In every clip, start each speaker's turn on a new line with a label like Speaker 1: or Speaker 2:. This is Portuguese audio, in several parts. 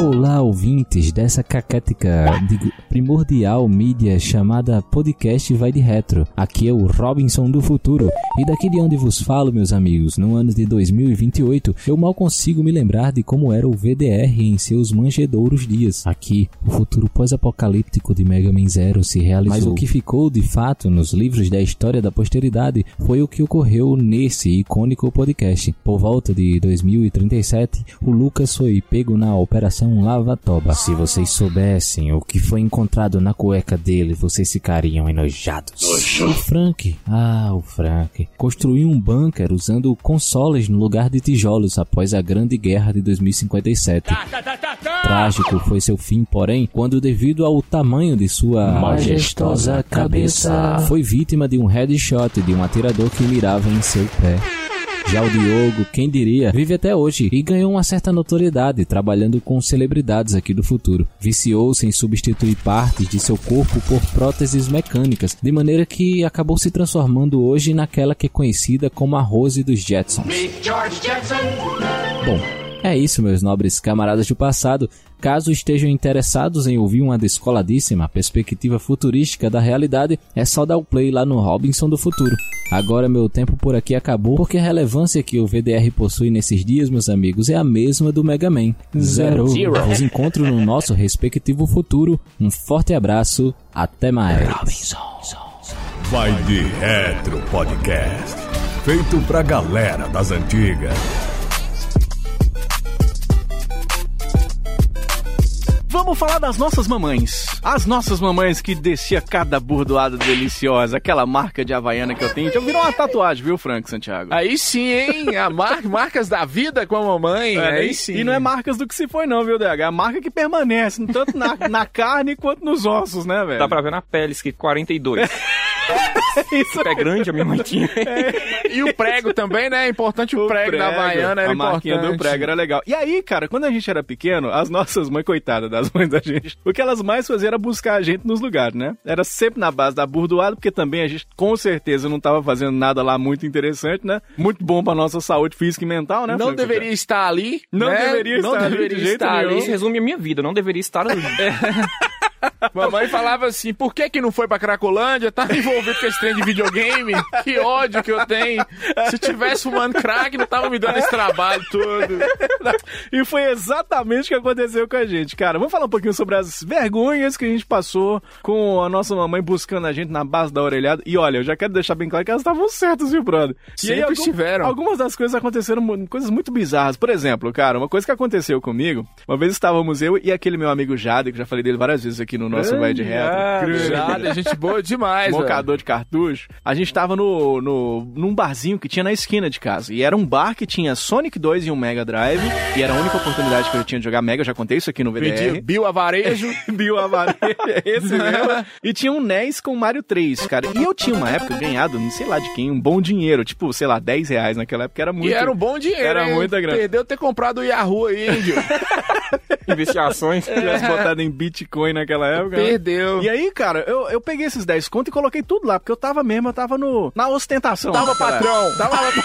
Speaker 1: Olá, ouvintes dessa caquética digo, primordial mídia chamada Podcast Vai de Retro. Aqui é o Robinson do Futuro. E daqui de onde vos falo, meus amigos, no ano de 2028, eu mal consigo me lembrar de como era o VDR em seus manjedouros dias. Aqui, o futuro pós-apocalíptico de Mega Man Zero se realizou. Mas o que ficou de fato nos livros da história da posteridade foi o que ocorreu nesse icônico podcast. Por volta de 2037, o Lucas foi pego na operação Operação Lavatoba. Se vocês soubessem o que foi encontrado na cueca dele, vocês ficariam enojados. O Frank, ah, o Frank, construiu um bunker usando consoles no lugar de tijolos após a Grande Guerra de 2057. Trágico foi seu fim, porém, quando devido ao tamanho de sua majestosa cabeça, foi vítima de um headshot de um atirador que mirava em seu pé. Já o Diogo, quem diria, vive até hoje e ganhou uma certa notoriedade trabalhando com celebridades aqui do futuro. Viciou-se em substituir partes de seu corpo por próteses mecânicas, de maneira que acabou se transformando hoje naquela que é conhecida como a Rose dos Jetsons. Bom, é isso, meus nobres camaradas do passado. Caso estejam interessados em ouvir uma descoladíssima perspectiva futurística da realidade, é só dar o play lá no Robinson do Futuro. Agora meu tempo por aqui acabou, porque a relevância que o VDR possui nesses dias, meus amigos, é a mesma do Mega Man. Zero. Nos encontro no nosso respectivo futuro. Um forte abraço, até mais.
Speaker 2: Vai de Retro Podcast. Feito pra galera das antigas.
Speaker 3: Vamos falar das nossas mamães. As nossas mamães que descia cada burdoada deliciosa, aquela marca de Havaiana que eu tenho. Já virou uma tatuagem, viu, Frank Santiago?
Speaker 4: Aí sim, hein? A mar- marcas da vida com a mamãe. aí
Speaker 3: e-
Speaker 4: sim.
Speaker 3: E não é marcas do que se foi, não, viu, DH? É a marca que permanece, tanto na, na carne quanto nos ossos, né, velho?
Speaker 5: Dá pra ver na pele, escrito 42.
Speaker 3: isso.
Speaker 5: Pé grande a minha mãe tinha.
Speaker 4: E o prego também, né? É importante o, prego, da Havaiana. Era
Speaker 3: a marquinha
Speaker 4: importante.
Speaker 3: do prego era legal. E aí, cara, quando a gente era pequeno, as nossas mães, coitadas das mães da gente, o que elas mais faziam era buscar a gente nos lugares, né? Era sempre na base da burdoada, porque também a gente com certeza não tava fazendo nada lá muito interessante, né? Muito bom pra nossa saúde física e mental, né?
Speaker 4: Não
Speaker 3: Franco?
Speaker 4: deveria estar ali.
Speaker 3: Não
Speaker 4: né?
Speaker 3: deveria
Speaker 4: não
Speaker 3: estar ali
Speaker 4: deveria
Speaker 3: de jeito
Speaker 4: estar ali. É.
Speaker 3: nenhum.
Speaker 5: Isso resume a minha vida, eu não deveria estar ali.
Speaker 4: Mamãe falava assim: por que que não foi pra Cracolândia? Tá envolvido com esse trem de videogame? Que ódio que eu tenho. Se tivesse fumando crack, não tava me dando esse trabalho todo.
Speaker 3: E foi exatamente o que aconteceu com a gente, cara. Vamos falar um pouquinho sobre as vergonhas que a gente passou com a nossa mamãe buscando a gente na base da orelhada. E olha, eu já quero deixar bem claro que elas estavam certas, viu, brother? e
Speaker 4: Sempre estiveram.
Speaker 3: Algumas das coisas aconteceram, mu- coisas muito bizarras. Por exemplo, cara, uma coisa que aconteceu comigo, uma vez estávamos eu e aquele meu amigo Jade, que eu já falei dele várias vezes aqui no nosso Vai de Reto.
Speaker 5: Jade.
Speaker 4: Já, é gente boa demais, velho.
Speaker 3: Mocador de cartucho. A gente tava no, no, num barzinho que tinha na esquina de casa. E era um bar que tinha Sonic 2 e um Mega Drive. E era a única oportunidade que eu tinha de jogar Mega. Eu já contei isso aqui no
Speaker 4: Pedir
Speaker 3: VDR.
Speaker 4: Bill Avarejo.
Speaker 3: Bill Avarejo, esse mesmo. E tinha um NES com Mario 3, cara. E eu tinha uma época ganhado, não sei lá de quem, um bom dinheiro. Tipo, sei lá, 10 reais naquela época. Era muito.
Speaker 4: E era um bom dinheiro.
Speaker 3: Era
Speaker 4: hein?
Speaker 3: muita grana.
Speaker 4: Perdeu ter comprado o Yahoo aí, índio.
Speaker 5: Investigações.
Speaker 3: tivesse botado em Bitcoin naquela época. né?
Speaker 4: Perdeu.
Speaker 3: E aí, cara, eu, eu peguei esses 10 conto e coloquei tudo lá, porque eu tava mesmo, eu tava no, na ostentação.
Speaker 4: Tava
Speaker 3: naquela
Speaker 4: patrão. Tava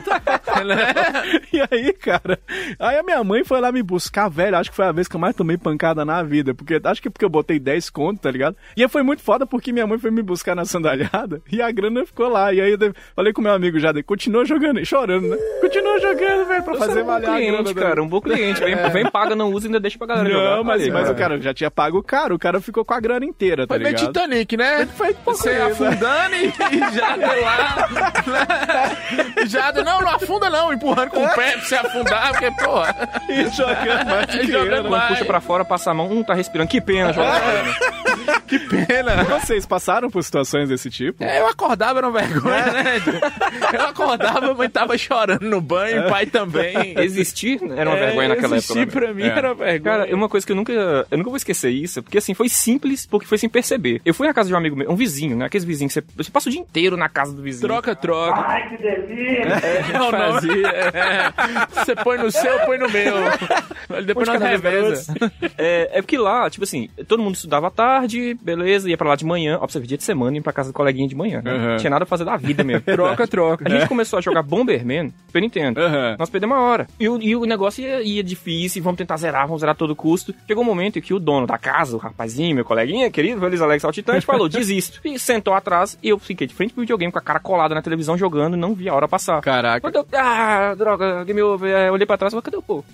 Speaker 3: Tá
Speaker 4: patrão. Né?
Speaker 3: E aí, cara, aí a minha mãe foi lá me buscar, velho. Acho que foi a vez que eu mais tomei pancada na vida. Porque acho que porque eu botei 10 conto, tá ligado? E aí foi muito foda porque minha mãe foi me buscar na sandalhada e a grana ficou lá. E aí eu dei- falei com meu amigo já, daí, continua jogando, e chorando, né? Continua jogando, velho, pra
Speaker 5: Você
Speaker 3: fazer
Speaker 5: é um bom
Speaker 3: valer a grana.
Speaker 5: cliente,
Speaker 3: da-
Speaker 5: cara, um bom cliente. Vem, vem paga, não usa, ainda deixa pra galera jogar. É.
Speaker 3: Não, mas,
Speaker 5: Aí,
Speaker 3: mas o
Speaker 5: cara.
Speaker 3: cara já tinha pago caro, o cara ficou com a grana inteira, tá
Speaker 4: Foi meio
Speaker 3: ligado?
Speaker 4: Titanic, né?
Speaker 3: Foi pouco
Speaker 4: Você
Speaker 3: isso, né?
Speaker 4: afundando e, e já deu lá. E já deu, não, não afunda não, empurrando com o pé pra você afundar, porque, porra.
Speaker 3: E jogando mais que
Speaker 4: Jogando
Speaker 3: grana.
Speaker 5: Quando puxa pra fora, passa a mão, um tá respirando, que pena, joga.
Speaker 3: Vocês passaram por situações desse tipo?
Speaker 4: É, eu acordava, era uma vergonha, né? Eu acordava, a mãe tava chorando no banho, o pai também.
Speaker 5: Existir era uma vergonha naquela
Speaker 4: É, Existir
Speaker 5: época. né?
Speaker 4: pra mim
Speaker 3: É.
Speaker 4: era uma vergonha.
Speaker 5: Cara, uma coisa que eu nunca, eu nunca vou esquecer isso, porque assim, foi simples, porque foi sem perceber. Eu fui na casa de um amigo meu, um vizinho, né? Aqueles vizinhos que você, você passa o dia inteiro na casa do vizinho.
Speaker 4: Troca, troca. Ai, Ah, é. que delícia! É, não, não. Fazia, é. Você põe no seu, põe no meu. Depois nós
Speaker 5: Onde que é a
Speaker 4: reveza.
Speaker 5: É, é porque lá, tipo assim, todo mundo estudava à tarde, beleza, ia pra lá de manhã. Ó, pra você ver, dia de semana, ia pra casa do coleguinha de manhã. né?
Speaker 3: Uhum.
Speaker 5: Não tinha nada pra fazer da vida mesmo. troca, troca. A gente começou a jogar Bomberman, Super Nintendo.
Speaker 3: Aham.
Speaker 5: Nós perdemos uma hora. E o, e o negócio ia, ia difícil, vamos tentar zerar, vamos zerar a todo custo. Chegou um momento em que o dono da casa, o rapazinho, meu coleguinha, querido, Feliz Alex Altitante, falou, desisto. E sentou atrás, e eu fiquei de frente pro videogame com a cara colada na televisão jogando, e não vi a hora passar.
Speaker 3: Caraca.
Speaker 5: Quando eu. Ah, droga, game over. É, eu olhei pra trás e falei, cadê o povo?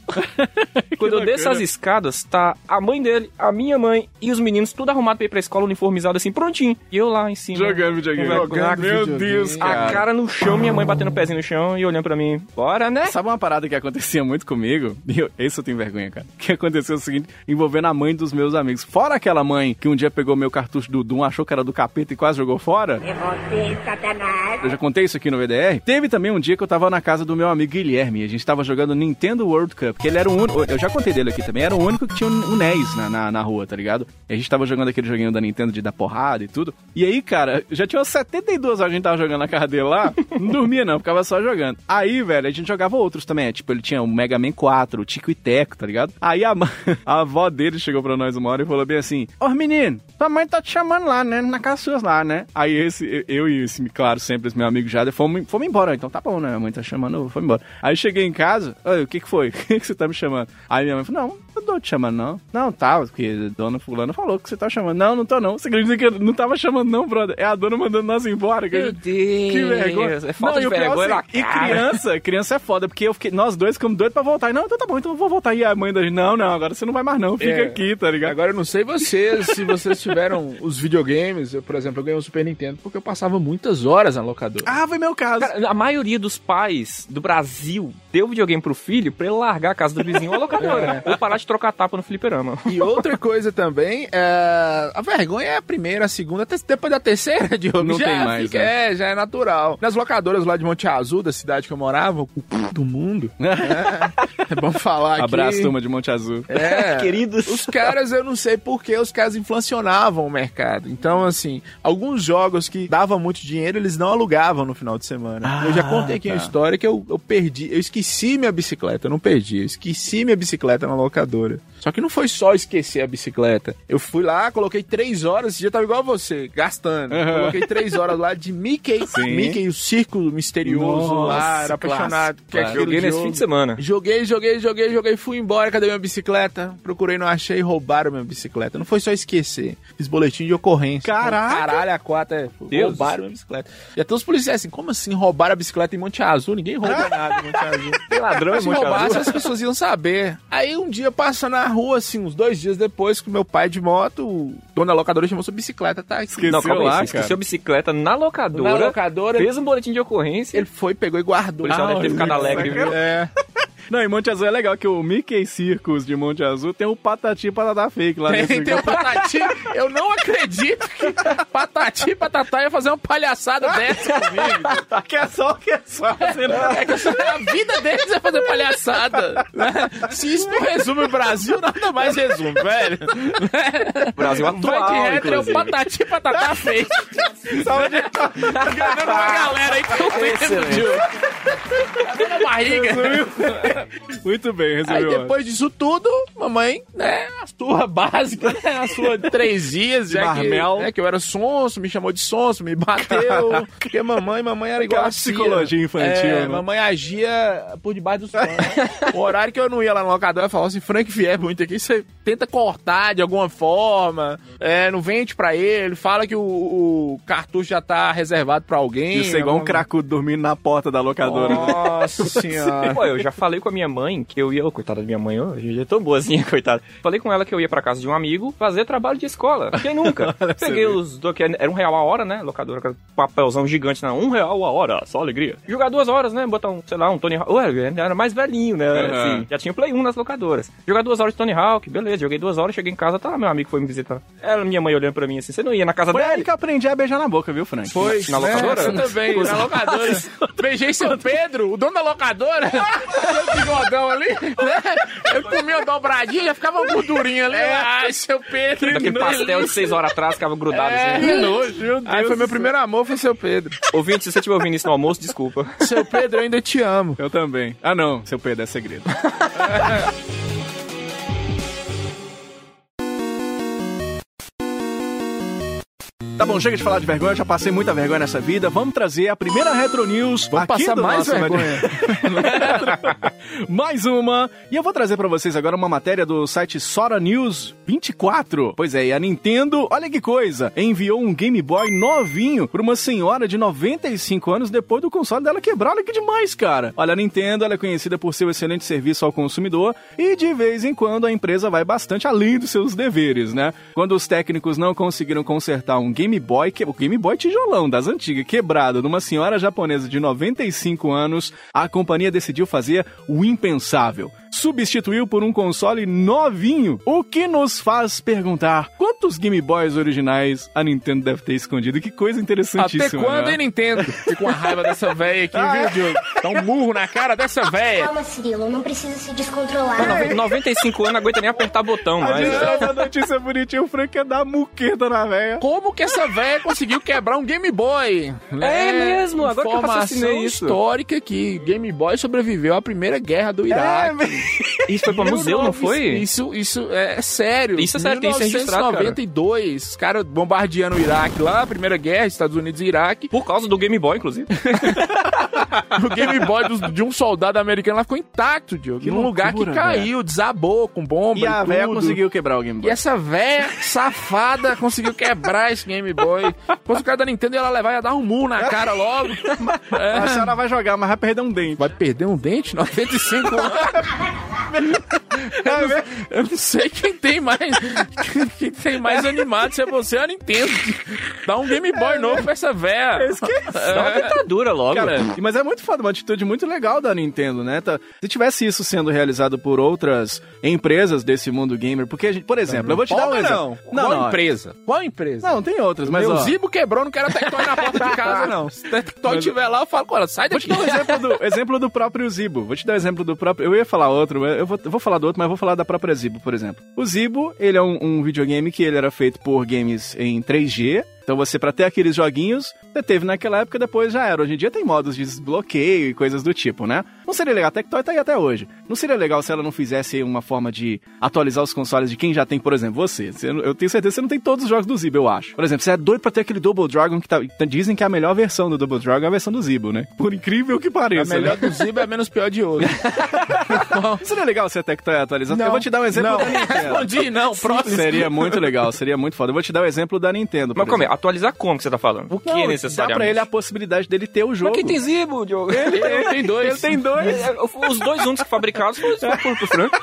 Speaker 5: Quando eu
Speaker 3: bacana.
Speaker 5: desço as escadas, tá a mãe dele, a minha mãe e os meninos tudo arrumado pra ir pra escola, uniformizado assim, prontinho. E eu lá em cima.
Speaker 3: Jogando videogame.
Speaker 5: Jogando
Speaker 3: Meu
Speaker 4: videogame.
Speaker 3: Deus,
Speaker 5: A
Speaker 3: cara.
Speaker 5: cara no chão, minha mãe batendo o pezinho no chão e olhando pra mim. Bora, né?
Speaker 3: Sabe uma parada que acontecia muito comigo? E Eu, esse eu tenho vergonha, cara. Que aconteceu o seguinte, envolvendo a mãe dos meus amigos. Fora aquela mãe que um dia pegou meu cartucho do Doom, achou que era do capeta e quase jogou fora.
Speaker 6: É você, Satanás.
Speaker 3: É. Eu já contei isso aqui no VDR. Teve também um dia que eu tava na casa do meu amigo Guilherme. e A gente tava jogando Nintendo World Cup. Que ele era o único. Eu já contei dele aqui também. Era o único que tinha um um NES na, na, na rua, tá ligado? E a gente tava jogando aquele joguinho da Nintendo de dar porrada e tudo. E aí, cara, já tinha umas 72 horas que a gente tava jogando na casa dele lá. Não dormia, não. Ficava só jogando. Aí, velho, a gente jogava outros também. Tipo, ele tinha o Mega Man 4, o Tico e Teco, tá ligado? Aí a, ma- a avó dele chegou pra nós uma hora e falou bem assim: Ô menino, tua mãe tá te chamando lá, né? Na casa suas lá, né? Aí esse, eu e esse, claro, sempre esse meu amigo Jader, fomos, fomos embora. Então tá bom, né? Minha mãe tá chamando, fomos embora. Aí cheguei em casa, "Oi, o que que foi? O que que você tá me chamando? Aí minha mãe falou: Não, eu não tô te chamando, não. Não, tá, porque a dona Fulana falou que você tá chamando. Não, não tô não. Você acredita que eu não tava chamando, não, brother? É a dona mandando nós embora. que a
Speaker 5: Meu
Speaker 3: gente-
Speaker 5: Deus.
Speaker 3: que vergonha.
Speaker 5: É falta
Speaker 3: e
Speaker 5: de
Speaker 3: o pior é o
Speaker 5: vergonha na
Speaker 3: seguinte, E
Speaker 5: cara.
Speaker 3: criança, criança é foda, porque eu fiquei, nós dois ficamos doidos pra voltar. E, não, então tá bom, então eu vou voltar. E a mãe da gente, não, não, agora você não vai mais não, fica
Speaker 4: É.
Speaker 3: aqui, tá ligado?
Speaker 4: Agora eu não sei vocês, se vocês tiveram os videogames, eu, por exemplo, eu ganhei um Super Nintendo porque eu passava muitas horas na locadora.
Speaker 3: Ah, foi meu caso.
Speaker 5: Cara, a maioria dos pais do Brasil deu videogame pro filho pra ele largar a casa do vizinho ou a locadora. Ou parar de trocar tapa no fliperama.
Speaker 4: E outra coisa também, é... a vergonha é a primeira, a segunda, até depois da terceira, Diogo.
Speaker 3: Não
Speaker 4: já
Speaker 3: tem mais, né?
Speaker 4: fica- É, já é natural. Nas locadoras lá de Monte Azul, da cidade que eu morava, o cu do mundo. né? É bom falar aqui.
Speaker 3: Abraço, turma de Monte Azul.
Speaker 4: É,
Speaker 5: Queridos.
Speaker 4: Os caras, eu não sei porquê, os caras inflacionavam o mercado. Então, assim, alguns jogos que davam muito dinheiro, eles não alugavam no final de semana. eu já
Speaker 5: Ah,
Speaker 4: contei
Speaker 5: tá.
Speaker 4: aqui uma história que eu, eu perdi, eu esqueci minha bicicleta, eu não perdi, eu esqueci minha bicicleta na locadora. Só que não foi só esquecer a bicicleta. Eu fui lá, coloquei três horas, esse dia tava igual a você, gastando. Coloquei três horas lá de Mickey,
Speaker 3: Sim.
Speaker 4: Mickey, o círculo misterioso lá,
Speaker 3: Nossa,
Speaker 4: era apaixonado. que é aquele
Speaker 5: Joguei nesse fim
Speaker 4: jogo.
Speaker 5: de semana.
Speaker 4: Joguei, joguei, joguei, joguei, fui embora, cadê minha bicicleta? Procurei, não achei, roubaram minha bicicleta. Não foi só esquecer, fiz boletim de ocorrência.
Speaker 3: Caraca!
Speaker 4: Caralho, a quatro é,
Speaker 5: Deus.
Speaker 4: roubaram minha bicicleta. E até os policiais assim, como assim roubaram a bicicleta em Monte Azul? Ninguém rouba
Speaker 5: É
Speaker 4: nada em Monte Azul.
Speaker 5: Ladrão,
Speaker 4: Se roubasse, as pessoas iam saber. Aí um dia, passando na rua, assim, uns dois dias depois, que o meu pai de moto, o dono da locadora chamou sua bicicleta, tá?
Speaker 3: Esqueceu
Speaker 5: Não, calma aí,
Speaker 3: lá,
Speaker 5: você
Speaker 3: cara.
Speaker 5: esqueceu bicicleta na
Speaker 4: Na
Speaker 5: locadora,
Speaker 4: locadora,
Speaker 5: fez um boletim de ocorrência.
Speaker 4: ele foi, pegou e
Speaker 5: O
Speaker 4: guardou. Ah,
Speaker 5: policial deve ter ficado alegre, viu?
Speaker 4: É.
Speaker 3: Não, e Monte Azul é legal, que o Mickey Circus de Monte Azul tem o Patati e Patatá Fake lá
Speaker 4: Tem,
Speaker 3: nesse
Speaker 4: tem o Patati. Eu não acredito que Patati e Patatá ia fazer uma palhaçada dessa comigo.
Speaker 3: Que é só que é só. você não-
Speaker 4: É que a vida deles é fazer palhaçada. né? Se isso não resume o Brasil, nada mais resume, velho.
Speaker 5: O Brasil atual,
Speaker 4: Vai de retro é o
Speaker 5: inclusive.
Speaker 4: Patati e Patatá fez.
Speaker 3: Saúde.
Speaker 4: Enganando uma
Speaker 3: tá.
Speaker 4: galera aí que não tem, Gil. Tá na barriga.
Speaker 3: Muito bem,
Speaker 4: Aí
Speaker 3: resumiu.
Speaker 4: depois disso tudo, mamãe, né, a sua básica, né, a sua três dias, já
Speaker 3: Marmel.
Speaker 4: que, né, que eu era sonso, me chamou de sonso, me bateu, porque mamãe, mamãe era igual
Speaker 3: Aquela
Speaker 4: a tia.
Speaker 3: psicologia infantil,
Speaker 4: É,
Speaker 3: né?
Speaker 4: mamãe agia por debaixo dos panos. o horário que eu não ia lá no locador, ela falava assim, Frank vier muito aqui, você tenta cortar de alguma forma, é, não vende pra ele, fala que o, o cartucho já tá reservado pra alguém.
Speaker 3: Isso é igual um né?
Speaker 4: alguma-
Speaker 3: cracudo dormindo na porta da locadora.
Speaker 4: Nossa senhora.
Speaker 5: Pô, eu já falei com a minha mãe que eu ia. Ô, coitada da minha mãe, hoje em dia é tão boazinha, coitada. Falei com ela que eu ia pra casa de um amigo fazer trabalho de escola. Quem nunca? Peguei os. do- que Era um real a hora, né? Locadora com papelzão gigante, não. Um real a hora, só alegria. Jogar duas horas, né? Botar um, sei lá, um Tony Hawk. Ué, eu era mais velhinho, né?
Speaker 3: Aham.
Speaker 5: Assim, já tinha Play 1 nas locadoras. Jogar duas horas de Tony Hawk, beleza. Joguei duas horas, cheguei em casa, tá lá, meu amigo foi me visitar. Ela, minha mãe olhando pra mim assim, você não ia na casa
Speaker 3: Foi
Speaker 5: dela?
Speaker 3: aí que eu aprendi a beijar na boca, viu, Frank?
Speaker 4: Foi.
Speaker 5: Na locadora?
Speaker 4: É, eu também, na locadora. Beijei seu Pedro, o dono da locadora. o bigodão um ali, né? Eu comia uma dobradinha, ficava uma gordurinha ali. né? Ai, seu Pedro.
Speaker 5: Daquele
Speaker 4: que
Speaker 5: pastel de
Speaker 4: nojo.
Speaker 5: seis horas atrás, ficava grudado
Speaker 4: É,
Speaker 5: assim.
Speaker 4: que nojo.
Speaker 3: Meu Deus.
Speaker 4: Aí foi meu primeiro amor, foi seu Pedro.
Speaker 5: Ouvinte, se você estiver ouvindo isso no almoço, desculpa.
Speaker 4: Seu Pedro, eu ainda te amo.
Speaker 3: Eu também. Ah, não. Seu Pedro é segredo. Tá bom, chega de falar de vergonha, eu já passei muita vergonha nessa vida. Vamos trazer a primeira Retro News.
Speaker 4: Vamos
Speaker 3: aqui
Speaker 4: passar
Speaker 3: do
Speaker 4: mais
Speaker 3: nosso
Speaker 4: vergonha.
Speaker 3: Mais uma. E eu vou trazer pra vocês agora uma matéria do site Sora News 24. Pois é, e a Nintendo, olha que coisa, enviou um Game Boy novinho pra uma senhora de 95 anos depois do console dela quebrar. Olha que demais, cara. Olha, a Nintendo ela é conhecida por seu excelente serviço ao consumidor e de vez em quando a empresa vai bastante além dos seus deveres, né? Quando os técnicos não conseguiram consertar um Game Boy, que... o Game Boy tijolão das antigas, quebrado numa senhora japonesa de 95 anos, a companhia decidiu fazer o impensável. Substituiu por um console novinho, o que nos faz perguntar quantos Game Boys originais a Nintendo deve ter escondido. Que coisa interessantíssima.
Speaker 4: Até quando,
Speaker 3: né?
Speaker 4: hein, Nintendo? Fico com a raiva dessa véia aqui, viu, Diogo? Dá um murro na cara dessa véia.
Speaker 6: Calma, Cirilo, É não precisa se descontrolar.
Speaker 5: 95 anos, não aguenta nem apertar botão
Speaker 3: A
Speaker 5: mais.
Speaker 3: gente traz a notícia bonitinha, o Frank é ia dar muqueta na véia.
Speaker 4: Como que essa véia conseguiu quebrar um Game Boy?
Speaker 5: É mesmo, agora que eu
Speaker 4: Informação
Speaker 5: raciocinei isso.
Speaker 4: histórica que Game Boy sobreviveu à primeira guerra do
Speaker 3: É
Speaker 4: Iraque.
Speaker 5: Isso foi pra É, museu, não foi?
Speaker 4: Isso, isso é sério.
Speaker 5: Isso é sério, tem isso registrado, cara.
Speaker 4: 1992, os caras bombardeando o Iraque lá, a Primeira Guerra, Estados Unidos e Iraque.
Speaker 5: Por causa do Game Boy, inclusive.
Speaker 4: O Game Boy dos- de um soldado americano lá ficou intacto, Diogo.
Speaker 3: Que
Speaker 4: num lugar que
Speaker 3: loucura,
Speaker 4: caiu, desabou com bomba e,
Speaker 3: E a
Speaker 4: tudo.
Speaker 3: véia conseguiu quebrar o Game
Speaker 4: E
Speaker 3: Boy.
Speaker 4: essa véia safada conseguiu quebrar esse Game Boy. Quando o cara da Nintendo ela levar, ia dar um murro na cara logo. É.
Speaker 3: A senhora vai jogar, mas vai perder um dente.
Speaker 4: Vai perder um dente? 95 anos?
Speaker 3: É
Speaker 4: eu, não, eu não sei quem tem mais. Quem tem mais animado, se é você ou a Nintendo. Dá um Game Boy novo pra essa véia. É.
Speaker 5: Dá uma ditadura logo.
Speaker 3: Cara, mas é muito foda, uma atitude muito legal da Nintendo, né? Tá- Se tivesse isso sendo realizado por outras empresas desse mundo gamer, porque a gente, por exemplo, eu vou te dar um
Speaker 4: Qual
Speaker 3: exemplo.
Speaker 4: Não, Qual
Speaker 3: não,
Speaker 4: empresa? Qual empresa?
Speaker 3: não, tem outras, mas
Speaker 4: Meu
Speaker 3: ó,
Speaker 4: Zibo quebrou, não quero Tectoy na porta de casa, não. Se Tectoy
Speaker 3: Mas-
Speaker 4: tiver lá, eu falo com ela, sai
Speaker 3: Vou te
Speaker 4: daqui.
Speaker 3: dar um exemplo do, exemplo do próprio Zibo. Vou te dar um exemplo do próprio. Eu ia falar outro, mas eu vou, eu vou falar do outro, mas vou falar da própria Zibo, por exemplo. O Zibo, ele é um, um videogame que ele era feito por games em 3G. Então você, pra ter aqueles joguinhos, você teve naquela época, depois já era. Hoje em dia tem modos de desbloqueio e coisas do tipo, né? Não seria legal, a Tectoy tá aí até hoje. Não seria legal se ela não fizesse uma forma de atualizar os consoles de quem já tem, por exemplo, você. Você- Eu tenho certeza que você não tem todos os jogos do Zibo, eu acho. Por exemplo, você é doido pra ter aquele Double Dragon que tá- dizem que a melhor versão do Double Dragon é a versão do Zibo, né? Por incrível que
Speaker 4: A
Speaker 3: pareça.
Speaker 4: melhor
Speaker 3: né?
Speaker 4: do Zibo é a menos pior de hoje.
Speaker 3: Isso não é legal se a Tectoy atualizar?
Speaker 4: Não.
Speaker 3: Eu vou te dar um exemplo
Speaker 4: Não.
Speaker 3: da Nintendo.
Speaker 4: Respondi, não, próximo.
Speaker 3: Seria muito legal, seria muito foda. Eu vou te dar o exemplo da Nintendo. por
Speaker 5: Mas como é?
Speaker 3: exemplo.
Speaker 5: Atualizar como que você tá falando? O que
Speaker 3: Não, Dá
Speaker 5: necessariamente?
Speaker 3: pra ele a possibilidade dele ter o jogo.
Speaker 5: Mas quem tem Zibo, Diogo? Ele,
Speaker 4: Tem dois.
Speaker 3: Ele tem dois.
Speaker 5: Os dois únicos fabricados foram foram pro Franco.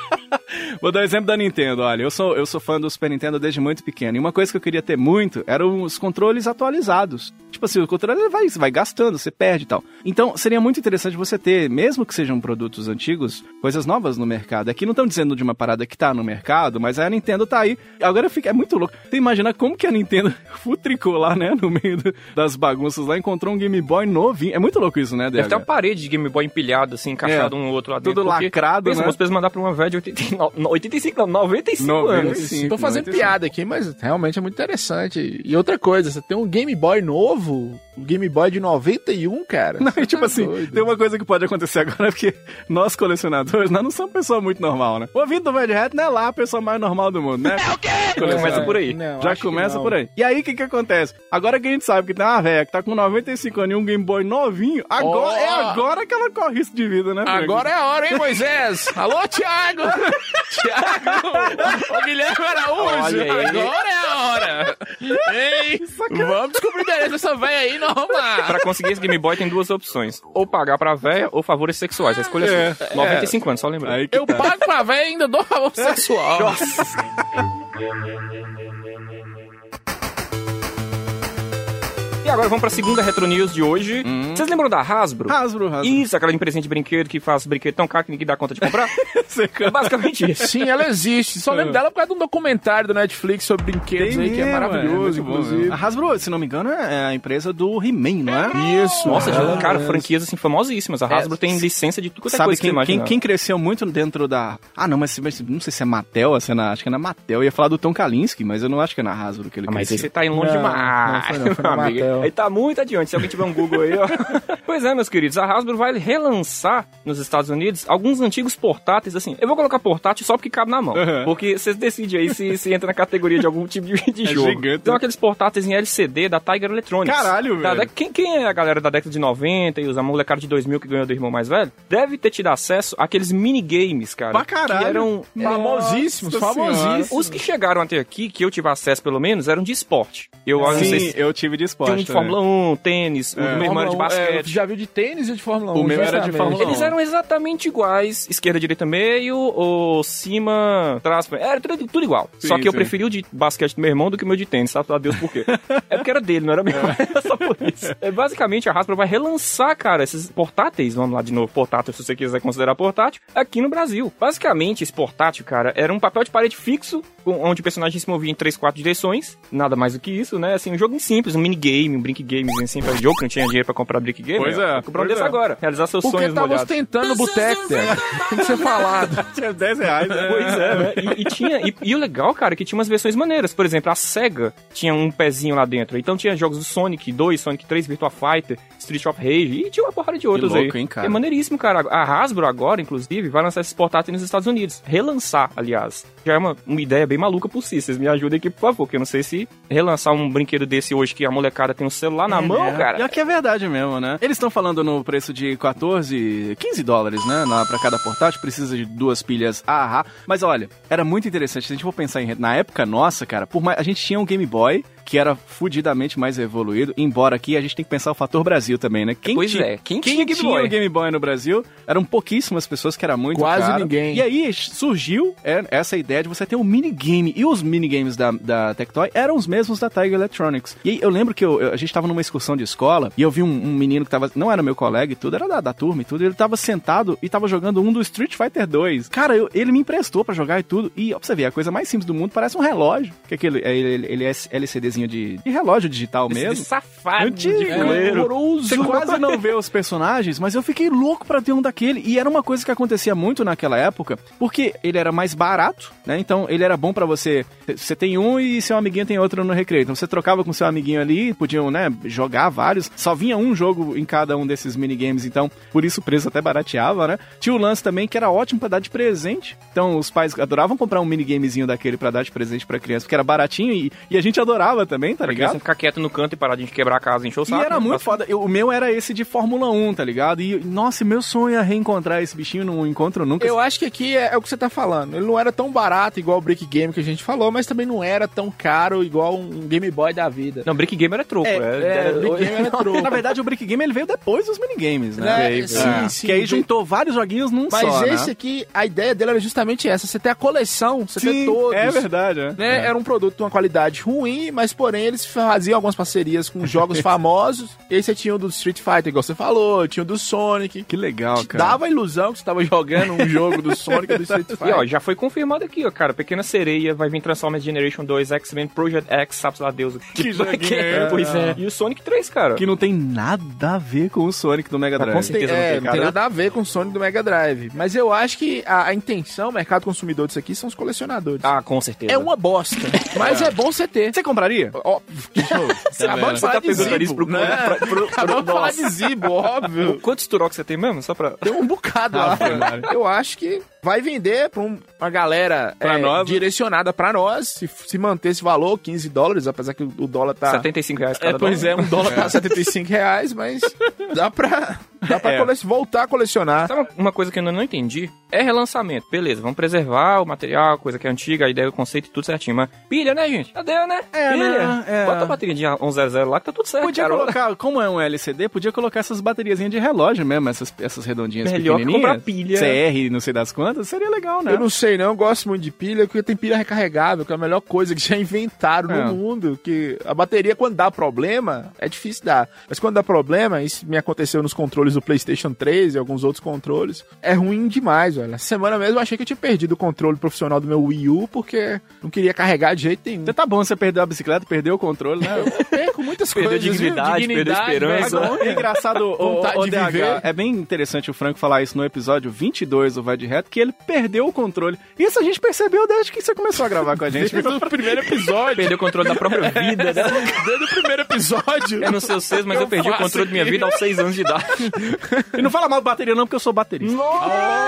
Speaker 3: Vou dar um exemplo da Nintendo, olha. Eu sou, eu sou fã do Super Nintendo desde muito pequeno. E uma coisa que eu queria ter muito eram os controles atualizados. Tipo assim, o controle ele vai, vai gastando, você perde e tal. Então, seria muito interessante você ter, mesmo que sejam produtos antigos, coisas novas no mercado. Aqui não estão dizendo de uma parada que tá no mercado, mas a Nintendo tá aí. Agora fica, é muito louco. Você imagina como que a Nintendo futricou lá, né, no meio do- das bagunças lá, encontrou um Game Boy novinho. É muito louco isso, né,
Speaker 5: Deve ter uma
Speaker 3: DH?
Speaker 5: parede de Game Boy empilhada, assim, encaixado
Speaker 3: É.
Speaker 5: um outro lá dentro.
Speaker 3: Tudo lacrado,
Speaker 5: pensa,
Speaker 3: né?
Speaker 5: Pensa, mandar pra uma velha de 89, no- 85, não, 95 anos.
Speaker 3: 95,
Speaker 4: Tô fazendo
Speaker 3: 95.
Speaker 4: piada aqui, mas realmente é muito interessante. E outra coisa, você tem um Game Boy novo, um Game Boy de 91, cara.
Speaker 3: Não,
Speaker 4: Você
Speaker 3: e tipo
Speaker 4: tá
Speaker 3: assim,
Speaker 4: doido.
Speaker 3: tem uma coisa que pode acontecer agora, porque nós colecionadores, nós não somos pessoa muito normal, né? O ouvido do Vai de Reto não é lá a pessoa mais normal do mundo, né?
Speaker 5: Começa
Speaker 4: É,
Speaker 5: por aí.
Speaker 4: não,
Speaker 3: Já
Speaker 4: acho que
Speaker 3: começa
Speaker 4: não.
Speaker 3: por aí. E aí, o que que acontece? Agora que a gente sabe que tem uma velha que tá com 95 anos e um Game Boy novinho, agora,
Speaker 4: Ó!
Speaker 3: é agora que ela corre risco de vida, né? Frank?
Speaker 4: Agora é a hora, hein, Moisés? Alô, Thiago! Thiago! Ô, Guilherme Araújo!
Speaker 5: Olha aí.
Speaker 4: Agora é a hora! Ei, vamos descobrir o endereço dessa véia aí, não vamos lá!
Speaker 5: Pra conseguir esse Game Boy tem duas opções. Ou pagar pra véia ou favores sexuais. A escolha é sua. 95 anos, só lembrar.
Speaker 3: Aí que
Speaker 4: é Eu pago pra véia e ainda dou favor sexual.
Speaker 5: E agora vamos pra segunda Retro News de hoje. Vocês lembram da Hasbro?
Speaker 3: Hasbro, Hasbro.
Speaker 5: Isso, aquela empresa de brinquedo que faz brinquedo tão caro que ninguém dá conta de comprar.
Speaker 3: Você
Speaker 5: é basicamente isso.
Speaker 4: Sim, ela existe. Só
Speaker 3: É.
Speaker 4: lembro dela por causa de um documentário do Netflix sobre brinquedos aí, que é maravilhoso, inclusive.
Speaker 3: A Hasbro, se não me engano, é a empresa do He-Man, não é? Isso.
Speaker 5: Nossa, já, cara, franquias assim famosíssimas. A Hasbro tem licença de tudo quanto é
Speaker 3: Sabe
Speaker 5: coisa que
Speaker 3: quem,
Speaker 5: você
Speaker 3: quem,
Speaker 5: imaginar.
Speaker 3: quem cresceu muito dentro da. Ah, não, mas, mas não sei se é Mattel, se é na, acho que é na Mattel. Eu ia falar do Tom Kalinske, mas eu não acho que é na Hasbro que ele
Speaker 5: Ah, mas aí
Speaker 3: cresceu.
Speaker 5: você tá indo longe
Speaker 4: Não,
Speaker 5: demais.
Speaker 4: não foi não, foi na
Speaker 5: meu amigo.
Speaker 4: Mattel.
Speaker 5: Aí tá muito adiante, se alguém tiver um Google aí, ó. pois é, meus queridos, a Hasbro vai relançar nos Estados Unidos alguns antigos portáteis, assim. Eu vou colocar portátil só porque cabe na mão. Porque vocês decidem aí se, se entra na categoria de algum tipo de, de
Speaker 3: É
Speaker 5: jogo.
Speaker 3: gigante.
Speaker 5: Então aqueles portáteis em LCD da Tiger Electronics.
Speaker 3: Caralho,
Speaker 5: Da
Speaker 3: velho.
Speaker 5: dec- quem, quem é a galera da década de 90 e os a molecada de 2000 que ganhou do irmão mais velho, deve ter tido acesso àqueles minigames, cara.
Speaker 3: Pra caralho.
Speaker 5: Que um eram...
Speaker 4: Famosíssimos,
Speaker 3: Nossa
Speaker 4: famosíssimos.
Speaker 5: Os que chegaram até aqui, que eu tive acesso pelo menos, eram de esporte. Eu não sei
Speaker 3: Sim,
Speaker 5: se
Speaker 3: eu tive de esporte.
Speaker 5: tinha um de
Speaker 3: também.
Speaker 5: Fórmula 1, tênis, o do meu irmão era
Speaker 4: Fórmula um,
Speaker 5: de
Speaker 4: é,
Speaker 5: basquete.
Speaker 4: já viu de tênis e de Fórmula 1.
Speaker 3: O meu era de
Speaker 4: justamente.
Speaker 3: Fórmula um.
Speaker 5: Eles eram exatamente iguais, esquerda, direita, meio, ou cima, trás, pra- era tudo, tudo igual. Só que eu
Speaker 3: sim.
Speaker 5: preferi o de basquete do meu irmão do que o meu de tênis, sabe? Sabe Deus por quê? é porque era dele, não era meu. Era só por isso. É, basicamente, a Hasbro vai relançar, cara, esses portáteis, vamos lá de novo, portátil, se você quiser considerar portátil, aqui no Brasil. Basicamente, esse portátil, cara, era um papel de parede fixo, com- onde o personagem se movia em três, quatro direções, nada mais do que isso, né? Assim, um jogo simples, um minigame, um brinquegamezinho assim, pra jogo que não tinha dinheiro pra comprar brinquegames.
Speaker 3: Pois é,
Speaker 5: Comprou um
Speaker 3: pois
Speaker 5: desse
Speaker 3: é.
Speaker 5: agora, realizar seus
Speaker 4: Porque
Speaker 5: sonhos no
Speaker 4: tava
Speaker 5: molhado.
Speaker 4: ostentando o boteco, Teco. Tem que ser falado.
Speaker 3: Tinha 10 reais, né?
Speaker 5: um? Pois é, né? E, e tinha, e, e o legal, cara, é que tinha umas versões maneiras. Por exemplo, a SEGA tinha um pezinho lá dentro. Então tinha jogos do Sonic 2, Sonic 3, Virtua Fighter, Street of Rage e tinha uma porrada de outros
Speaker 3: louco,
Speaker 5: aí.
Speaker 3: hein, cara?
Speaker 5: É maneiríssimo, cara. A Hasbro agora, inclusive, vai lançar esses portáteis nos Estados Unidos. Relançar, aliás. Já é uma, uma ideia bem maluca por si. Vocês me ajudem aqui, por favor, que eu não sei se relançar um brinquedo desse hoje que a molecada tem um celular na mão, cara.
Speaker 3: Pior que é verdade mesmo, né? Eles estão falando no preço de 14, 15 dólares, né? Na, pra cada portátil, precisa de duas pilhas AA. Mas olha, era muito interessante. Se a gente for pensar em. re- Na época nossa, cara, por mais, a gente tinha um Game Boy que era fudidamente mais evoluído. Embora aqui a gente tem que pensar o fator Brasil também, né? Quem
Speaker 5: Pois
Speaker 3: ti-
Speaker 5: é, quem
Speaker 3: quem
Speaker 5: tinha Game Boy?
Speaker 3: o Game Boy no Brasil eram pouquíssimas pessoas que era muito
Speaker 4: Quase
Speaker 3: caro.
Speaker 4: ninguém.
Speaker 3: E aí surgiu é, essa ideia de você ter um minigame. E os minigames da, da Tectoy eram os mesmos da Tiger Electronics. E aí eu lembro que eu- eu- a gente tava numa excursão de escola e eu vi um, um menino que tava. Não era meu colega e tudo, era da, da turma e tudo. Ele tava sentado e tava jogando um do Street Fighter 2. Cara, eu- ele me emprestou pra jogar e tudo. E ó, pra você ver, a coisa mais simples do mundo parece um relógio. Que aquele, ele, ele- ele é LCDzinho de, de relógio digital
Speaker 5: Esse
Speaker 3: é mesmo.
Speaker 5: safado de tá
Speaker 3: Antigo, né?
Speaker 5: goleiro.
Speaker 3: horroroso. Você quase não vê os personagens, mas eu fiquei louco pra ter um daquele. E era uma coisa que acontecia muito naquela época, porque ele era mais barato, né? Então ele era bom pra você. Você tem um e seu amiguinho tem outro no recreio. Então você trocava com seu amiguinho ali, podiam, né, jogar vários. Só vinha um jogo em cada um desses minigames, então por isso o preço até barateava, né? Tinha o lance também que era ótimo pra dar de presente. Então os pais adoravam comprar um minigamezinho daquele pra dar de presente pra criança, porque era baratinho e, e a gente adorava também, tá
Speaker 5: Pra
Speaker 3: ligado?
Speaker 5: criança ficar quieto no canto e parar de quebrar a casa, encher o saco.
Speaker 3: E era
Speaker 5: né?
Speaker 3: muito foda. Eu- o meu era esse de Fórmula 1, tá ligado? E, nossa, meu sonho é reencontrar esse bichinho, não encontro nunca.
Speaker 4: Eu acho que aqui é, é o que você tá falando. Ele não era tão barato igual o Brick Game que a gente falou, mas também não era tão caro igual um Game Boy da vida.
Speaker 5: Não, Brick Game era troco. era-
Speaker 4: é,
Speaker 5: era-
Speaker 4: Brick Game era troco.
Speaker 3: Na verdade, o Brick Game ele veio depois dos minigames, né?
Speaker 4: Né?
Speaker 5: veio,
Speaker 4: sim,
Speaker 5: veio.
Speaker 4: sim.
Speaker 3: Que aí juntou vários joguinhos num
Speaker 4: Mas
Speaker 3: só,
Speaker 4: esse
Speaker 3: né?
Speaker 4: aqui, a ideia dele era justamente essa. Você ter a coleção, você ter
Speaker 3: Sim,
Speaker 4: todos.
Speaker 3: é verdade, né?
Speaker 4: né? Era um produto de uma qualidade ruim, mas porém eles faziam algumas parcerias com jogos famosos. E aí você tinha o do Street Fighter, igual você falou, tinha o do Sonic.
Speaker 3: Que legal, cara.
Speaker 4: Dava a ilusão que você tava jogando um jogo do Sonic e do Street
Speaker 5: E
Speaker 4: Fighter.
Speaker 5: ó, já foi confirmado aqui, ó, cara. Pequena Sereia vai vir Transformers Generation 2, X-Men, Project X, sabe lá Deus. o Que,
Speaker 3: joguinho
Speaker 5: que-
Speaker 3: é,
Speaker 5: Pois é. E o Sonic 3, cara.
Speaker 3: Que não tem nada a ver com o Sonic do Mega Drive.
Speaker 5: com certeza. não tem
Speaker 4: é, não
Speaker 5: cara.
Speaker 4: tem nada a ver com o Sonic do Mega Drive. Mas eu acho que a, a intenção, o mercado consumidor disso aqui, são os colecionadores.
Speaker 5: Ah, com certeza.
Speaker 4: é uma bosta, mas é bom você ter.
Speaker 3: Você compraria?
Speaker 4: Óbvio. Acabando de
Speaker 5: Você
Speaker 4: falar
Speaker 5: tá
Speaker 4: de
Speaker 5: perguntando isso
Speaker 4: Zibo,
Speaker 5: pro...
Speaker 4: né?
Speaker 5: pro- pro- pro-
Speaker 4: Acabamos de falar
Speaker 5: Nossa.
Speaker 4: de Zibo, óbvio.
Speaker 5: Quantos Turok você tem mesmo? Só pra...
Speaker 4: Deu um bocado
Speaker 5: Ah,
Speaker 4: lá.
Speaker 3: Ave Maria.
Speaker 4: Eu acho que vai vender pra um- uma galera é,
Speaker 5: Pra nós.
Speaker 4: direcionada pra nós. Se, se manter esse valor, 15 dólares, apesar que o o dólar tá.
Speaker 5: 75 reais cada
Speaker 4: É, pois é,
Speaker 5: dólar.
Speaker 4: um dólar tá 75 reais, mas dá pra, dá pra
Speaker 3: É.
Speaker 4: cole- voltar a colecionar.
Speaker 5: Sabe uma coisa que eu ainda não entendi? É relançamento. Beleza, vamos preservar o material, coisa que é antiga, a ideia, o conceito e tudo certinho. Mas pilha, né, gente? Cadê, né?
Speaker 3: É,
Speaker 5: pilha.
Speaker 3: né? É.
Speaker 5: Bota a bateria de 100 lá que tá tudo certo.
Speaker 3: Podia
Speaker 5: cara.
Speaker 3: colocar, como é um LCD, podia colocar essas bateriazinhas de relógio mesmo, essas, essas redondinhas
Speaker 5: Melhor que
Speaker 3: pequenininhas.
Speaker 5: comprar pilha.
Speaker 3: CR, não sei das quantas, seria legal, né?
Speaker 4: Eu não sei, não. Eu gosto muito de pilha, porque tem pilha recarregável, que é a melhor coisa que já inventaram
Speaker 3: É.
Speaker 4: no mundo. Que a bateria, quando dá problema, é difícil dar. Mas quando dá problema, isso me aconteceu nos controles do PlayStation 3 e alguns outros controles, é ruim demais, velho. Essa semana mesmo eu achei que eu tinha perdido o controle profissional do meu Wii U, porque não queria carregar de jeito nenhum.
Speaker 3: Então tá bom, você perdeu a bicicleta, perdeu o controle, né?
Speaker 4: Eu perco muitas
Speaker 5: Perdeu
Speaker 4: coisas. viu?
Speaker 5: dignidade, perdeu
Speaker 4: vergonha.
Speaker 5: esperança.
Speaker 3: É engraçado o, o,
Speaker 4: Vontade
Speaker 3: o
Speaker 4: de
Speaker 3: DH.
Speaker 4: viver.
Speaker 3: É bem interessante o Franco falar isso no episódio 22 do Vai de Reto, que ele perdeu o controle. Isso a gente percebeu desde que você começou a gravar com a gente.
Speaker 4: Desde o primeiro episódio.
Speaker 5: Perdeu o controle da própria vida, né?
Speaker 4: Desde o primeiro episódio.
Speaker 5: Eu não sei vocês, mas eu, perdi o
Speaker 4: faço
Speaker 5: controle da minha
Speaker 4: aqui.
Speaker 5: vida aos seis anos de idade.
Speaker 3: E não fala mal de bateria, não, porque eu sou baterista.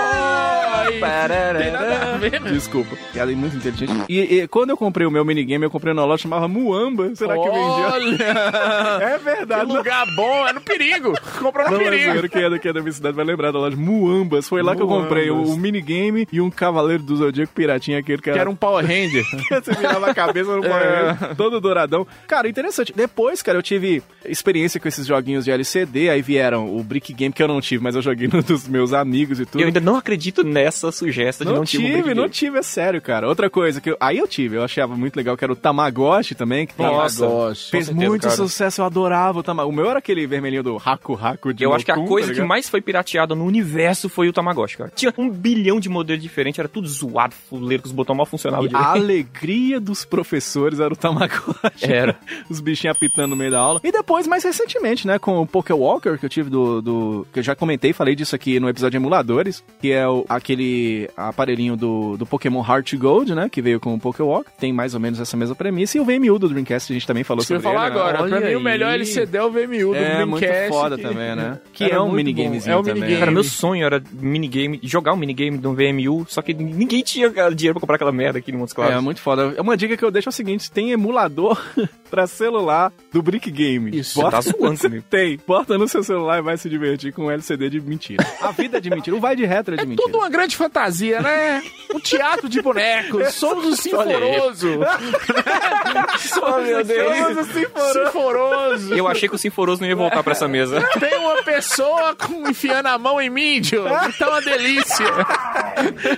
Speaker 4: Ai, tem nada a
Speaker 5: Pararara.
Speaker 4: ver, né?
Speaker 3: Desculpa. Ela é muito inteligente. E, e quando eu comprei o meu minigame, eu comprei na loja chamava Muamba. Será que vendia?
Speaker 4: Olha,
Speaker 3: É
Speaker 4: que
Speaker 3: verdade.
Speaker 4: lugar bom, é no perigo. Comprou no
Speaker 3: Não, é
Speaker 4: perigo.
Speaker 3: zoeiro, quem é daqui da minha cidade vai lembrar da loja Muambas. Foi lá que eu comprei o, o minigame e um Cavaleiro do Zodíaco Piratinha, aquele que
Speaker 4: Que
Speaker 3: era
Speaker 4: era um Power Ranger. É.
Speaker 3: Você virava a cabeça no banheiro, todo douradão. Cara, interessante. Depois, cara, eu tive experiência com esses joguinhos de LCD, aí vieram o Brick Game, que eu não tive, mas eu joguei no dos meus amigos e tudo.
Speaker 5: Eu ainda não acredito nessa sugestão de
Speaker 3: não,
Speaker 5: não,
Speaker 3: tive,
Speaker 5: um
Speaker 3: não
Speaker 5: videogame.
Speaker 3: tive, é sério, cara. Outra coisa que eu, aí eu tive, eu achava muito legal, que era o Tamagotchi também, que tem-
Speaker 5: Nossa,
Speaker 4: Tamagotchi.
Speaker 3: fez
Speaker 5: com certeza,
Speaker 3: muito
Speaker 5: cara.
Speaker 3: sucesso, eu adorava o Tamagotchi. O meu era aquele vermelhinho do Haku Haku de
Speaker 5: Eu acho que a
Speaker 3: Mokun,
Speaker 5: coisa
Speaker 3: tá
Speaker 5: que
Speaker 3: ligado?
Speaker 5: mais foi pirateada no universo foi o Tamagotchi, cara. Tinha um bilhão de modelos diferentes, era tudo zoado, fuleiro, que os botões mal funcionavam
Speaker 3: E a
Speaker 5: direito.
Speaker 3: alegria dos professores era o Tamagotchi.
Speaker 5: Era.
Speaker 3: Os bichinhos apitando no meio da aula. E depois, mais recentemente, né, com o Poké Walker, que eu tive do, do- que eu já comentei, falei disso aqui no episódio de Emuladores, que é o- aquele aparelhinho do, do Pokémon Heart Gold, né, que veio com o Poké Walker. Tem mais ou menos essa mesma premissa. E o VMU do Dreamcast, a gente também falou
Speaker 4: Isso que eu ia
Speaker 3: sobre
Speaker 4: falar
Speaker 3: ele, né?
Speaker 4: agora. Pra
Speaker 5: Olha
Speaker 4: mim, o
Speaker 5: aí.
Speaker 4: melhor LCD é o VMU do
Speaker 3: É muito
Speaker 4: Dreamcast,
Speaker 3: foda
Speaker 4: que-
Speaker 3: também, né? Que
Speaker 4: Era
Speaker 3: é um
Speaker 4: muito
Speaker 3: minigamezinho
Speaker 4: bom. É um
Speaker 3: também.
Speaker 4: minigame.
Speaker 5: Cara, meu sonho era minigame, jogar um minigame de um VMU, só que ninguém tinha cara, dinheiro pra comprar aquela merda aqui no Montes Claros.
Speaker 3: É muito foda. É Uma dica que eu deixo é o seguinte: tem emulador pra celular do Brick Game.
Speaker 4: Isso,
Speaker 5: Você tá zoando
Speaker 3: Você
Speaker 5: comigo.
Speaker 3: tem. Bota no seu celular e vai se divertir com um LCD de mentira. A vida é de mentira. O vai de retro é de mentira.
Speaker 4: Tudo uma grande fantasia, né? Um teatro de bonecos. Somos o Sinforoso. oh, meu
Speaker 5: Deus.
Speaker 4: Somos o Sinforoso. Sinforoso.
Speaker 5: Eu achei que o Sinforoso não ia voltar pra essa mesa.
Speaker 4: Tem uma pessoa com, enfiando a mão em mídia. Então é uma delícia.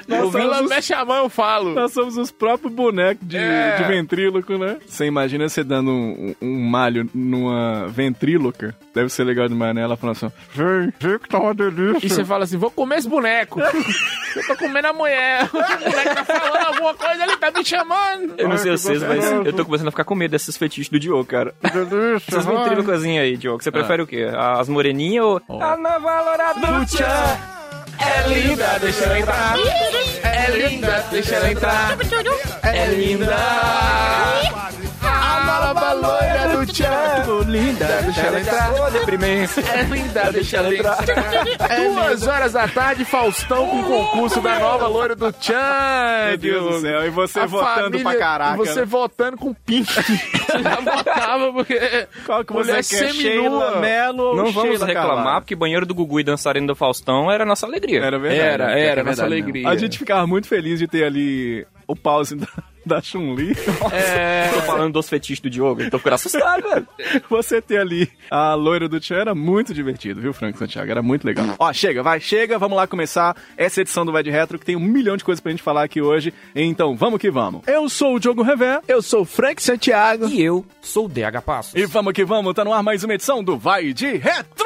Speaker 4: Nossa, ela
Speaker 3: somos-
Speaker 4: mexe a mão, eu falo.
Speaker 3: Nós somos os próprios bonecos de,
Speaker 4: É.
Speaker 3: de ventríloco, né? Você imagina você dando um, um- um malho numa ventríloca? Deve ser legal demais, né? Ela falando assim: vem, vem que tá uma delícia.
Speaker 4: E você fala assim, vou comer esse boneco. Eu tô comendo a mulher. O boneco tá falando alguma coisa, ele tá me chamando.
Speaker 5: Eu não sei vocês, mas eu tô começando a ficar com medo desses fetiches do Diogo, cara. Vocês me intrigam coisinha aí, Diogo.
Speaker 3: Ah.
Speaker 5: Você prefere o quê? As moreninhas ou... A nova Loraducha é linda, deixa ela entrar.
Speaker 4: É linda, deixa ela entrar.
Speaker 5: É linda.
Speaker 4: A malaba loira do tchan.
Speaker 3: linda.
Speaker 4: Deixa ela entrar.
Speaker 5: deprimência.
Speaker 4: É linda, deixa ela entrar.
Speaker 3: É
Speaker 4: Duas horas da tarde, Faustão com o concurso da nova loira do Tchan.
Speaker 3: Meu "É, Deus do céu. E você
Speaker 4: A
Speaker 3: votando pra
Speaker 4: família-
Speaker 3: caraca. né?
Speaker 4: Você votando com pink. Você já votava porque.
Speaker 3: Qual que
Speaker 4: mulher
Speaker 3: você quer?
Speaker 4: seminua.
Speaker 3: Sheila Mello ou
Speaker 5: Não vamos
Speaker 3: Sheila
Speaker 5: reclamar,
Speaker 3: Carvalho?
Speaker 5: porque banheiro do Gugu e dançarino do Faustão era a nossa alegria.
Speaker 3: Era verdade.
Speaker 4: Era,
Speaker 3: né?
Speaker 4: era, nossa
Speaker 5: É verdade,
Speaker 4: alegria.
Speaker 3: A gente ficava muito feliz de ter ali o pause da, da Chun-Li.
Speaker 5: É... Tô falando dos fetiches do Diogo, então ficando assustado, velho.
Speaker 3: Você ter ali a loira do Tchan era muito divertido, viu, Franco Santiago? Era muito legal. Ó, chega, vai, chega, vamos lá começar essa edição do Vai de Retro, que tem um milhão de coisas pra gente falar aqui hoje. Então, vamos que vamos. Eu sou o Diogo Revé.
Speaker 4: Eu sou o Frank Santiago.
Speaker 5: E eu sou o DH Passos.
Speaker 3: E vamos que vamos, tá no ar mais uma edição do Vai de Retro!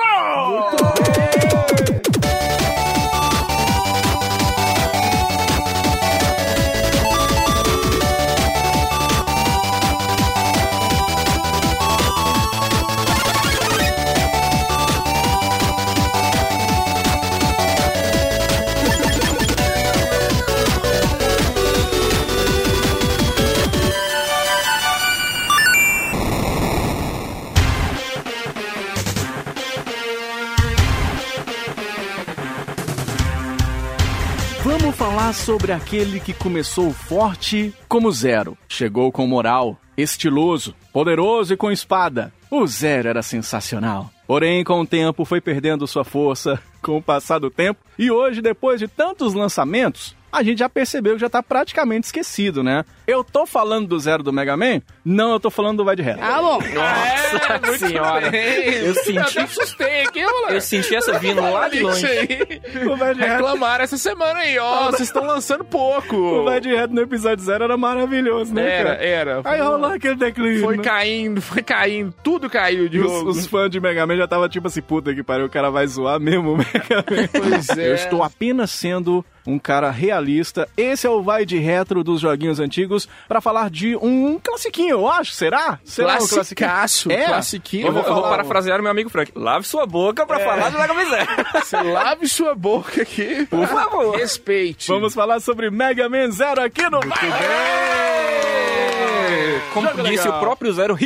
Speaker 3: Vamos falar sobre aquele que começou forte como zero, chegou com moral, estiloso, poderoso e com espada. O zero era sensacional. Porém, com o tempo foi perdendo sua força, com o passar do tempo, e hoje, depois de tantos lançamentos, a gente já percebeu que já tá praticamente esquecido, né? Eu tô falando do zero do Mega Man? Não, eu tô falando do Vai de Reto.
Speaker 4: Alô!
Speaker 3: É,
Speaker 5: Nossa senhora. Eu senti-
Speaker 4: Eu até assustei aqui,
Speaker 5: Eu
Speaker 4: moleque.
Speaker 5: senti essa vindo lá de
Speaker 4: Isso
Speaker 5: longe.
Speaker 4: aí.
Speaker 3: O Vai de Reto-
Speaker 4: Reclamaram essa semana aí, ó. Vocês estão lançando
Speaker 3: o
Speaker 4: pouco.
Speaker 3: Vai de Reto no episódio zero era maravilhoso, né?
Speaker 4: Era,
Speaker 3: cara?
Speaker 4: era.
Speaker 3: Aí rolou aquele declínio.
Speaker 4: Foi
Speaker 3: né?
Speaker 4: caindo, foi caindo. Tudo caiu,
Speaker 3: E os,
Speaker 4: Diogo.
Speaker 3: os fãs de Mega Man já tava tipo assim, puta que pariu, o cara vai zoar mesmo o Mega Man.
Speaker 4: Pois é.
Speaker 3: Eu estou apenas sendo um cara realista. Esse é o Vai de Retro dos joguinhos antigos pra falar de um classiquinho, eu acho. Será? Será um classiquinho?
Speaker 4: Classicaço,
Speaker 3: É.
Speaker 4: classiquinho.
Speaker 5: Eu vou, eu vou
Speaker 4: falar,
Speaker 5: parafrasear o meu amigo Frank. Lave sua boca
Speaker 3: É.
Speaker 5: pra falar do Dragon Ball Z.
Speaker 3: um-
Speaker 4: Você lave sua boca aqui.
Speaker 5: Por favor.
Speaker 4: Respeite.
Speaker 3: Vamos falar sobre Mega Man Zero aqui no Vai
Speaker 5: Como
Speaker 3: Jogo
Speaker 5: disse
Speaker 3: legal.
Speaker 5: o próprio Zero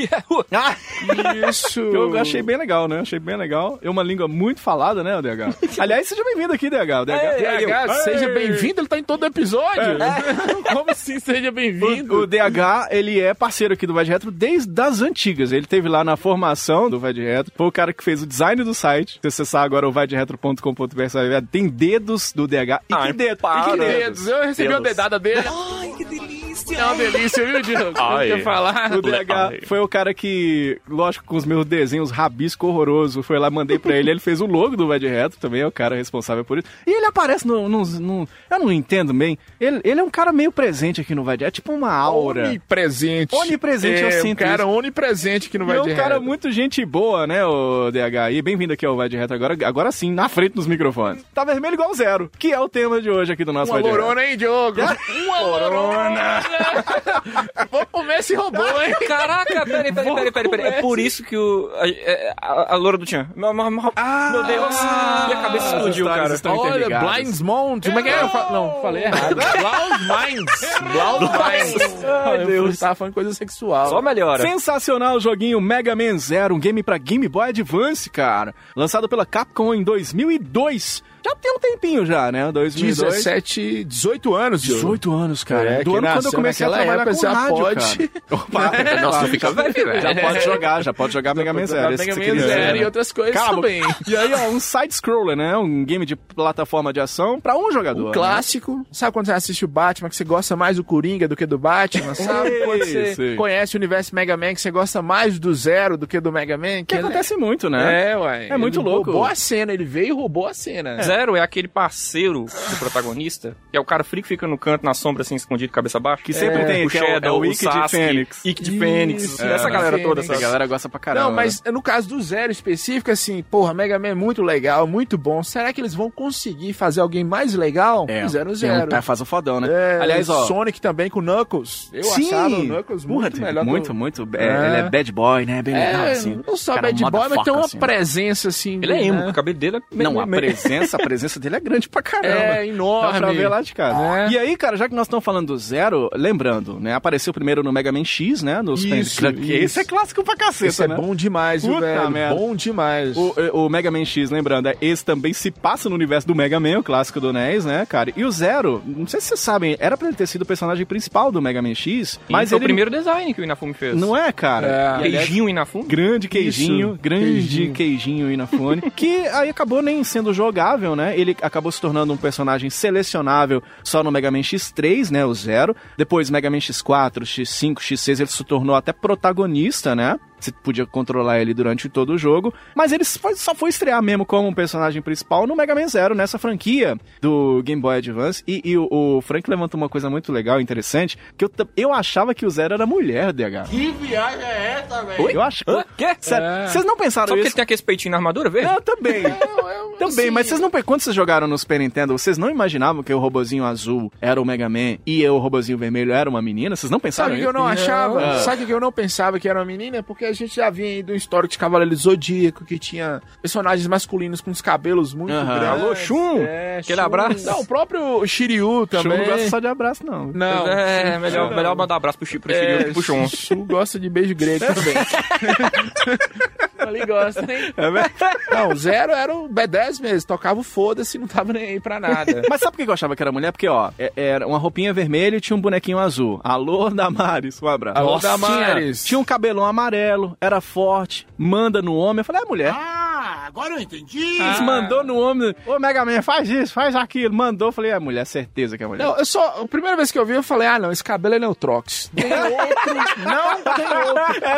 Speaker 4: Isso.
Speaker 3: Eu achei bem legal, né? Achei bem legal. É uma língua muito falada, né, o DH? Aliás, seja bem-vindo aqui, DH. O DH.
Speaker 5: É, eu-
Speaker 4: DH, seja bem-vindo, ele tá em todo episódio. Como assim, seja
Speaker 3: É. O, o
Speaker 4: bem-vindo?
Speaker 3: DH, ele é parceiro aqui do Vai de Retro desde as antigas. Ele teve lá na formação do Vai de Retro. Foi o cara que fez o design do site. Se você acessar agora o vaideretro.com.br, você vai ver, tem dedos do DH. E que
Speaker 5: Ai,
Speaker 3: dedo, e
Speaker 5: para.
Speaker 3: que dedo.
Speaker 4: Dedos, eu recebi
Speaker 5: Dedos.
Speaker 4: uma dedada dele. Ai, que delícia. É uma delícia, viu, Diogo? Não
Speaker 5: Ai.
Speaker 4: quer falar.
Speaker 3: O DH foi o cara que, lógico, com os meus desenhos rabisco horroroso, foi lá, mandei pra ele. Ele fez o logo do Vai de Retro também, é o cara responsável por isso. E ele aparece no. nos- no- eu não entendo bem. Ele, ele é um cara meio presente aqui no Vai de Retro, é tipo uma aura.
Speaker 4: Onipresente.
Speaker 3: Onipresente, eu
Speaker 4: é,
Speaker 3: sinto
Speaker 4: um cara
Speaker 3: isso.
Speaker 4: onipresente que não vai
Speaker 3: E é um
Speaker 4: de
Speaker 3: cara
Speaker 4: reto.
Speaker 3: muito gente boa, né, o DH? E bem-vindo aqui ao Vai de Reto agora, agora sim, na frente dos microfones. Tá vermelho igual zero, que é o tema de hoje aqui do nosso Vai
Speaker 4: Uma
Speaker 3: de Reto.
Speaker 4: lorona, hein, Diogo? Uma lorona! Vou comer esse robô, hein?
Speaker 5: Caraca, peraí, peraí, peraí, peraí, peraí. É por isso que o. A, é- a, a loura do Tchan. Meu, meu- meu-
Speaker 3: Ah,
Speaker 5: meu Deus!
Speaker 4: Ah,
Speaker 5: minha cabeça explodiu,
Speaker 3: histórias
Speaker 5: cara.
Speaker 3: estão-
Speaker 4: Olha,
Speaker 3: interligadas.
Speaker 4: Blinds Mond. Como é que é? Eu fa- Não, falei errado. Blound Minds. Blound Minds. Ai, Deus. Tava falando coisa sexual.
Speaker 5: Só melhora.
Speaker 3: Sensacional o joguinho Mega Man Zero, um game pra Game Boy Advance, cara. Lançado pela Capcom em 2002. Já tem um tempinho já, né? 2002.
Speaker 4: 17, 18 anos, Diogo.
Speaker 3: 18 anos, cara.
Speaker 4: É,
Speaker 3: do ano quando
Speaker 4: que
Speaker 3: eu
Speaker 4: nasceu
Speaker 3: comecei a
Speaker 4: naquela
Speaker 3: trabalhar
Speaker 4: época,
Speaker 3: com
Speaker 4: já
Speaker 3: rádio,
Speaker 4: pode.
Speaker 3: cara. Opa,
Speaker 5: Nossa, fica velho,
Speaker 3: já
Speaker 5: velho.
Speaker 3: pode jogar, já pode jogar Mega Man Zero.
Speaker 4: Mega
Speaker 3: esse que
Speaker 4: Man
Speaker 3: você queria dizer,
Speaker 4: Zero
Speaker 3: né?
Speaker 4: e outras coisas
Speaker 3: Cala a boca.
Speaker 4: também.
Speaker 3: E aí, ó, um side-scroller, né? Um game de plataforma de ação pra um jogador.
Speaker 4: O
Speaker 3: né?
Speaker 4: clássico. Sabe quando você assiste o Batman, que você gosta mais do Coringa do que do Batman? Sabe quando você
Speaker 3: Sei, sei.
Speaker 4: conhece o universo Mega Man, que você gosta mais do Zero do que do Mega Man?
Speaker 3: Que
Speaker 4: ele-
Speaker 3: acontece muito, né?
Speaker 4: É, uai.
Speaker 3: É muito
Speaker 4: Ele
Speaker 3: louco.
Speaker 4: roubou a cena, ele veio e roubou a cena.
Speaker 5: Zero é aquele parceiro do protagonista, que é o cara frio que fica no canto, na sombra, assim, escondido, cabeça baixa.
Speaker 3: Que sempre
Speaker 5: É.
Speaker 3: tem,
Speaker 5: o
Speaker 3: que é o- é o
Speaker 5: Shadow, o
Speaker 3: Ikki de
Speaker 5: Sasuke,
Speaker 3: Fênix.
Speaker 5: Ikki de
Speaker 4: Isso,
Speaker 5: Fênix.
Speaker 4: é,
Speaker 5: Essa galera toda,
Speaker 4: Fênix.
Speaker 5: essa
Speaker 3: Essa galera gosta pra caramba.
Speaker 4: Não, mas no caso do Zero específico, assim, porra, Mega Man é muito legal, muito bom. Será que eles vão conseguir fazer alguém mais legal?
Speaker 3: É,
Speaker 4: Fizeram o
Speaker 3: É,
Speaker 4: Zero.
Speaker 3: um- é, faz um fodão, né?
Speaker 4: É,
Speaker 3: Aliás, ó.
Speaker 4: Sonic também com o Knuckles. Eu
Speaker 3: Sim!
Speaker 4: achava o Knuckles muito
Speaker 3: Porra,
Speaker 4: melhor. do-
Speaker 3: Muito, muito. é,
Speaker 4: É.
Speaker 3: Ele é bad boy, né? Bem
Speaker 4: É,
Speaker 3: legal, assim.
Speaker 4: não só
Speaker 3: Cara,
Speaker 4: bad boy, mas tem uma
Speaker 3: motherfucker, assim.
Speaker 4: presença, assim.
Speaker 5: Ele é emo,
Speaker 4: né?
Speaker 5: o cabelo dele é meio-
Speaker 3: um Não, a
Speaker 5: meio-
Speaker 3: presença, a presença dele é grande pra caramba.
Speaker 4: É, enorme.
Speaker 3: Dá pra ver lá de casa.
Speaker 4: É.
Speaker 3: E aí, cara, já que nós estamos falando do Zero, lembrando, né? Apareceu primeiro no Mega Man X, né? No Super
Speaker 4: Isso,
Speaker 3: Nintendo. Que
Speaker 4: isso.
Speaker 3: Esse é clássico pra caceta,
Speaker 4: Isso é
Speaker 3: né?
Speaker 4: bom demais, viu,
Speaker 3: Puta
Speaker 4: velho?
Speaker 3: merda.
Speaker 4: Bom demais.
Speaker 3: O, o Mega Man X, lembrando, é, esse também se passa no universo do Mega Man, o clássico do NES, né, cara? E o Zero, não sei se vocês sabem, era pra ele ter sido o personagem principal do Mega Man X, mas
Speaker 5: Mas é o
Speaker 3: ele...
Speaker 5: primeiro design que o Inafune fez.
Speaker 3: Não é, cara?
Speaker 4: É.
Speaker 3: E, aliás,
Speaker 5: Queijinho Inafune?
Speaker 3: Grande queijinho,
Speaker 4: Isso,
Speaker 3: grande
Speaker 4: queijinho.
Speaker 3: queijinho, Inafone. que aí acabou nem sendo jogável, né? Ele acabou se tornando um personagem selecionável só no Mega Man X3, né? O Zero. Depois Mega Man X4, X5, X6, ele se tornou até protagonista, né? Você podia controlar ele durante todo o jogo. Mas ele só foi- só foi estrear mesmo como um personagem principal no Mega Man Zero, nessa franquia do Game Boy Advance. E, e o, o Frank levantou uma coisa muito legal, interessante, que eu, tam- eu achava que o Zero era mulher, DH.
Speaker 5: Oi?
Speaker 3: Eu acho.
Speaker 5: Hã? Quê?
Speaker 3: Sério,
Speaker 4: É.
Speaker 3: vocês não pensaram
Speaker 5: Só porque
Speaker 3: isso?
Speaker 5: ele tem aquele peitinho na armadura, vê?
Speaker 3: Eu também. Também, mas vocês não. Quando vocês jogaram no Super Nintendo, vocês não imaginavam que o robozinho azul era o Mega Man e eu, o robozinho vermelho, era uma menina? Vocês não pensaram
Speaker 4: Sabe o que eu não achava?
Speaker 3: Ah.
Speaker 4: Sabe o que eu não pensava que era uma menina? Porque a gente já vinha aí do histórico de Cavaleiro Zodíaco, que tinha personagens masculinos com os cabelos muito
Speaker 3: Aham.
Speaker 4: grandes.
Speaker 3: Alô,
Speaker 4: Shun!
Speaker 3: É,
Speaker 5: Aquele abraço.
Speaker 4: Não, o próprio Shiryu
Speaker 3: Show
Speaker 4: É, também.
Speaker 3: não gosta só de abraço, não.
Speaker 4: Não.
Speaker 5: É, melhor, melhor mandar abraço pro Chipre, é, que puxou um.
Speaker 4: Shun gosta de beijo grego também. Ali gosta, hein? Não, Zero era o B10 mesmo. Tocava o foda-se, não tava nem aí pra nada.
Speaker 3: Mas sabe por que eu achava que era mulher? Porque, ó, é- era uma roupinha vermelha e tinha um bonequinho azul. Alô, Damaris, um abraço.
Speaker 4: Alô,
Speaker 3: Nossa,
Speaker 4: Damares.
Speaker 3: Tinha, tinha um cabelão amarelo, era forte, manda no homem. Eu falei, é mulher. Eles mandou no homem. Ô, Mega Man, faz isso, faz aquilo. Mandou, eu falei, é mulher, certeza que é mulher.
Speaker 4: Não, eu só. A primeira vez que eu vi, eu falei, ah, não, esse cabelo é Neutrox. Tem outro, não tem
Speaker 5: É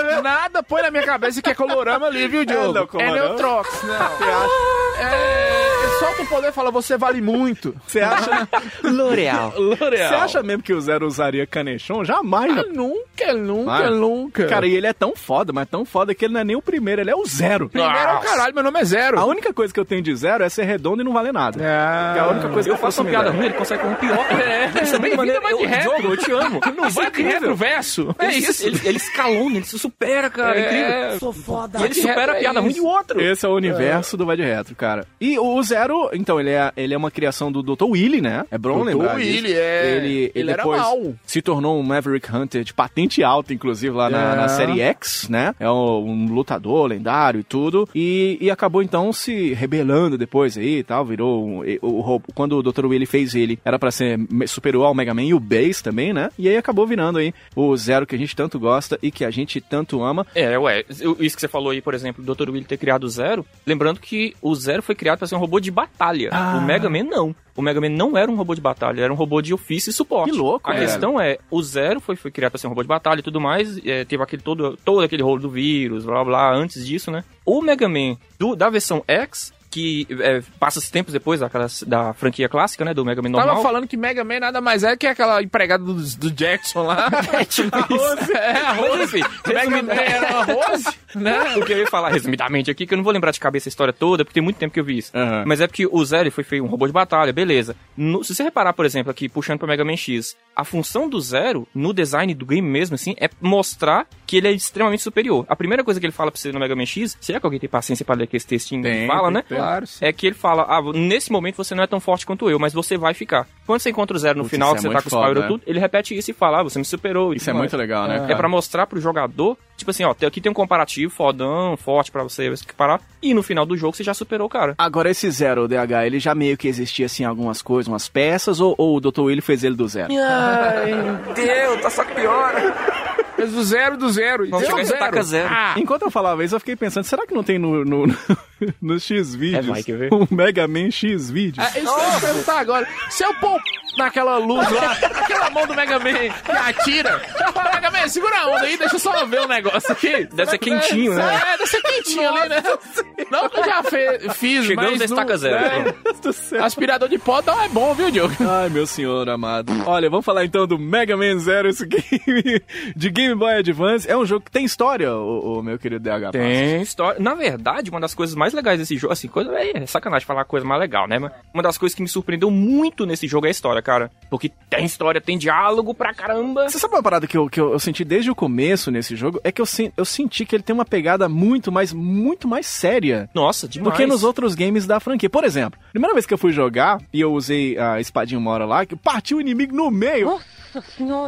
Speaker 4: outro. Nada põe
Speaker 5: É,
Speaker 4: na minha cabeça que é colorama ali, viu, Diogo?
Speaker 3: não,
Speaker 4: É,
Speaker 3: Colorama.
Speaker 4: Neutrox, não. É, eu Só tu poder falar, você vale muito. né?
Speaker 3: Você acha,
Speaker 5: L'Oreal.
Speaker 3: você
Speaker 4: L'Oreal.
Speaker 3: acha mesmo que o Zero usaria canechon? Jamais,
Speaker 4: Ah,
Speaker 3: rapaz.
Speaker 4: nunca, nunca,
Speaker 3: Ah.
Speaker 4: nunca.
Speaker 3: Cara, e ele é tão foda, mas tão foda que ele não é nem o primeiro, ele é o zero.
Speaker 4: primeiro é o caralho, meu nome é Zero.
Speaker 3: A única coisa que eu tenho de zero é ser redondo e não valer nada.
Speaker 4: É.
Speaker 3: É a única coisa
Speaker 5: Eu
Speaker 3: que
Speaker 5: faço uma
Speaker 3: consigo
Speaker 5: piada
Speaker 3: lembrar.
Speaker 5: ruim, ele consegue corromper óculos.
Speaker 4: É,
Speaker 5: Isso é bem maneiro.
Speaker 4: vai de
Speaker 5: Eu-
Speaker 4: retro.
Speaker 5: Diogo, eu te amo.
Speaker 4: Não vai
Speaker 5: é incrível.
Speaker 4: pro verso.
Speaker 5: É isso. Ele, ele escalona, ele se supera, cara. É incrível. Sou foda. E ele supera a
Speaker 4: É
Speaker 5: piada ruim
Speaker 4: isso.
Speaker 5: de outro.
Speaker 3: Esse é o universo do Vai de Retro, cara. E o Zero, então, ele é, ele é uma criação do Dr. Willy, né? É bom
Speaker 4: Dr.
Speaker 3: lembrar
Speaker 4: Willy,
Speaker 3: disso.
Speaker 4: é.
Speaker 3: Ele, ele,
Speaker 4: Ele era
Speaker 3: depois
Speaker 4: mau.
Speaker 3: se tornou um Maverick Hunter de patente alta, inclusive, lá na,
Speaker 4: É.
Speaker 3: na série X, né? É um, um lutador lendário e tudo. E, e acabou, então, se rebelando depois aí e tal. Virou um, e- o, ro- Quando o Dr. Willy fez ele, era pra ser me- superior ao Mega Man e o Base também, né? E aí acabou virando aí o Zero que a gente tanto gosta e que a gente tanto ama.
Speaker 5: É, ué, eu- isso que você falou aí, por exemplo, do Dr. Willy ter criado o Zero, lembrando que o Zero foi criado pra ser um robô de batalha. O Mega Man não. O Mega Man não era um robô de batalha, era um robô de ofício e suporte.
Speaker 3: Que louco,
Speaker 5: A
Speaker 3: cara.
Speaker 5: questão é, o Zero foi, foi criado pra ser um robô de batalha e tudo mais, é, teve aquele todo, todo aquele rolo do vírus, blá blá, blá, antes disso, né? O Mega Man do- da versão X, que é, passa os tempos depois daquela, da franquia clássica, né, do Mega Man normal.
Speaker 4: Tava falando que Mega Man nada mais é que aquela empregada do, do Jackson lá.
Speaker 5: É, tipo
Speaker 4: Rose, é, a
Speaker 5: Mas, assim, é
Speaker 4: Rose.
Speaker 5: enfim,
Speaker 4: Mega Man
Speaker 5: resumindo-
Speaker 4: era a Rose, né?
Speaker 5: um O que eu ia falar resumidamente aqui, que eu não vou lembrar de cabeça a história toda, porque tem muito tempo que eu vi isso. Mas é porque o Zero ele foi feito um robô de batalha, beleza. No- se você reparar, por exemplo, aqui, puxando pra Mega Man X, a função do Zero, no design do game mesmo, assim, é mostrar que ele é extremamente superior. A primeira coisa que ele fala pra você no Mega Man X, será que alguém tem paciência pra ler aquele textinho que fala, né?
Speaker 4: Claro, sim.
Speaker 5: É que ele fala, ah, nesse momento você não é tão forte quanto eu, mas você vai ficar. Quando você encontra o Zero no
Speaker 3: Putz,
Speaker 5: final,
Speaker 3: isso
Speaker 5: que
Speaker 3: é
Speaker 5: você tá
Speaker 3: muito
Speaker 5: com os power
Speaker 3: foda,
Speaker 5: tudo, ele repete isso e fala, ah, você me superou. e
Speaker 3: Isso
Speaker 5: tudo
Speaker 3: é
Speaker 5: mais.
Speaker 3: muito legal, né?
Speaker 5: É pra mostrar pro jogador, tipo assim, ó, tem- aqui tem um comparativo fodão, forte pra você parar, e no final do jogo você já superou o cara.
Speaker 3: Agora, esse Zero, o DH, ele já meio que existia, assim, algumas coisas, umas peças, ou, ou o Dr. Willy fez ele do zero?
Speaker 5: Deus, tá só que piora.
Speaker 4: Mas É do zero do zero.
Speaker 5: Vamos
Speaker 4: Deu
Speaker 5: chegar em Estaca tipo, Zero.
Speaker 4: Ah,
Speaker 3: Enquanto eu falava isso, eu fiquei pensando, será que não tem no, no, no
Speaker 5: É,
Speaker 3: X-Vídeos
Speaker 5: vai, quer ver?
Speaker 3: um Mega Man X-Vídeos?
Speaker 4: é isso que eu ia perguntar agora. Se eu pôr naquela luz lá, naquela mão do Mega Man que atira, fala, Mega Man, segura a onda aí, deixa eu só ver o negócio aqui.
Speaker 5: Deve ser quentinho, né?
Speaker 4: É, deve ser quentinho ali, né? Não que eu já fe- fiz,
Speaker 5: Chegamos
Speaker 4: mas...
Speaker 5: na estaca
Speaker 4: não-
Speaker 5: zero.
Speaker 4: É,
Speaker 3: Deus do céu.
Speaker 4: aspirador de pó não é bom, viu, Diogo?
Speaker 3: Ai, meu senhor amado. Olha, vamos falar então do Mega Man Zero, esse game de Game Boy Advance. É um jogo que tem história, o, meu querido DH.
Speaker 5: Tem história. Na verdade, uma das coisas mais legais desse jogo, assim, coisa é sacanagem falar coisa mais legal, né? Mas uma das coisas que me surpreendeu muito nesse jogo é a história, cara. Porque tem história, tem diálogo pra caramba.
Speaker 3: Você sabe uma parada que eu, que eu, eu senti desde o começo nesse jogo? É que eu, sen- eu senti que ele tem uma pegada muito, mas muito mais séria
Speaker 5: Nossa, demais.
Speaker 3: do que nos outros games da franquia. Por exemplo, primeira vez que eu fui jogar e eu usei a espadinha uma hora lá, que partiu o inimigo no meio.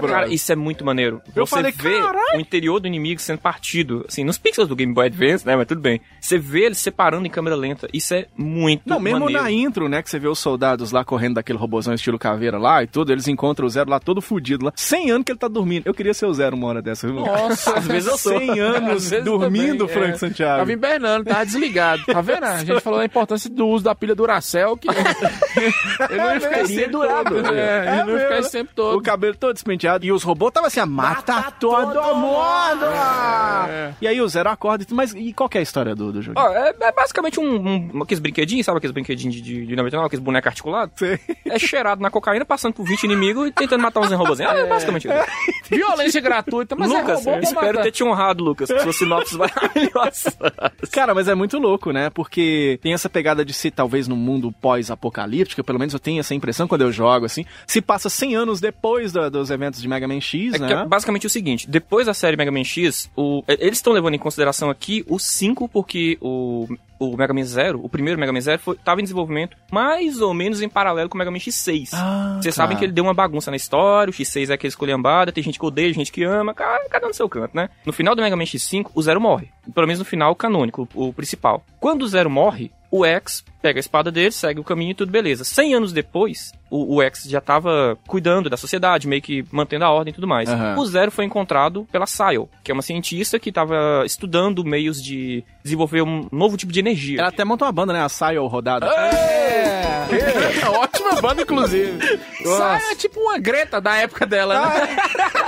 Speaker 5: Cara, isso é muito maneiro.
Speaker 3: Eu
Speaker 5: você
Speaker 3: falei,
Speaker 5: vê
Speaker 3: "Caralho!"
Speaker 5: o interior do inimigo sendo partido, assim, nos pixels do Game Boy Advance, né? Mas tudo bem. Você vê ele separando em câmera lenta. Isso é muito
Speaker 3: Não, mesmo
Speaker 5: maneiro.
Speaker 3: na intro, né, que você vê os soldados lá correndo daquele robozão estilo caveira lá e tudo, eles encontram o Zero lá todo fudido lá. 100 anos que ele tá dormindo. Eu queria ser o Zero uma hora dessa, viu?
Speaker 4: Nossa,
Speaker 3: Às vezes eu sou. 100 anos
Speaker 4: Às vezes
Speaker 3: dormindo,
Speaker 4: também,
Speaker 3: Frank
Speaker 4: é. Tava
Speaker 3: Santiago.
Speaker 4: hibernando, tava desligado. Tá vendo? A gente falou da importância do uso da pilha Duracell, que ele não ia ficar
Speaker 3: É mesmo.
Speaker 4: esse tempo
Speaker 3: Durado.
Speaker 4: todo. É, ele
Speaker 3: É
Speaker 4: não ia ficar
Speaker 3: mesmo.
Speaker 4: esse tempo
Speaker 3: O
Speaker 4: todo.
Speaker 3: cabelo todo despenteado. E os robôs tava assim, ah, mata, todo, mundo! E aí o Zero acorda e tudo, mas e qual que é a história do, do jogo?
Speaker 5: Ó, é, é basicamente um, um- Aqueles brinquedinhos, sabe? Aqueles brinquedinhos de, de, de 99, aqueles bonecos articulados. É cheirado na cocaína, passando por 20 inimigos e tentando matar uns robozinhos. Ah, é basicamente isso.
Speaker 4: Violência gratuita, mas é
Speaker 5: Lucas,
Speaker 4: robô pra
Speaker 5: espero
Speaker 4: matar.
Speaker 5: ter te honrado, Lucas. que Sua sinopse maravilhosa.
Speaker 3: Cara, mas é muito louco, né? Porque tem essa pegada de se, talvez, num mundo pós-apocalíptico, pelo menos eu tenho essa impressão quando eu jogo, assim, se passa 100 anos depois da- dos eventos de Mega Man X,
Speaker 5: É
Speaker 3: né?
Speaker 5: que é basicamente o seguinte, depois da série Mega Man X, o- é, eles estão levando em consideração aqui o 5, porque o, o Mega Man Zero, o primeiro Mega Man Zero, estava em desenvolvimento mais ou menos em paralelo com o Mega Man X6.
Speaker 3: Ah,
Speaker 5: Vocês
Speaker 3: cara.
Speaker 5: sabem
Speaker 4: tá.
Speaker 5: que ele deu uma bagunça na história, o X6 é aquele escolhambada, tem gente que odeia, gente que ama, cara, cada um no seu canto, né? No final do Mega Man X5, o Zero morre. Pelo menos no final canônico, o o principal. Quando o Zero morre, o X pega a espada dele, segue o caminho e tudo beleza. 100 anos depois, o, o X já tava cuidando da sociedade, meio que mantendo a ordem e tudo mais.
Speaker 3: Aham.
Speaker 5: O Zero foi encontrado pela Sayo, que é uma cientista que tava estudando meios de desenvolver um novo tipo de energia. É!
Speaker 3: Ela até montou uma banda, né? A Sayo rodada.
Speaker 4: É. Ótima
Speaker 7: gravando, inclusive. Sai é tipo uma Greta da época dela, né?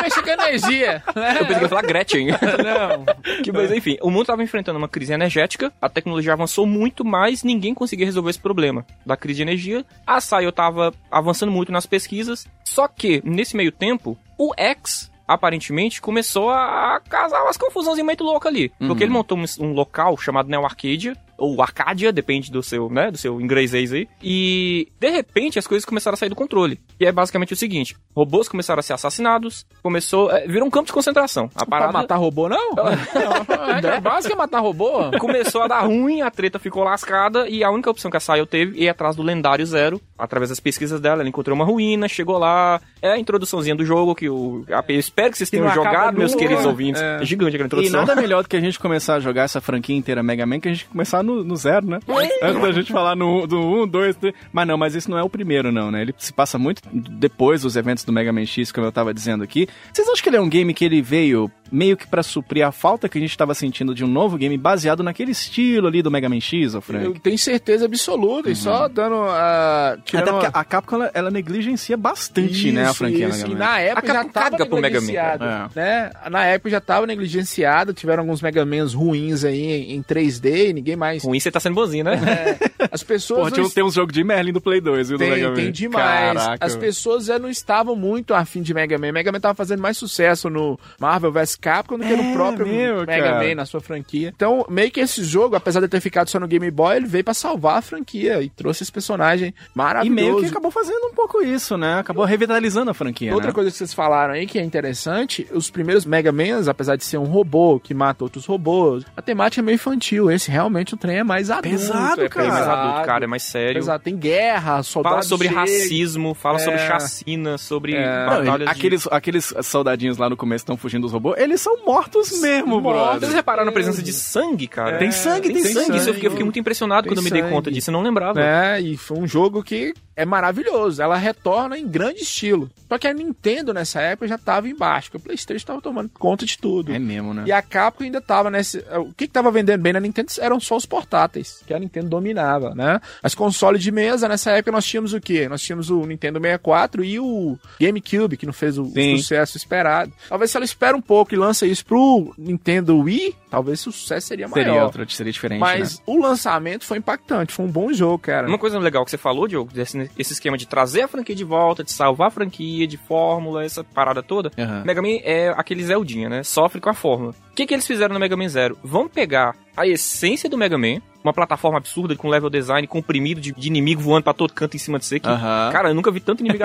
Speaker 7: Mexe com energia. né?
Speaker 5: Eu pensei que ia falar Gretchen.
Speaker 7: Não.
Speaker 5: Que, mas enfim, o mundo estava enfrentando uma crise energética, a tecnologia avançou muito, mas ninguém conseguia resolver esse problema da crise de energia. A SAIO estava avançando muito nas pesquisas, só que, nesse meio tempo, o X aparentemente começou a casar umas confusãozinhas muito loucas ali.
Speaker 7: Uhum.
Speaker 5: Porque ele montou um, um local chamado Neo Arcadia, ou Arcadia, depende do seu, né, do seu inglês aí. E de repente as coisas começaram a sair do controle. E é basicamente o seguinte: robôs começaram a ser assassinados, começou, é, virou um campo de concentração. A
Speaker 7: Pra
Speaker 5: parada
Speaker 7: matar robô, não? não. É, é básico é matar robô?
Speaker 5: começou a dar ruim, a treta ficou lascada e a única opção que a Sayo teve é ir atrás do lendário Zero. Através das pesquisas dela, ela encontrou uma ruína, chegou lá. É a introduçãozinha do jogo que o a- eu espero que vocês tenham
Speaker 3: não acaba
Speaker 5: jogado, meus
Speaker 3: nunca.
Speaker 5: queridos ouvintes.
Speaker 3: É.
Speaker 5: É gigante aquela
Speaker 3: E
Speaker 5: introdução.
Speaker 3: nada melhor do que a gente começar a jogar essa franquia inteira Mega Man que a gente começar no, no zero, né? Antes da gente falar no, um, do 1, 2, 3. Mas não, mas esse não é o primeiro, não, né? Ele se passa muito depois dos eventos do Mega Man X, como eu tava dizendo aqui. Vocês acham que ele é um game que ele veio meio que pra suprir a falta que a gente tava sentindo de um novo game baseado naquele estilo ali do Mega Man X, ô Frank?
Speaker 4: Eu tenho certeza absoluta. E só dando. ah,
Speaker 3: É,
Speaker 4: tirando
Speaker 3: Até porque a Capcom, ela, ela negligencia bastante, né, a
Speaker 4: Isso,
Speaker 3: franquia
Speaker 4: isso. E
Speaker 3: Mega Man.
Speaker 4: na época já
Speaker 5: Acaba-
Speaker 4: tava
Speaker 5: caga pro Mega Man.
Speaker 4: negligenciado,
Speaker 3: É.
Speaker 4: né? Na época já tava negligenciado, tiveram alguns Mega Mans ruins aí em- em 3D e ninguém mais...
Speaker 5: Ruim, você tá sendo bonzinho, né?
Speaker 3: É.
Speaker 4: As pessoas...
Speaker 3: Porra,
Speaker 4: não
Speaker 3: tinha,
Speaker 4: est-
Speaker 3: tem um jogo de Merlin do Play 2, viu, do Mega
Speaker 4: Tem,
Speaker 3: Man?
Speaker 4: tem demais.
Speaker 3: Caraca,
Speaker 4: As
Speaker 3: velho.
Speaker 4: pessoas já não estavam muito afim de Mega Man. Mega Man tava fazendo mais sucesso no Marvel vs Capcom do que no
Speaker 3: É
Speaker 4: próprio
Speaker 3: mesmo,
Speaker 4: Mega
Speaker 3: cara.
Speaker 4: Man, na sua franquia. Então, meio que esse jogo, apesar de ter ficado só no Game Boy, ele veio pra salvar a franquia e trouxe esse personagem
Speaker 3: E
Speaker 4: maravilhoso.
Speaker 3: meio que acabou fazendo um pouco isso, né? Acabou revitalizando a franquia.
Speaker 4: Outra
Speaker 3: né?
Speaker 4: coisa que vocês falaram aí que é interessante, os primeiros Mega Mans, apesar de ser um robô que mata outros robôs, a temática é meio infantil. Esse realmente o trem é mais adulto.
Speaker 3: Pesado,
Speaker 4: é
Speaker 3: cara.
Speaker 5: É mais
Speaker 4: Pesado,
Speaker 5: adulto, cara, é mais sério.
Speaker 4: Pesado. Tem guerra, soldados
Speaker 5: Fala sobre
Speaker 4: chegam.
Speaker 5: racismo, fala sobre
Speaker 4: É.
Speaker 5: chacina, sobre
Speaker 3: Não, ele- é
Speaker 5: batalhas de...
Speaker 3: aqueles, aqueles soldadinhos lá no começo que estão fugindo dos robôs, eles são mortos mesmo, brother.
Speaker 5: Vocês repararam na presença de sangue, cara?
Speaker 3: Tem sangue, tem,
Speaker 5: É. sangue.
Speaker 3: sangue.
Speaker 5: Isso eu fiquei, eu fiquei muito impressionado
Speaker 4: Tem
Speaker 5: quando eu me dei
Speaker 4: sangue.
Speaker 5: conta disso. Eu não lembrava.
Speaker 4: né? E foi um jogo que é maravilhoso. Ela retorna em grande estilo. Só que a Nintendo nessa época já tava embaixo, porque o PlayStation tava tomando conta de tudo.
Speaker 3: É mesmo, né?
Speaker 4: E a Capcom ainda tava nesse. eh, O que, que tava vendendo bem na Nintendo eram só os portáteis, que a Nintendo dominava, né? As consoles de mesa, nessa época nós tínhamos o quê? Nós tínhamos o Nintendo 64 e o GameCube, que não fez o
Speaker 3: Sim.
Speaker 4: sucesso esperado. Talvez se ela espera um pouco e lança isso pro Nintendo Wii, talvez o sucesso seria maior.
Speaker 3: Seria outra, seria diferente, né?
Speaker 4: Mas o lançamento foi impactante, foi um bom jogo, cara.
Speaker 5: Uma coisa legal que você falou, Diogo, desse, esse esquema de trazer a franquia de volta, de salvar a franquia, de fórmula, essa parada toda,
Speaker 3: né? Aham.
Speaker 5: Mega Man é aquele Zeldinha, né? Sofre com a fórmula. O que, que eles fizeram no Mega Man Zero? Vão pegar a essência do Mega Man, uma plataforma absurda com level design comprimido de, de inimigo voando pra todo canto em cima de você, que
Speaker 3: Aham.
Speaker 5: Cara, eu nunca vi tanto inimigo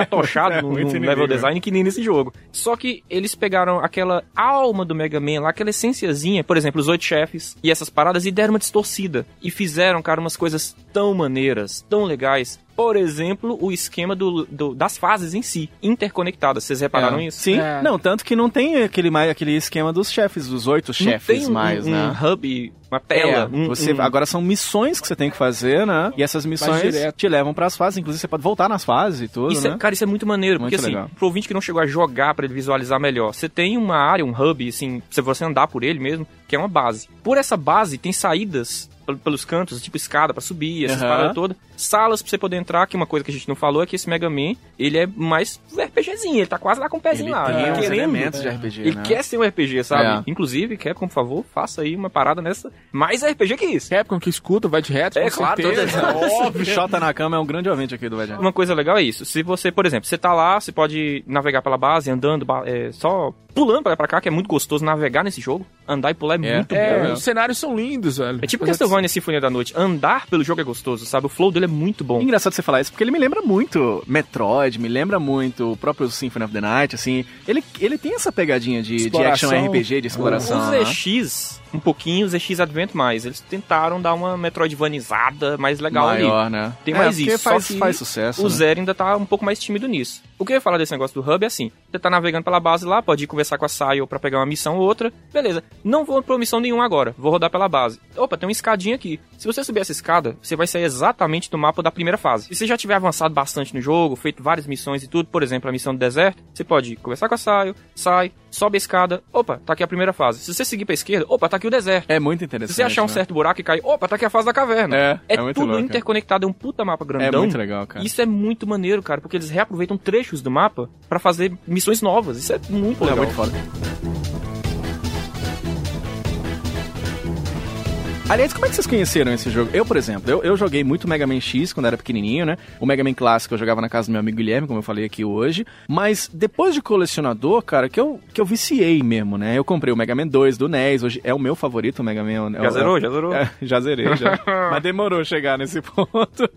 Speaker 5: atochado
Speaker 3: É,
Speaker 5: no,
Speaker 3: muito
Speaker 5: no
Speaker 3: inimigo.
Speaker 5: level design que nem nesse jogo. Só que eles pegaram aquela alma do Mega Man lá, aquela essenciazinha, por exemplo, os oito chefes e essas paradas, e deram uma distorcida. E fizeram, cara, umas coisas tão maneiras, tão legais. Por exemplo, o esquema do, do- das fases em si, interconectadas. Vocês repararam isso?
Speaker 3: Sim,
Speaker 4: É.
Speaker 3: não, tanto que não tem aquele, mais, aquele esquema dos chefes, dos oito
Speaker 5: Não
Speaker 3: chefes
Speaker 5: tem um,
Speaker 3: mais,
Speaker 5: um
Speaker 3: né? É,
Speaker 5: hub, uma tela. um-
Speaker 3: você,
Speaker 5: um-
Speaker 3: Agora são missões que você tem que fazer, né? E essas missões
Speaker 4: direto.
Speaker 3: te levam pras fases, inclusive você pode voltar nas fases e tudo,
Speaker 5: Isso é-
Speaker 3: né?
Speaker 5: cara, isso é muito maneiro,
Speaker 3: Muito
Speaker 5: porque assim,
Speaker 3: legal.
Speaker 5: pro ouvinte que não chegou a jogar pra ele visualizar melhor, você tem uma área, um hub, assim, se você andar por ele mesmo, que é uma base. Por essa base tem saídas pel- pelos cantos, tipo escada pra subir, essas
Speaker 3: Aham.
Speaker 5: paradas todas, salas pra você poder entrar, que uma coisa que a gente não falou é que esse Mega Man, ele é mais um RPGzinho, ele tá quase lá com o pezinho lá,
Speaker 3: tem
Speaker 5: né?
Speaker 3: uns
Speaker 5: querendo.
Speaker 3: elementos de RPG,
Speaker 5: Ele
Speaker 3: né?
Speaker 5: quer ser um RPG, sabe?
Speaker 3: É.
Speaker 5: Inclusive, quer, por favor, faça aí uma parada nessa, mais RPG que isso.
Speaker 4: Capcom que escuta, vai direto,
Speaker 5: É,
Speaker 4: com
Speaker 5: claro,
Speaker 4: certeza.
Speaker 5: todas-
Speaker 3: né? Óbvio, Xota na cama é um grande ouvinte aqui do Vai
Speaker 5: Uma coisa legal é isso. Se você, por exemplo, você tá lá, você pode navegar pela base, andando, ba- é, só pulando pra lá e pra cá, que é muito gostoso navegar nesse jogo. Andar e pular é, muito
Speaker 4: É,
Speaker 5: bom.
Speaker 4: os cenários são lindos, velho.
Speaker 5: É tipo
Speaker 4: Apesar de-
Speaker 5: Castlevania Sinfonia da Noite. Andar pelo jogo é gostoso, sabe? O flow dele é muito bom.
Speaker 3: Engraçado você falar isso, porque ele me lembra muito Metroid, me lembra muito o próprio Symphony of the Night, assim. Ele, ele tem essa pegadinha de, de action
Speaker 4: Exploração.
Speaker 3: RPG, de exploração. né?
Speaker 5: O ZX, um pouquinho, o ZX Advent mais. Eles tentaram dar uma Metroidvanizada mais legal ali.
Speaker 3: Maior, né?
Speaker 5: Tem mais
Speaker 3: porque
Speaker 5: isso, só
Speaker 3: Faz,
Speaker 5: que
Speaker 3: faz sucesso.
Speaker 5: O
Speaker 3: né?
Speaker 5: Zero ainda tá um pouco mais tímido nisso. O que eu ia falar desse negócio do Hub é assim: você tá navegando pela base lá, pode ir conversar com a Sayo pra pegar uma missão ou outra. Beleza, não vou pra missão nenhuma agora, vou rodar pela base. Opa, tem uma escadinha aqui. Se você subir essa escada, você vai sair exatamente do mapa da primeira fase. Se você já tiver avançado bastante no jogo, feito várias missões e tudo, por exemplo, a missão do deserto, você pode conversar com a Sayo, sai, sobe a escada, opa, tá aqui a primeira fase. Se você seguir pra esquerda, opa, tá aqui o deserto.
Speaker 3: É muito
Speaker 5: Se
Speaker 3: interessante.
Speaker 5: você achar um
Speaker 3: né?
Speaker 5: certo buraco e cair, opa, tá aqui a fase da caverna.
Speaker 3: É, é muito
Speaker 5: tudo
Speaker 3: louco, é.
Speaker 5: interconectado, é um puta mapa
Speaker 3: É
Speaker 5: grandão.
Speaker 3: muito legal, cara.
Speaker 5: Isso é muito maneiro, cara, porque eles reaproveitam trechos do mapa pra fazer missões novas. Isso é muito
Speaker 3: é
Speaker 5: legal.
Speaker 3: muito foda. Aliás, como é que vocês conheceram esse jogo? Eu, por exemplo, eu, eu joguei muito Mega Man X quando era pequenininho, né? O Mega Man clássico eu jogava na casa do meu amigo Guilherme, como eu falei aqui hoje. Mas depois de colecionador, cara, que eu, que eu viciei mesmo, né? Eu comprei o Mega Man 2 do NES, hoje é o meu favorito, o Mega Man. é o-
Speaker 5: Já zerou? Já zerou?
Speaker 3: é, já zerei, já. Mas demorou chegar nesse ponto.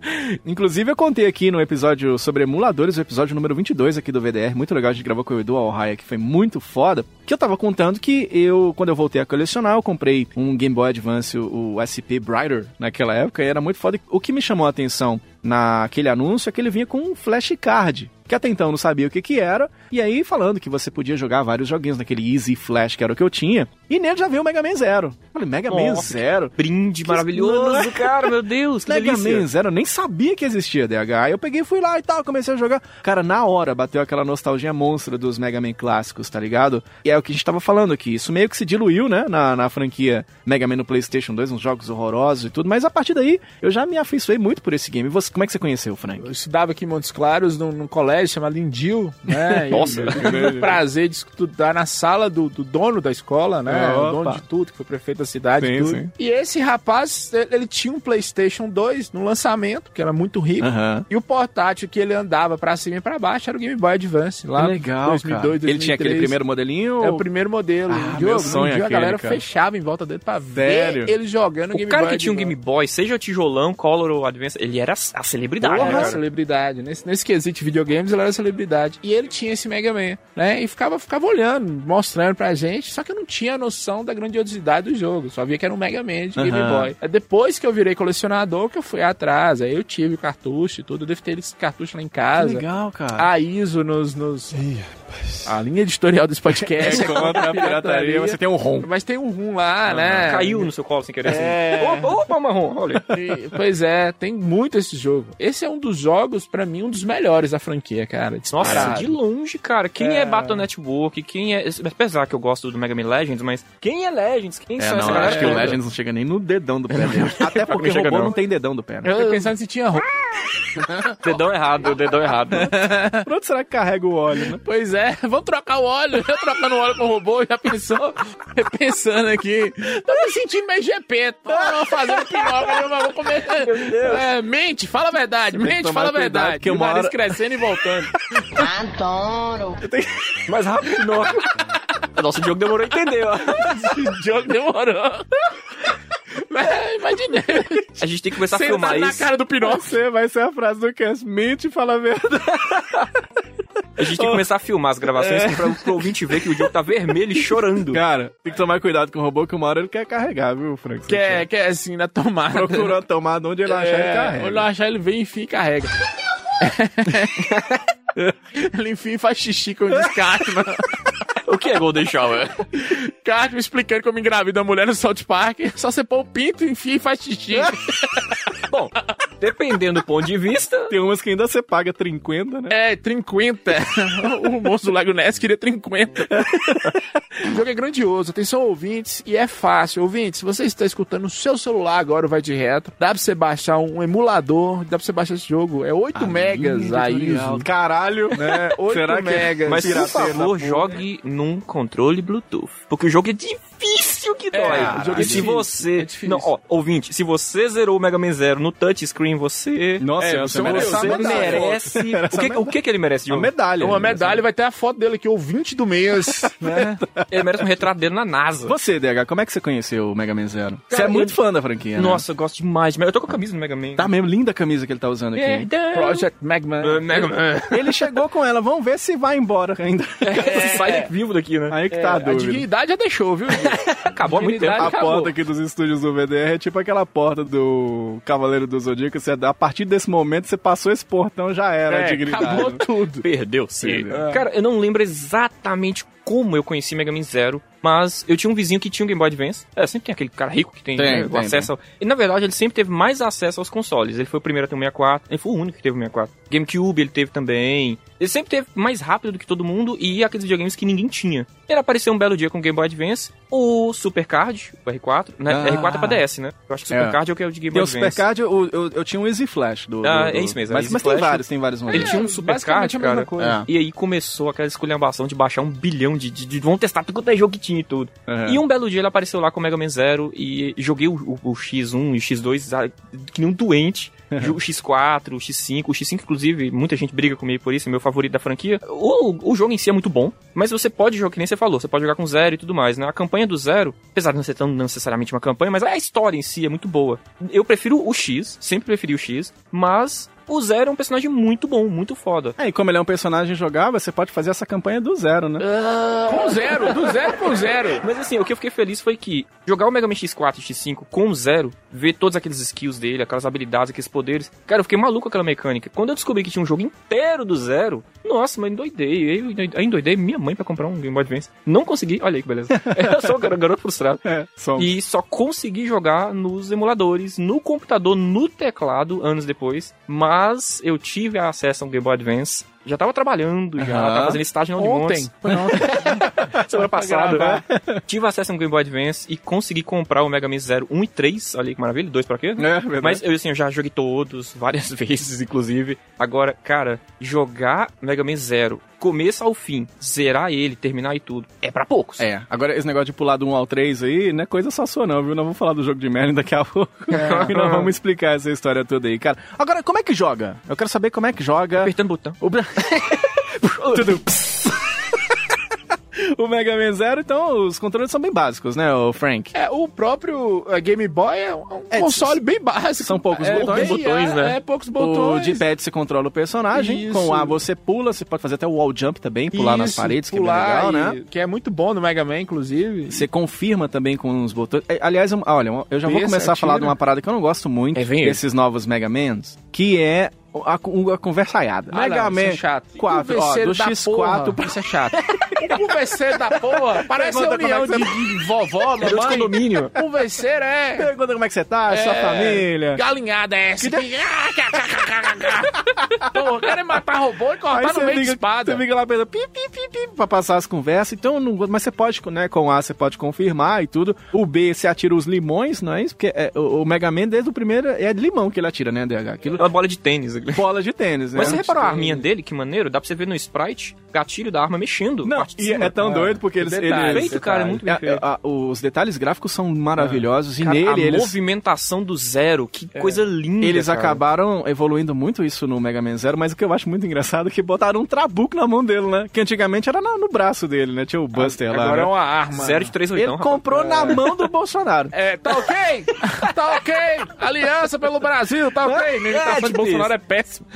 Speaker 3: Inclusive, eu contei aqui no episódio sobre emuladores, o episódio número 22 aqui do VDR. Muito legal, a gente gravou com o Edu Alraia, que foi muito foda. Que eu tava contando que eu, quando eu voltei a colecionar, eu comprei um Game Boy Advance, o, o SP Brighter, naquela época, e era muito foda. O que me chamou a atenção naquele anúncio é que ele vinha com um flashcard que até então eu não sabia o que que era, e aí falando que você podia jogar vários joguinhos naquele Easy Flash que era o que eu tinha, e nele já veio o Mega Man Zero. Eu Falei, Mega Man
Speaker 5: Nossa,
Speaker 3: Zero?
Speaker 5: Brinde
Speaker 3: Que
Speaker 5: maravilhoso,
Speaker 3: mano.
Speaker 5: cara, meu Deus, que
Speaker 3: Mega
Speaker 5: delícia.
Speaker 3: Man Zero, eu nem sabia que existia DH. Aí eu peguei, fui lá e tal, comecei a jogar. Cara, na hora bateu aquela nostalgia monstra dos Mega Man clássicos, tá ligado? E é o que a gente tava falando aqui. Isso meio que se diluiu, né, na, na franquia Mega Man no PlayStation 2, uns jogos horrorosos e tudo. Mas a partir daí, eu já me afeiçoei muito por esse game. E você, como é que você conheceu, Frank?
Speaker 4: Eu estudava aqui em Montes Claros, num, num colégio chamado Lindil, né? Nossa! Eu tive o prazer de estudar na sala do, do dono da escola, né?
Speaker 3: Opa.
Speaker 4: O dono de tudo, que foi prefeito da cidade e
Speaker 3: Sim,
Speaker 4: tudo.
Speaker 3: sim.
Speaker 4: E esse rapaz, ele, ele tinha um PlayStation 2 no lançamento, que era muito rico.
Speaker 3: Aham.
Speaker 4: E o portátil que ele andava pra cima e pra baixo era o Game Boy Advance, lá
Speaker 3: Que
Speaker 4: em
Speaker 3: legal,
Speaker 4: 2002,
Speaker 3: cara.
Speaker 4: 2003.
Speaker 3: Ele tinha aquele primeiro modelinho?
Speaker 4: É o primeiro modelo.
Speaker 3: Ah,
Speaker 4: Um dia-
Speaker 3: meu
Speaker 4: um
Speaker 3: sonho
Speaker 4: dia a
Speaker 3: aquele,
Speaker 4: galera
Speaker 3: cara.
Speaker 4: fechava em volta dele pra
Speaker 3: Sério?
Speaker 4: ver ele jogando
Speaker 5: O
Speaker 4: Game
Speaker 5: cara
Speaker 4: Boy
Speaker 5: que tinha um
Speaker 4: Advance.
Speaker 5: Game Boy, seja tijolão, Color ou Advance, ele era a celebridade,
Speaker 4: Porra,
Speaker 5: né, cara?
Speaker 4: celebridade. Nesse, nesse quesito de videogames, ele era celebridade. E ele tinha esse Mega Man, né? E ficava, ficava olhando, mostrando pra gente, só que eu não tinha noção da grandiosidade do jogo. Só via que era um Mega Man de Game
Speaker 3: Aham.
Speaker 4: Boy. É depois que eu virei colecionador, que eu fui atrás. Aí eu tive o cartucho e tudo. Eu devo ter esse cartucho lá em casa.
Speaker 3: legal, cara.
Speaker 4: A ISO nos... nos... A linha editorial desse podcast é
Speaker 3: contra a pirataria, você tem um rom.
Speaker 4: Mas tem um rum lá, né?
Speaker 3: Uhum.
Speaker 5: Caiu no seu colo sem querer.
Speaker 4: É.
Speaker 5: Assim. Opa, opa, marrom, olha.
Speaker 4: E, pois é, tem muito esse jogo. Esse é um dos jogos, pra mim, um dos melhores da franquia, cara. Tipo,
Speaker 5: Nossa, é
Speaker 4: disparado.
Speaker 5: de longe, cara. Quem é, Battle Network? Quem é. Apesar que eu gosto do Mega Man Legends, mas quem é Legends? Quem
Speaker 3: É,
Speaker 5: são essa
Speaker 3: não,
Speaker 5: galera?
Speaker 3: acho que o
Speaker 5: toda?
Speaker 3: Legends não chega nem no dedão do pé dele. Até porque o
Speaker 5: chega,
Speaker 3: robô
Speaker 5: não.
Speaker 3: não tem dedão do pé, né?
Speaker 4: Eu tô pensando se tinha rum.
Speaker 5: Dedão errado, dedão errado.
Speaker 3: Pra onde será que carrega o óleo, né?
Speaker 4: Pois é, vamos trocar o óleo. Eu trocando o óleo com o robô, já pensou? Pensando aqui. Tô me sentindo meio GP. Tô fazendo pinóquio, eu vou comer. É, mente, fala a verdade. Mente,
Speaker 3: tomar
Speaker 4: fala a
Speaker 3: cuidado,
Speaker 4: verdade.
Speaker 3: porque
Speaker 4: o
Speaker 3: uma
Speaker 4: nariz
Speaker 3: hora-
Speaker 4: crescendo e voltando.
Speaker 5: Mais rápido que nós. Nossa, o jogo demorou a entender, ó.
Speaker 4: o jogo demorou. Mas, imaginei.
Speaker 5: A gente tem
Speaker 3: Tá
Speaker 5: que começar a
Speaker 4: Sentado
Speaker 5: filmar
Speaker 4: na
Speaker 5: isso.
Speaker 4: cara do pinóquio.
Speaker 3: Você é, vai ser a frase do Cass. Mente e fala a verdade.
Speaker 5: A gente tem que começar a filmar as gravações pra, pro ouvinte ver que o jogo tá vermelho e chorando.
Speaker 3: Cara, tem que tomar cuidado com o robô, que uma hora ele quer carregar, viu, Frank?
Speaker 4: Que é, que é assim, na tomada.
Speaker 3: Procura a tomada onde ele achar ele
Speaker 4: É,
Speaker 3: carrega.
Speaker 4: quando eu achar, ele vem, enfia e carrega. ele enfia e faz xixi com o Cartman.
Speaker 5: O que é Golden Shower?
Speaker 4: Cartman explicando como engravida a mulher no South Park. Só você põe o pinto, enfia e faz xixi.
Speaker 5: Bom, dependendo do ponto de vista,
Speaker 3: Tem umas que ainda você paga 50, né?
Speaker 4: é, trinquenta. o moço do Lago Ness queria trinquenta. o jogo é grandioso. Atenção, ouvintes, e é fácil. Ouvintes, se você está escutando no seu celular agora, o vai de reto. Dá pra você baixar um emulador, dá pra você baixar esse jogo. É 8 megas a ISO.
Speaker 3: Caralho, né?
Speaker 4: Oito
Speaker 3: Será que...
Speaker 4: megas.
Speaker 5: é? mas por
Speaker 3: Pirateia da
Speaker 5: favor, jogue num controle Bluetooth. Porque o jogo é difícil que dói.
Speaker 4: cara, o jogo é
Speaker 5: e se
Speaker 4: difícil,
Speaker 5: você.
Speaker 4: é difícil.
Speaker 5: não, ó, ouvinte, se você zerou o Mega Man Zero no touchscreen, você.
Speaker 3: Nossa,
Speaker 4: É,
Speaker 3: você
Speaker 4: você
Speaker 3: merece
Speaker 5: Você
Speaker 3: uma medalha.
Speaker 5: merece. O que, o que que ele merece,
Speaker 3: Uma
Speaker 5: Diogo?
Speaker 3: medalha.
Speaker 4: Uma
Speaker 3: né?
Speaker 4: medalha e vai ter a foto dele aqui, ouvinte do mês. né?
Speaker 5: Ele merece um retrato dele na NASA.
Speaker 3: Você, DH, como é que você conheceu o Mega Man Zero? você é
Speaker 5: Cara,
Speaker 3: muito
Speaker 5: eu-
Speaker 3: fã da franquia, né?
Speaker 5: Nossa, eu gosto demais. de- Eu tô com a camisa do Mega Man.
Speaker 3: Tá mesmo, linda a camisa que ele tá usando aqui. hein?
Speaker 5: Perdão.
Speaker 4: Project Magma.
Speaker 5: É, Mega Man.
Speaker 3: Ele chegou com ela, vamos ver se vai embora ainda. É.
Speaker 5: Sai vivo daqui, né?
Speaker 3: Aí que tá a
Speaker 4: a
Speaker 3: dúvida.
Speaker 4: dignidade já deixou, viu?
Speaker 5: Acabou há muito tempo.
Speaker 3: A
Speaker 5: acabou.
Speaker 3: porta aqui dos estúdios do VDR é tipo aquela porta do Cavaleiro do Zodíaco. Você, a partir desse momento, você passou esse portão, já era a dignidade.
Speaker 4: acabou tudo.
Speaker 5: Perdeu-se.
Speaker 3: Perdeu.
Speaker 5: Cara, eu não lembro exatamente como eu conheci Mega Man Zero. Mas eu tinha um vizinho que tinha um Game Boy Advance. É, sempre tem aquele cara rico que tem,
Speaker 7: Tem,
Speaker 5: né, o
Speaker 7: tem,
Speaker 5: acesso. ao- E na verdade ele sempre teve mais acesso aos consoles. Ele foi o primeiro a ter um 64. Ele foi o único que teve um 64. GameCube ele teve também. Ele sempre teve mais rápido do que todo mundo e ia aqueles videogames que ninguém tinha. Ele apareceu um belo dia com o Game Boy Advance, o Supercard, o R4, né?
Speaker 4: Ah.
Speaker 5: R4 é pra DS, né? Eu acho que o Supercard é, o que é o de Game
Speaker 3: Tem
Speaker 5: Boy
Speaker 3: o
Speaker 5: Advance.
Speaker 3: Supercard, eu, eu, eu tinha um Easy Flash do.
Speaker 5: Ah,
Speaker 3: do- do-
Speaker 5: é isso mesmo,
Speaker 3: Mas,
Speaker 5: Easy
Speaker 3: mas
Speaker 5: Flash.
Speaker 3: tem vários, tem vários
Speaker 5: Ele
Speaker 3: modelos.
Speaker 5: tinha um
Speaker 7: É, basicamente
Speaker 5: Supercard,
Speaker 7: a mesma
Speaker 5: cara.
Speaker 7: coisa.
Speaker 5: E aí começou aquela esculhambação de baixar um bilhão de, de, de- Vão testar tudo quanto é jogo que tinha e tudo.
Speaker 3: Aham.
Speaker 5: E um belo dia ele apareceu lá com o Mega Man Zero e joguei o, o- o X1 e o X2 ah, que nem um doente. O X4, o X5, o X5, inclusive, muita gente briga comigo por isso, é meu favorito da franquia. O, o jogo em si é muito bom, mas você pode jogar, que nem você falou, você pode jogar com zero e tudo mais, né? A campanha do zero, apesar de não ser tão não necessariamente uma campanha, mas a história em si é muito boa. Eu prefiro o X, sempre preferi o X, mas o zero é um personagem muito bom, muito foda.
Speaker 3: É, e como ele é um personagem jogável, você pode fazer essa campanha do zero, né?
Speaker 7: Com zero, do zero com
Speaker 4: É.
Speaker 7: zero.
Speaker 5: Mas assim, o que eu fiquei feliz foi que jogar o Mega Man X4 e X5 com o Zero, ver todos aqueles skills dele, aquelas habilidades, aqueles poderes. Cara, eu fiquei maluco com aquela mecânica. Quando eu descobri que tinha um jogo inteiro do Zero, nossa, mas endoidei. Eu endoidei- eu endoidei minha mãe pra comprar um Game Boy Advance. Não consegui, olha aí que beleza. Eu sou um gar- garoto frustrado.
Speaker 3: É, só um.
Speaker 5: E só consegui jogar nos emuladores, no computador, no teclado, anos depois. Mas eu tive acesso a um Game Boy Advance. Já tava trabalhando, já
Speaker 4: Aham.
Speaker 5: tava fazendo estágio na Unimontes
Speaker 7: Ontem.
Speaker 5: semana
Speaker 3: gravar.
Speaker 5: passada. Tive acesso a um Game Boy Advance e consegui comprar o Mega Man Zero 1 e 3. Olha aí que maravilha, dois pra quê?
Speaker 3: É, verdade.
Speaker 5: Mas eu, assim, eu já joguei todos, várias vezes, inclusive. Agora, cara, jogar Mega Man Zero, começo ao fim, zerar ele, terminar e tudo, é pra poucos.
Speaker 3: É, agora esse negócio de pular do 1 ao 3 aí, não é coisa só sua não, viu? Nós vamos falar do jogo de Merlin daqui a pouco.
Speaker 4: É.
Speaker 3: e nós vamos explicar essa história toda aí, cara. Agora, como é que joga? Eu quero saber como é que joga
Speaker 5: Apertando o botão.
Speaker 3: o... Bra- Tudo. o Mega Man Zero, então, os controles são bem básicos, né, o Frank?
Speaker 4: É, o próprio eh, Game Boy é um um
Speaker 3: É,
Speaker 4: console bem básico.
Speaker 3: São poucos
Speaker 4: É,
Speaker 3: botões.
Speaker 4: bem-
Speaker 5: Botões,
Speaker 4: é,
Speaker 5: né?
Speaker 4: É, poucos
Speaker 3: O
Speaker 4: botões.
Speaker 3: D-pad você controla o personagem,
Speaker 4: Isso.
Speaker 3: com o A você pula, você pode fazer até o wall jump também, pular nas
Speaker 4: Isso,
Speaker 3: paredes, que é
Speaker 4: pular
Speaker 3: bem legal,
Speaker 4: e-
Speaker 3: né?
Speaker 4: Que é muito bom no Mega Man, inclusive.
Speaker 3: Você confirma também com os botões. É, Aliás, eu- olha, eu já vou
Speaker 4: Pensa,
Speaker 3: começar a falar de
Speaker 4: atira.
Speaker 3: uma parada que eu não gosto muito
Speaker 5: É, vem aí.
Speaker 3: desses novos Mega Mans, que é a, a conversaiada.
Speaker 7: Ah,
Speaker 3: Mega
Speaker 7: não, isso é
Speaker 3: Man
Speaker 7: chato.
Speaker 3: 4, ó, do
Speaker 7: Converseiro da
Speaker 3: X4
Speaker 7: porra. Isso é chato.
Speaker 4: Um
Speaker 7: Converseiro da porra. Parece
Speaker 3: Pergunta
Speaker 7: reunião
Speaker 3: como é
Speaker 7: de, de vovó, mamãe.
Speaker 4: Um
Speaker 5: condomínio.
Speaker 7: Converseiro é...
Speaker 3: Pergunta como é que você tá, sua família.
Speaker 7: Galinhada é essa. Pô, querem matar robô e
Speaker 3: Aí
Speaker 7: cortar tá no
Speaker 3: você
Speaker 7: meio de
Speaker 3: liga,
Speaker 7: espada.
Speaker 3: você liga lá e pensa, pi, pi, pi, pi, pra passar as conversas. Então, não, gosto- mas você pode, né, com o A você pode confirmar e tudo. O B você atira os limões, não é isso? Porque é, o, o Mega Man, desde o primeiro, é de limão que ele atira, né, DH? Aquilo,
Speaker 5: É Uma bola de tênis.
Speaker 3: bola de tênis, né?
Speaker 5: Mas você reparou a arminha dele? Que maneiro. Dá pra você ver no sprite gatilho da arma mexendo.
Speaker 3: Não,
Speaker 5: tipo, parte de
Speaker 3: e
Speaker 5: cima.
Speaker 3: é tão doido porque eles...
Speaker 5: Perfeito,
Speaker 3: eles
Speaker 5: cara, é muito bem
Speaker 3: É,
Speaker 5: feito.
Speaker 3: a- os detalhes gráficos são maravilhosos e
Speaker 5: Cara, a
Speaker 3: nele eles, É.
Speaker 5: movimentação do zero, que coisa linda.
Speaker 3: eles
Speaker 5: cara.
Speaker 3: acabaram evoluindo muito isso no Mega Man Zero, mas o que eu acho muito engraçado é que botaram um trabuco na mão dele, né? Que antigamente era na- no braço dele, né? Tinha o Buster lá.
Speaker 4: Agora
Speaker 3: né?
Speaker 4: é uma arma.
Speaker 5: Zero de 3
Speaker 3: Ele
Speaker 5: oitão, rapaz.
Speaker 3: comprou na mão do Bolsonaro.
Speaker 7: É, tá ok? Tá ok? Aliança pelo Brasil, tá ok? Minha imitação de
Speaker 5: tipo isso.
Speaker 7: Bolsonaro é péssima.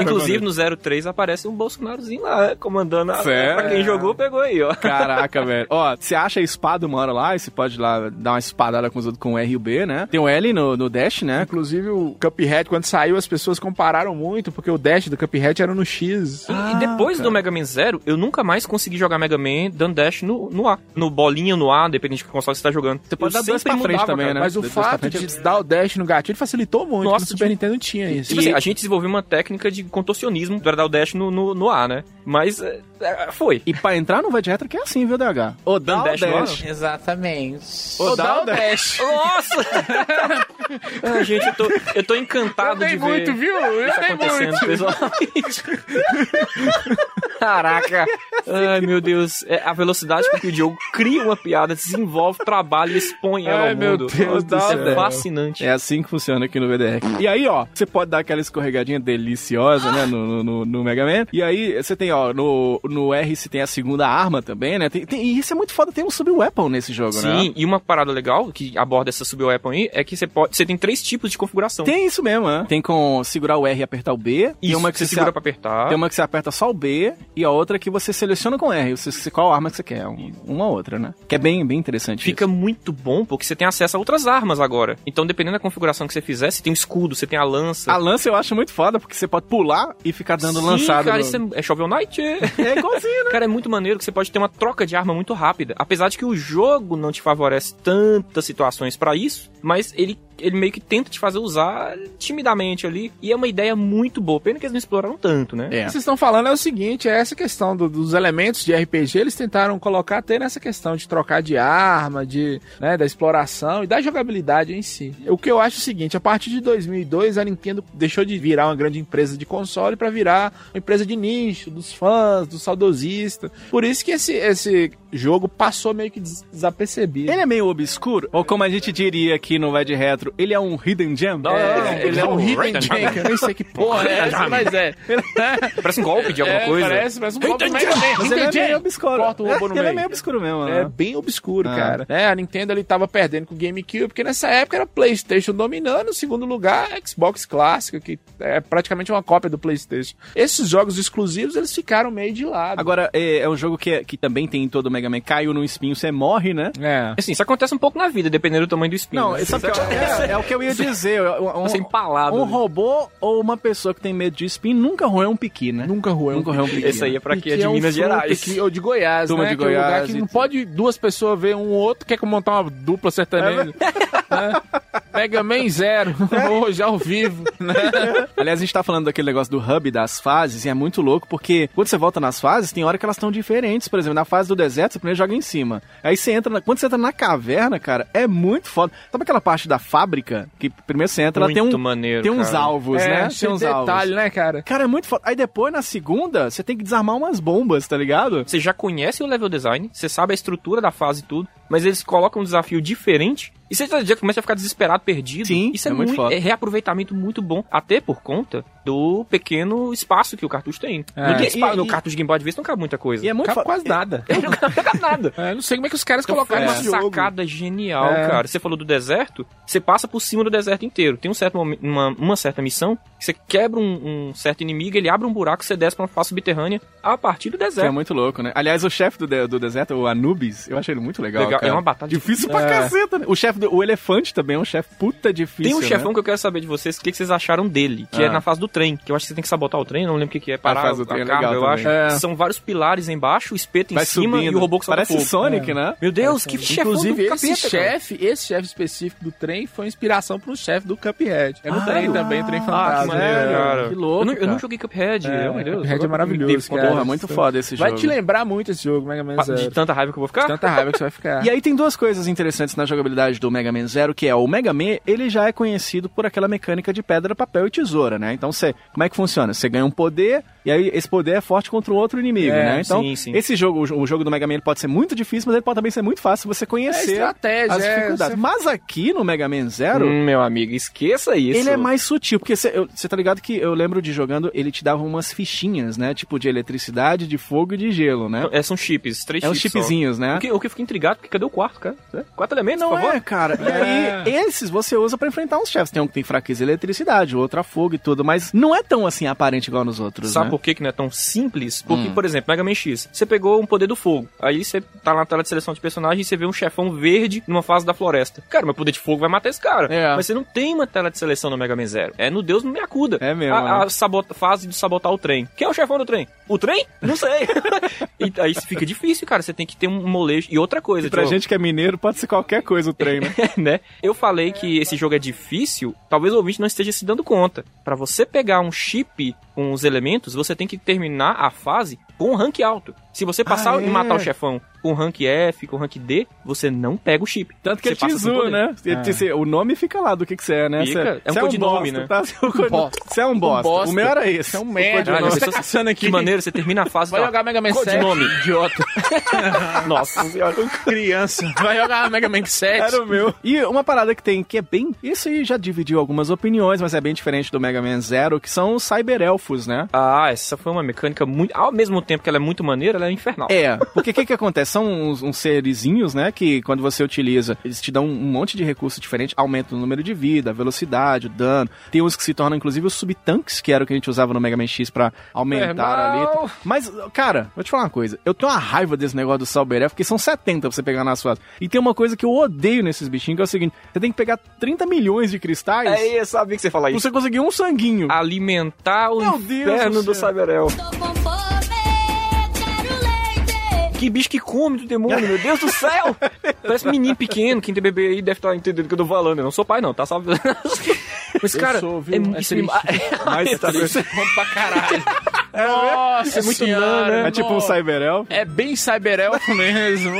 Speaker 5: Inclusive no 03 aparece um Bolsonarozinho lá, comandando. A... né?
Speaker 3: Sério?
Speaker 5: Pra quem jogou, pegou aí, ó.
Speaker 3: Caraca, velho. Ó, você acha a espada uma hora lá, e você pode lá dar uma espadada com os outros com o R e o B, né? Tem o L no, no dash, né?
Speaker 4: Inclusive, o Cuphead, quando saiu, as pessoas compararam muito, porque o dash do Cuphead era no X.
Speaker 3: Ah,
Speaker 5: e depois do Mega Man Zero, eu nunca mais consegui jogar Mega Man dando dash no, no A. No bolinha, no A, dependendo de que console você tá jogando. Você
Speaker 3: pode dar dois pra frente também, né?
Speaker 4: Mas o
Speaker 3: Depois pra
Speaker 4: fato
Speaker 5: tipo
Speaker 3: frente-
Speaker 4: de dar o dash no gatilho facilitou muito.
Speaker 5: Nossa,
Speaker 4: no Super Nintendo não tinha isso.
Speaker 5: Tipo assim, a gente desenvolveu uma técnica de contorcionismo pra dar o dash no, no, no A, né? Mas é, é, foi.
Speaker 3: E pra entrar no Vai de Retro que é assim, viu, DH? Ou dá o
Speaker 5: Dash no
Speaker 3: dash.
Speaker 7: Exatamente.
Speaker 3: Ou dá o dash.
Speaker 5: Nossa! Ah, gente, eu tô, eu tô encantado de ver.
Speaker 7: viu? Eu
Speaker 5: isso acontecendo, pessoalmente. Caraca. Ai, meu Deus. É a velocidade com que o Diogo cria uma piada, desenvolve, trabalha e expõe ela
Speaker 4: Ai,
Speaker 5: ao
Speaker 4: meu
Speaker 5: mundo.
Speaker 4: Deus do
Speaker 5: Isso é
Speaker 4: céu.
Speaker 5: fascinante.
Speaker 3: É assim que funciona aqui no VDR. E aí, ó, você pode dar aquela escorregadinha deliciosa, né, no, no- no, no Mega Man. E aí, você tem, ó, no, no R você tem a segunda arma também, né? Tem- tem- e isso é muito foda, tem um sub-weapon nesse jogo, né?
Speaker 5: Sim, e uma parada legal que aborda essa subweapon aí é que você pode, você tem três tipos de configuração.
Speaker 3: Tem isso mesmo, né? Tem com segurar o R e apertar o B.
Speaker 5: Isso,
Speaker 3: tem uma que
Speaker 5: você
Speaker 3: você
Speaker 5: segura pra apertar.
Speaker 3: Tem uma que você aperta só o B e a outra que você seleciona com R. Você, você- qual arma que você quer? Um- Uma ou outra, né? Que é bem, bem interessante.
Speaker 5: Fica muito bom porque você tem acesso a outras armas agora. Então, dependendo da configuração que você fizer, você tem um escudo, você tem a
Speaker 3: isso.
Speaker 5: lança.
Speaker 3: A lança eu acho muito foda, porque você pode pular e ficar dando
Speaker 5: Sim,
Speaker 3: lançada.
Speaker 5: Cara,
Speaker 3: no-
Speaker 5: isso é, é Shovel Knight.
Speaker 3: É igualzinho, né?
Speaker 5: Cara, é muito maneiro que você pode ter uma troca de arma muito rápida. Apesar de que o jogo não te favorece tantas situações pra isso, mas ele, ele meio que tenta te fazer usar timidamente ali. E é uma ideia muito boa. Pena que eles não exploraram tanto, né?
Speaker 4: O que vocês estão falando é o seguinte, é essa questão do- dos elementos de RPG, eles tentaram colocar até nessa questão de trocar de arma, de, né, da exploração e da jogabilidade em si. O que eu acho é o seguinte, a partir de 2002 a Nintendo deixou de virar uma grande empresa de console pra virar uma empresa de nicho, dos fãs, dos saudosistas. Por isso que esse, esse jogo passou meio que des- desapercebido.
Speaker 3: Ele é meio obscuro, ou como a gente diria aqui no Vai de Retro, ele é um hidden gem?
Speaker 5: É,
Speaker 4: Ele é um hidden
Speaker 5: Right
Speaker 4: gem, que eu nem sei que porra é essa, mas é.
Speaker 5: Parece um golpe de alguma
Speaker 4: É,
Speaker 5: coisa.
Speaker 4: Parece, parece um golpe
Speaker 5: Hidden
Speaker 4: Mega Man,
Speaker 3: Mas ele é
Speaker 4: Hidden
Speaker 3: meio
Speaker 4: Gem.
Speaker 3: obscuro.
Speaker 4: Corta o robô
Speaker 3: É,
Speaker 4: no
Speaker 3: ele é
Speaker 4: meio.
Speaker 3: meio obscuro mesmo,
Speaker 4: É
Speaker 3: né?
Speaker 4: bem obscuro,
Speaker 3: Ah.
Speaker 4: cara. É, a Nintendo ele tava perdendo com o GameCube, porque nessa época era PlayStation dominando, segundo lugar, Xbox clássico, que é praticamente uma cópia do PlayStation. Esses jogos exclusivos, eles ficaram meio de lado.
Speaker 3: Agora, é, é um jogo que, é- que também tem em todo o Mega Man. Caiu num espinho, você morre, né?
Speaker 4: é.
Speaker 5: Assim, isso acontece um pouco na vida, dependendo do tamanho do espinho.
Speaker 3: Não,
Speaker 5: né?
Speaker 3: sabe o que eu- é, é o que eu ia dizer. eu- eu- um-
Speaker 5: Você é empalado.
Speaker 3: um
Speaker 5: ali.
Speaker 3: robô ou uma pessoa que tem medo de espinho nunca roeu um piqui, né?
Speaker 4: Nunca roeu.
Speaker 3: Nunca roeu um piqui.
Speaker 5: Esse aí é pra quem é de
Speaker 4: um
Speaker 5: Minas
Speaker 4: fruto
Speaker 5: Gerais.
Speaker 4: aqui, ou de Goiás,
Speaker 3: Turma
Speaker 4: né?
Speaker 3: de
Speaker 4: que é um lugar
Speaker 3: Goiás
Speaker 4: que
Speaker 3: e
Speaker 4: não
Speaker 3: tudo.
Speaker 4: pode duas pessoas ver um outro, quer que montar uma dupla
Speaker 3: É.
Speaker 4: sertaneja. né? Mega Man Zero, ou já ao vivo. né?
Speaker 3: Aliás, a gente tá falando daquele negócio do hub das fases, e é muito louco, porque quando você volta nas fases, tem hora que elas estão diferentes. Por exemplo, na fase do deserto, você primeiro joga em cima. Aí você entra. Na... Quando você entra na caverna, cara, é muito foda. Sabe aquela parte da fábrica? Que primeiro você entra, ela tem
Speaker 5: Muito
Speaker 3: um.
Speaker 5: maneiro,
Speaker 3: Tem uns
Speaker 5: cara. É,
Speaker 3: alvos, né? Tem uns
Speaker 4: É, detalhe,
Speaker 3: alvos.
Speaker 4: né, cara?
Speaker 3: Cara, é muito foda. Aí depois, na segunda, você tem que desarmar umas bombas, tá ligado?
Speaker 5: Você já conhece o level design, você sabe a estrutura da fase e tudo, mas eles colocam um desafio diferente e você já começa a ficar desesperado, perdido.
Speaker 3: Sim,
Speaker 5: isso é,
Speaker 3: é muito
Speaker 5: muito
Speaker 3: foda.
Speaker 5: é reaproveitamento muito bom, até por conta do pequeno espaço que o cartucho tem.
Speaker 4: É.
Speaker 5: No, que-
Speaker 3: E-
Speaker 5: no
Speaker 3: e-
Speaker 5: cartucho de Game Boy Advance não cabe muita coisa.
Speaker 3: E é muito
Speaker 4: Cabe
Speaker 3: foda.
Speaker 4: quase nada.
Speaker 5: Não cabe nada.
Speaker 4: É, não sei como é que os caras
Speaker 5: Então, foi
Speaker 4: colocaram
Speaker 5: uma
Speaker 4: esse jogo.
Speaker 5: sacada genial,
Speaker 4: É.
Speaker 5: cara. Você falou do deserto, você passa por cima do deserto inteiro. Tem um certo momen- uma, uma certa missão, que você quebra um, um certo inimigo, ele abre um buraco, você desce pra uma face subterrânea a partir do
Speaker 3: Que é
Speaker 5: deserto.
Speaker 3: muito louco, né? Aliás, o chefe do, de- do deserto, o Anubis, eu achei ele muito legal.
Speaker 5: Legal,
Speaker 3: cara.
Speaker 5: é uma batalha
Speaker 3: difícil pra
Speaker 4: É.
Speaker 3: caceta, né? O chefe do. O elefante também é um chefe puta difícil.
Speaker 5: Tem um
Speaker 3: né?
Speaker 5: chefão que eu quero saber de vocês, o que, que vocês acharam dele, que é
Speaker 3: Ah.
Speaker 5: na fase do trem, que eu acho que você tem que sabotar o trem, não lembro o que, que é, parar
Speaker 3: fase do
Speaker 5: a
Speaker 3: trem é
Speaker 5: carga,
Speaker 3: legal
Speaker 5: eu
Speaker 3: também.
Speaker 5: acho.
Speaker 4: É.
Speaker 5: São vários pilares embaixo, o espeto em
Speaker 3: Vai
Speaker 5: cima
Speaker 3: subindo.
Speaker 5: e o robô que solta
Speaker 3: Parece
Speaker 5: fogo. É.
Speaker 3: Sonic, né?
Speaker 5: Meu Deus, que chefão
Speaker 4: Inclusive,
Speaker 5: do
Speaker 4: esse
Speaker 5: capeta,
Speaker 3: é
Speaker 5: cara.
Speaker 4: chefe, esse chefe específico do trem foi inspiração pro chefe do Cuphead. É no trem também, o trem
Speaker 5: Ah, que
Speaker 4: fantasma.
Speaker 5: maneiro,
Speaker 4: né?
Speaker 5: cara.
Speaker 4: Que louco,
Speaker 5: Eu não, eu não
Speaker 4: cara.
Speaker 5: joguei Cuphead,
Speaker 4: É,
Speaker 5: meu Deus.
Speaker 4: Cuphead é
Speaker 5: Agora-
Speaker 4: maravilhoso,
Speaker 5: Pô,
Speaker 4: cara. Então,
Speaker 3: Porra, muito foda esse
Speaker 4: Vai
Speaker 3: jogo.
Speaker 4: te lembrar muito esse jogo, Mega Man
Speaker 5: De
Speaker 4: Zero.
Speaker 5: tanta raiva que eu vou ficar?
Speaker 4: Tanta raiva que você vai ficar.
Speaker 3: E aí tem duas coisas interessantes na jogabilidade do Mega Man Zero, que é o Mega Man, ele já é conhecido por aquela mecânica de pedra, papel e tesoura, né? Então você, como é que funciona? Você ganha um poder e aí esse poder é forte contra um outro inimigo,
Speaker 4: É,
Speaker 3: né? Então
Speaker 5: sim, sim.
Speaker 3: esse jogo, o jo- o jogo do Mega Man ele pode ser muito difícil, mas ele pode também ser muito fácil se você
Speaker 4: é
Speaker 3: conhecer
Speaker 4: estratégia,
Speaker 3: as
Speaker 4: é,
Speaker 3: dificuldades.
Speaker 4: você-
Speaker 3: Mas aqui no Mega Man Zero,
Speaker 5: Hum, meu amigo, esqueça isso.
Speaker 3: Ele é mais sutil, porque você tá ligado que eu lembro de jogando, ele te dava umas fichinhas, né? Tipo de eletricidade, de fogo e de gelo, né?
Speaker 5: É, são chips, três
Speaker 3: É uns
Speaker 5: chips. só.
Speaker 3: chipzinhos, né?
Speaker 5: O que, o que eu fico intrigado, porque cadê o quarto, cara? Quatro elementos,
Speaker 3: Não
Speaker 5: por favor?
Speaker 3: é, cara. E
Speaker 4: É.
Speaker 3: aí, esses você usa pra enfrentar uns chefes. Tem um que tem fraqueza e eletricidade, o outro a fogo e tudo, mas não é tão assim aparente igual nos outros,
Speaker 5: Sabe
Speaker 3: né? Hum.
Speaker 5: por que, que não é tão simples? Porque, por exemplo, Mega Man X, você pegou um poder do fogo. Aí você tá na tela de seleção de personagem e você vê um chefão verde numa fase da floresta. Cara, meu poder de fogo vai matar esse cara.
Speaker 4: É.
Speaker 5: Mas você não tem uma tela de seleção no Mega Man Zero. É no Deus não me acuda.
Speaker 3: É mesmo,
Speaker 5: A, a sabota- fase de sabotar o trem. Quem é o chefão do trem? O trem? Não sei. e, aí fica difícil, cara. Você tem que ter um molejo. E outra coisa,
Speaker 3: E pra
Speaker 5: Diogo,
Speaker 3: gente que é mineiro, pode ser qualquer coisa o trem, né?
Speaker 5: né? Eu falei que esse jogo é difícil, talvez o ouvinte não esteja se dando conta. Pra você pegar um chip com os elementos, você tem que terminar a fase com um rank alto. Se você passar
Speaker 3: Ah, é?
Speaker 5: e matar o chefão com rank F, com rank D, você não pega o chip.
Speaker 3: Tanto que
Speaker 5: você
Speaker 3: ele te
Speaker 5: passa sem
Speaker 3: zoa,
Speaker 5: poder.
Speaker 3: né? Ele te- cê- O nome fica lá do que que você é, né?
Speaker 5: Fica. É um
Speaker 3: cê
Speaker 5: codinome,
Speaker 3: bosta,
Speaker 5: né?
Speaker 3: tá? Cê é um codinome.
Speaker 4: bosta.
Speaker 3: Cê é um bosta.
Speaker 4: bosta.
Speaker 3: O meu era esse.
Speaker 4: Você é um merda.
Speaker 5: Caralho,
Speaker 4: Você
Speaker 5: a
Speaker 4: tá
Speaker 5: pessoa-
Speaker 4: caçando aqui.
Speaker 5: Que maneiro, você termina a fase
Speaker 4: Vai
Speaker 5: tá?
Speaker 4: jogar Mega Man 7.
Speaker 5: Codinome, idiota. Nossa senhora.
Speaker 3: um
Speaker 4: criança. Vai jogar Mega Man 7.
Speaker 3: Era o meu. E uma parada que tem que é bem. Isso aí já dividiu algumas opiniões, mas é bem diferente do Mega Man Zero, que são os cyberelfos, né?
Speaker 5: Ah, essa foi uma mecânica muito. Ao mesmo tempo que ela é muito maneira, ela é infernal.
Speaker 3: É, porque o que que acontece? São uns, uns serizinhos, né, que quando você utiliza, eles te dão um monte de recurso diferente, aumenta o número de vida, a velocidade, o dano. Tem uns que se tornam, inclusive, os subtanques, que era o que a gente usava no Mega Man X pra aumentar ali.
Speaker 5: Infernal.
Speaker 3: Mas, cara, vou te falar uma coisa. Eu tenho uma raiva desse negócio do Salberé, porque são 70 pra você pegar nas suas. E tem uma coisa que eu odeio nesses bichinhos, que é o seguinte. Você tem que pegar 30 milhões de cristais
Speaker 5: É, eu sabia que você ia falar
Speaker 3: pra
Speaker 5: isso.
Speaker 3: você conseguir um sanguinho.
Speaker 5: Alimentar o
Speaker 3: Meu Deus
Speaker 5: inferno
Speaker 3: do
Speaker 5: do
Speaker 3: céu.
Speaker 5: Cyberel.
Speaker 6: Tô com fome, quero leite.
Speaker 5: Que bicho que come do demônio, meu Deus do céu! Parece um menino pequeno, quem tem bebê aí deve estar entendendo o que eu tô falando. Eu não sou pai, não, tá? Só... Mas, cara,
Speaker 4: sou, viu?
Speaker 5: é,
Speaker 4: É
Speaker 5: isso me-
Speaker 3: Mas tá-
Speaker 7: Vamos pra caralho.
Speaker 4: né?
Speaker 7: Nossa,
Speaker 5: É muito
Speaker 7: senhora,
Speaker 5: nã, né?
Speaker 3: é tipo um
Speaker 7: nossa.
Speaker 3: Cyberel.
Speaker 7: É bem Cyberelf mesmo.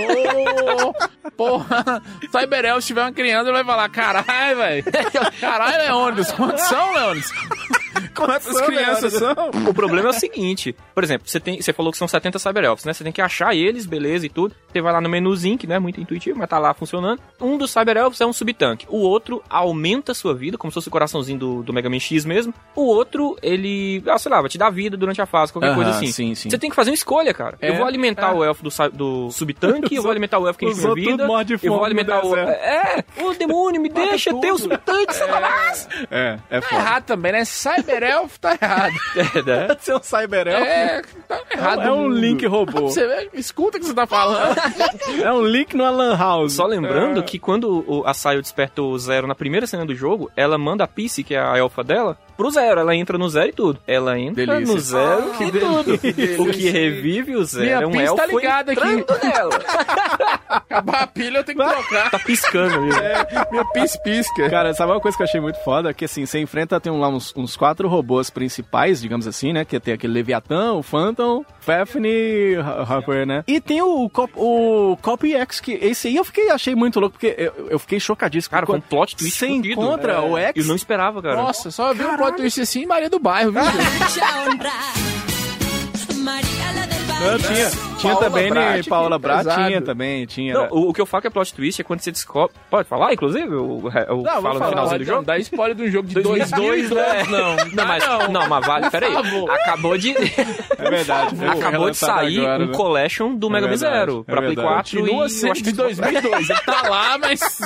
Speaker 7: Ô, Porra, Cyberelf, se tiver uma criança, ele vai falar: caralho, velho. Caralho, é Leônidas, quantos são, Leônidas?
Speaker 3: Quantas
Speaker 7: crianças
Speaker 3: são?
Speaker 5: O problema é o seguinte, por exemplo, você, tem, você falou que são 70 Cyber Elves, né? Você tem que achar eles, beleza e tudo. Você vai lá no menuzinho, que não é muito intuitivo, mas tá lá funcionando. Um dos Cyber Elves é um subtanque. O outro aumenta a sua vida, como se fosse o coraçãozinho do, do Mega Man X mesmo. O outro, ele, ah, sei lá, vai te dar vida durante a fase, qualquer coisa assim.
Speaker 7: Sim, sim.
Speaker 5: Você tem que fazer uma escolha, cara. eu
Speaker 7: É,
Speaker 5: vou alimentar
Speaker 7: é.
Speaker 5: o elfo do, sa- do subtanque, eu vou alimentar o elfo que
Speaker 3: os
Speaker 5: enche
Speaker 3: outros
Speaker 5: vida.
Speaker 3: morrem de
Speaker 5: eu
Speaker 3: fome
Speaker 5: vou
Speaker 3: no
Speaker 5: alimentar o.
Speaker 3: deserto.
Speaker 5: É, o demônio, me deixa ter o subtanque, Satanás!
Speaker 3: É, é
Speaker 7: Tá
Speaker 3: foda.
Speaker 7: errado também, né? Cyberelf tá errado.
Speaker 5: É, né?
Speaker 3: Ser um Cyberel
Speaker 7: É, tá errado.
Speaker 3: é um
Speaker 7: mundo.
Speaker 3: link robô.
Speaker 7: Você vê? escuta o que você tá falando.
Speaker 3: É um link no Alan House.
Speaker 5: Só lembrando que quando o- a Sayo desperta o Zero na primeira cena do jogo, ela manda a Pissy, que é a elfa dela, pro Zero. Ela entra no Zero e tudo. Ela entra
Speaker 7: Delícia.
Speaker 5: no Zero
Speaker 7: Ah,
Speaker 5: e
Speaker 7: que
Speaker 5: tudo.
Speaker 7: delícia.
Speaker 5: O que revive o Zero
Speaker 7: Minha
Speaker 5: é um
Speaker 7: Pissy
Speaker 5: elfo
Speaker 7: tá ligada aqui.
Speaker 5: entrando nela.
Speaker 7: Acabar a pilha, eu tenho que trocar.
Speaker 5: Tá piscando ali.
Speaker 7: É. Minha pisca.
Speaker 3: Cara, sabe uma coisa que eu achei muito foda? Que assim, você enfrenta, tem lá uns, uns quatro robôs principais, digamos assim, né? Que tem aquele Leviatã, o Phantom, Fafnir, Ha- Harper, né? E tem o, Cop, o Copy X, que esse aí eu fiquei, achei muito louco, porque eu, eu fiquei chocadíssimo.
Speaker 5: Cara, foi um plot twist
Speaker 3: Você
Speaker 5: fudido. É.
Speaker 3: encontra o X?
Speaker 5: Eu não esperava, cara.
Speaker 7: Nossa, só vi um plot twist assim em Maria do Bairro, viu? gente?
Speaker 8: Mucha honra. María la del
Speaker 3: Não,
Speaker 8: Barrio.
Speaker 3: tinha. Tinha
Speaker 7: Paola
Speaker 3: também, né?
Speaker 7: Brat, que
Speaker 3: Paola Brat,
Speaker 7: pesado.
Speaker 3: tinha também, tinha.
Speaker 5: Não,
Speaker 3: né?
Speaker 5: o, o que eu falo que é plot twist é quando você descobre... Pode falar, inclusive? Eu, eu
Speaker 3: vou
Speaker 5: falo no
Speaker 3: falar,
Speaker 5: finalzinho do
Speaker 7: Não,
Speaker 5: jogo?
Speaker 7: Dá spoiler de um jogo de 2002,
Speaker 5: 2002, né?
Speaker 7: não.
Speaker 5: Não, mas,
Speaker 7: Ah,
Speaker 5: não. mas vale, peraí.
Speaker 7: favor.
Speaker 5: Acabou de.
Speaker 3: é verdade. né?
Speaker 5: Acabou de
Speaker 3: Relançado
Speaker 5: sair
Speaker 3: agora,
Speaker 5: um
Speaker 3: né?
Speaker 5: collection do Mega Man
Speaker 3: verdade,
Speaker 5: Zero
Speaker 3: é
Speaker 5: pra Play
Speaker 3: verdade.
Speaker 5: 4
Speaker 7: Continua
Speaker 5: e eu
Speaker 7: sendo
Speaker 5: acho
Speaker 7: de
Speaker 5: que
Speaker 7: 2002. Ele tá lá, mas.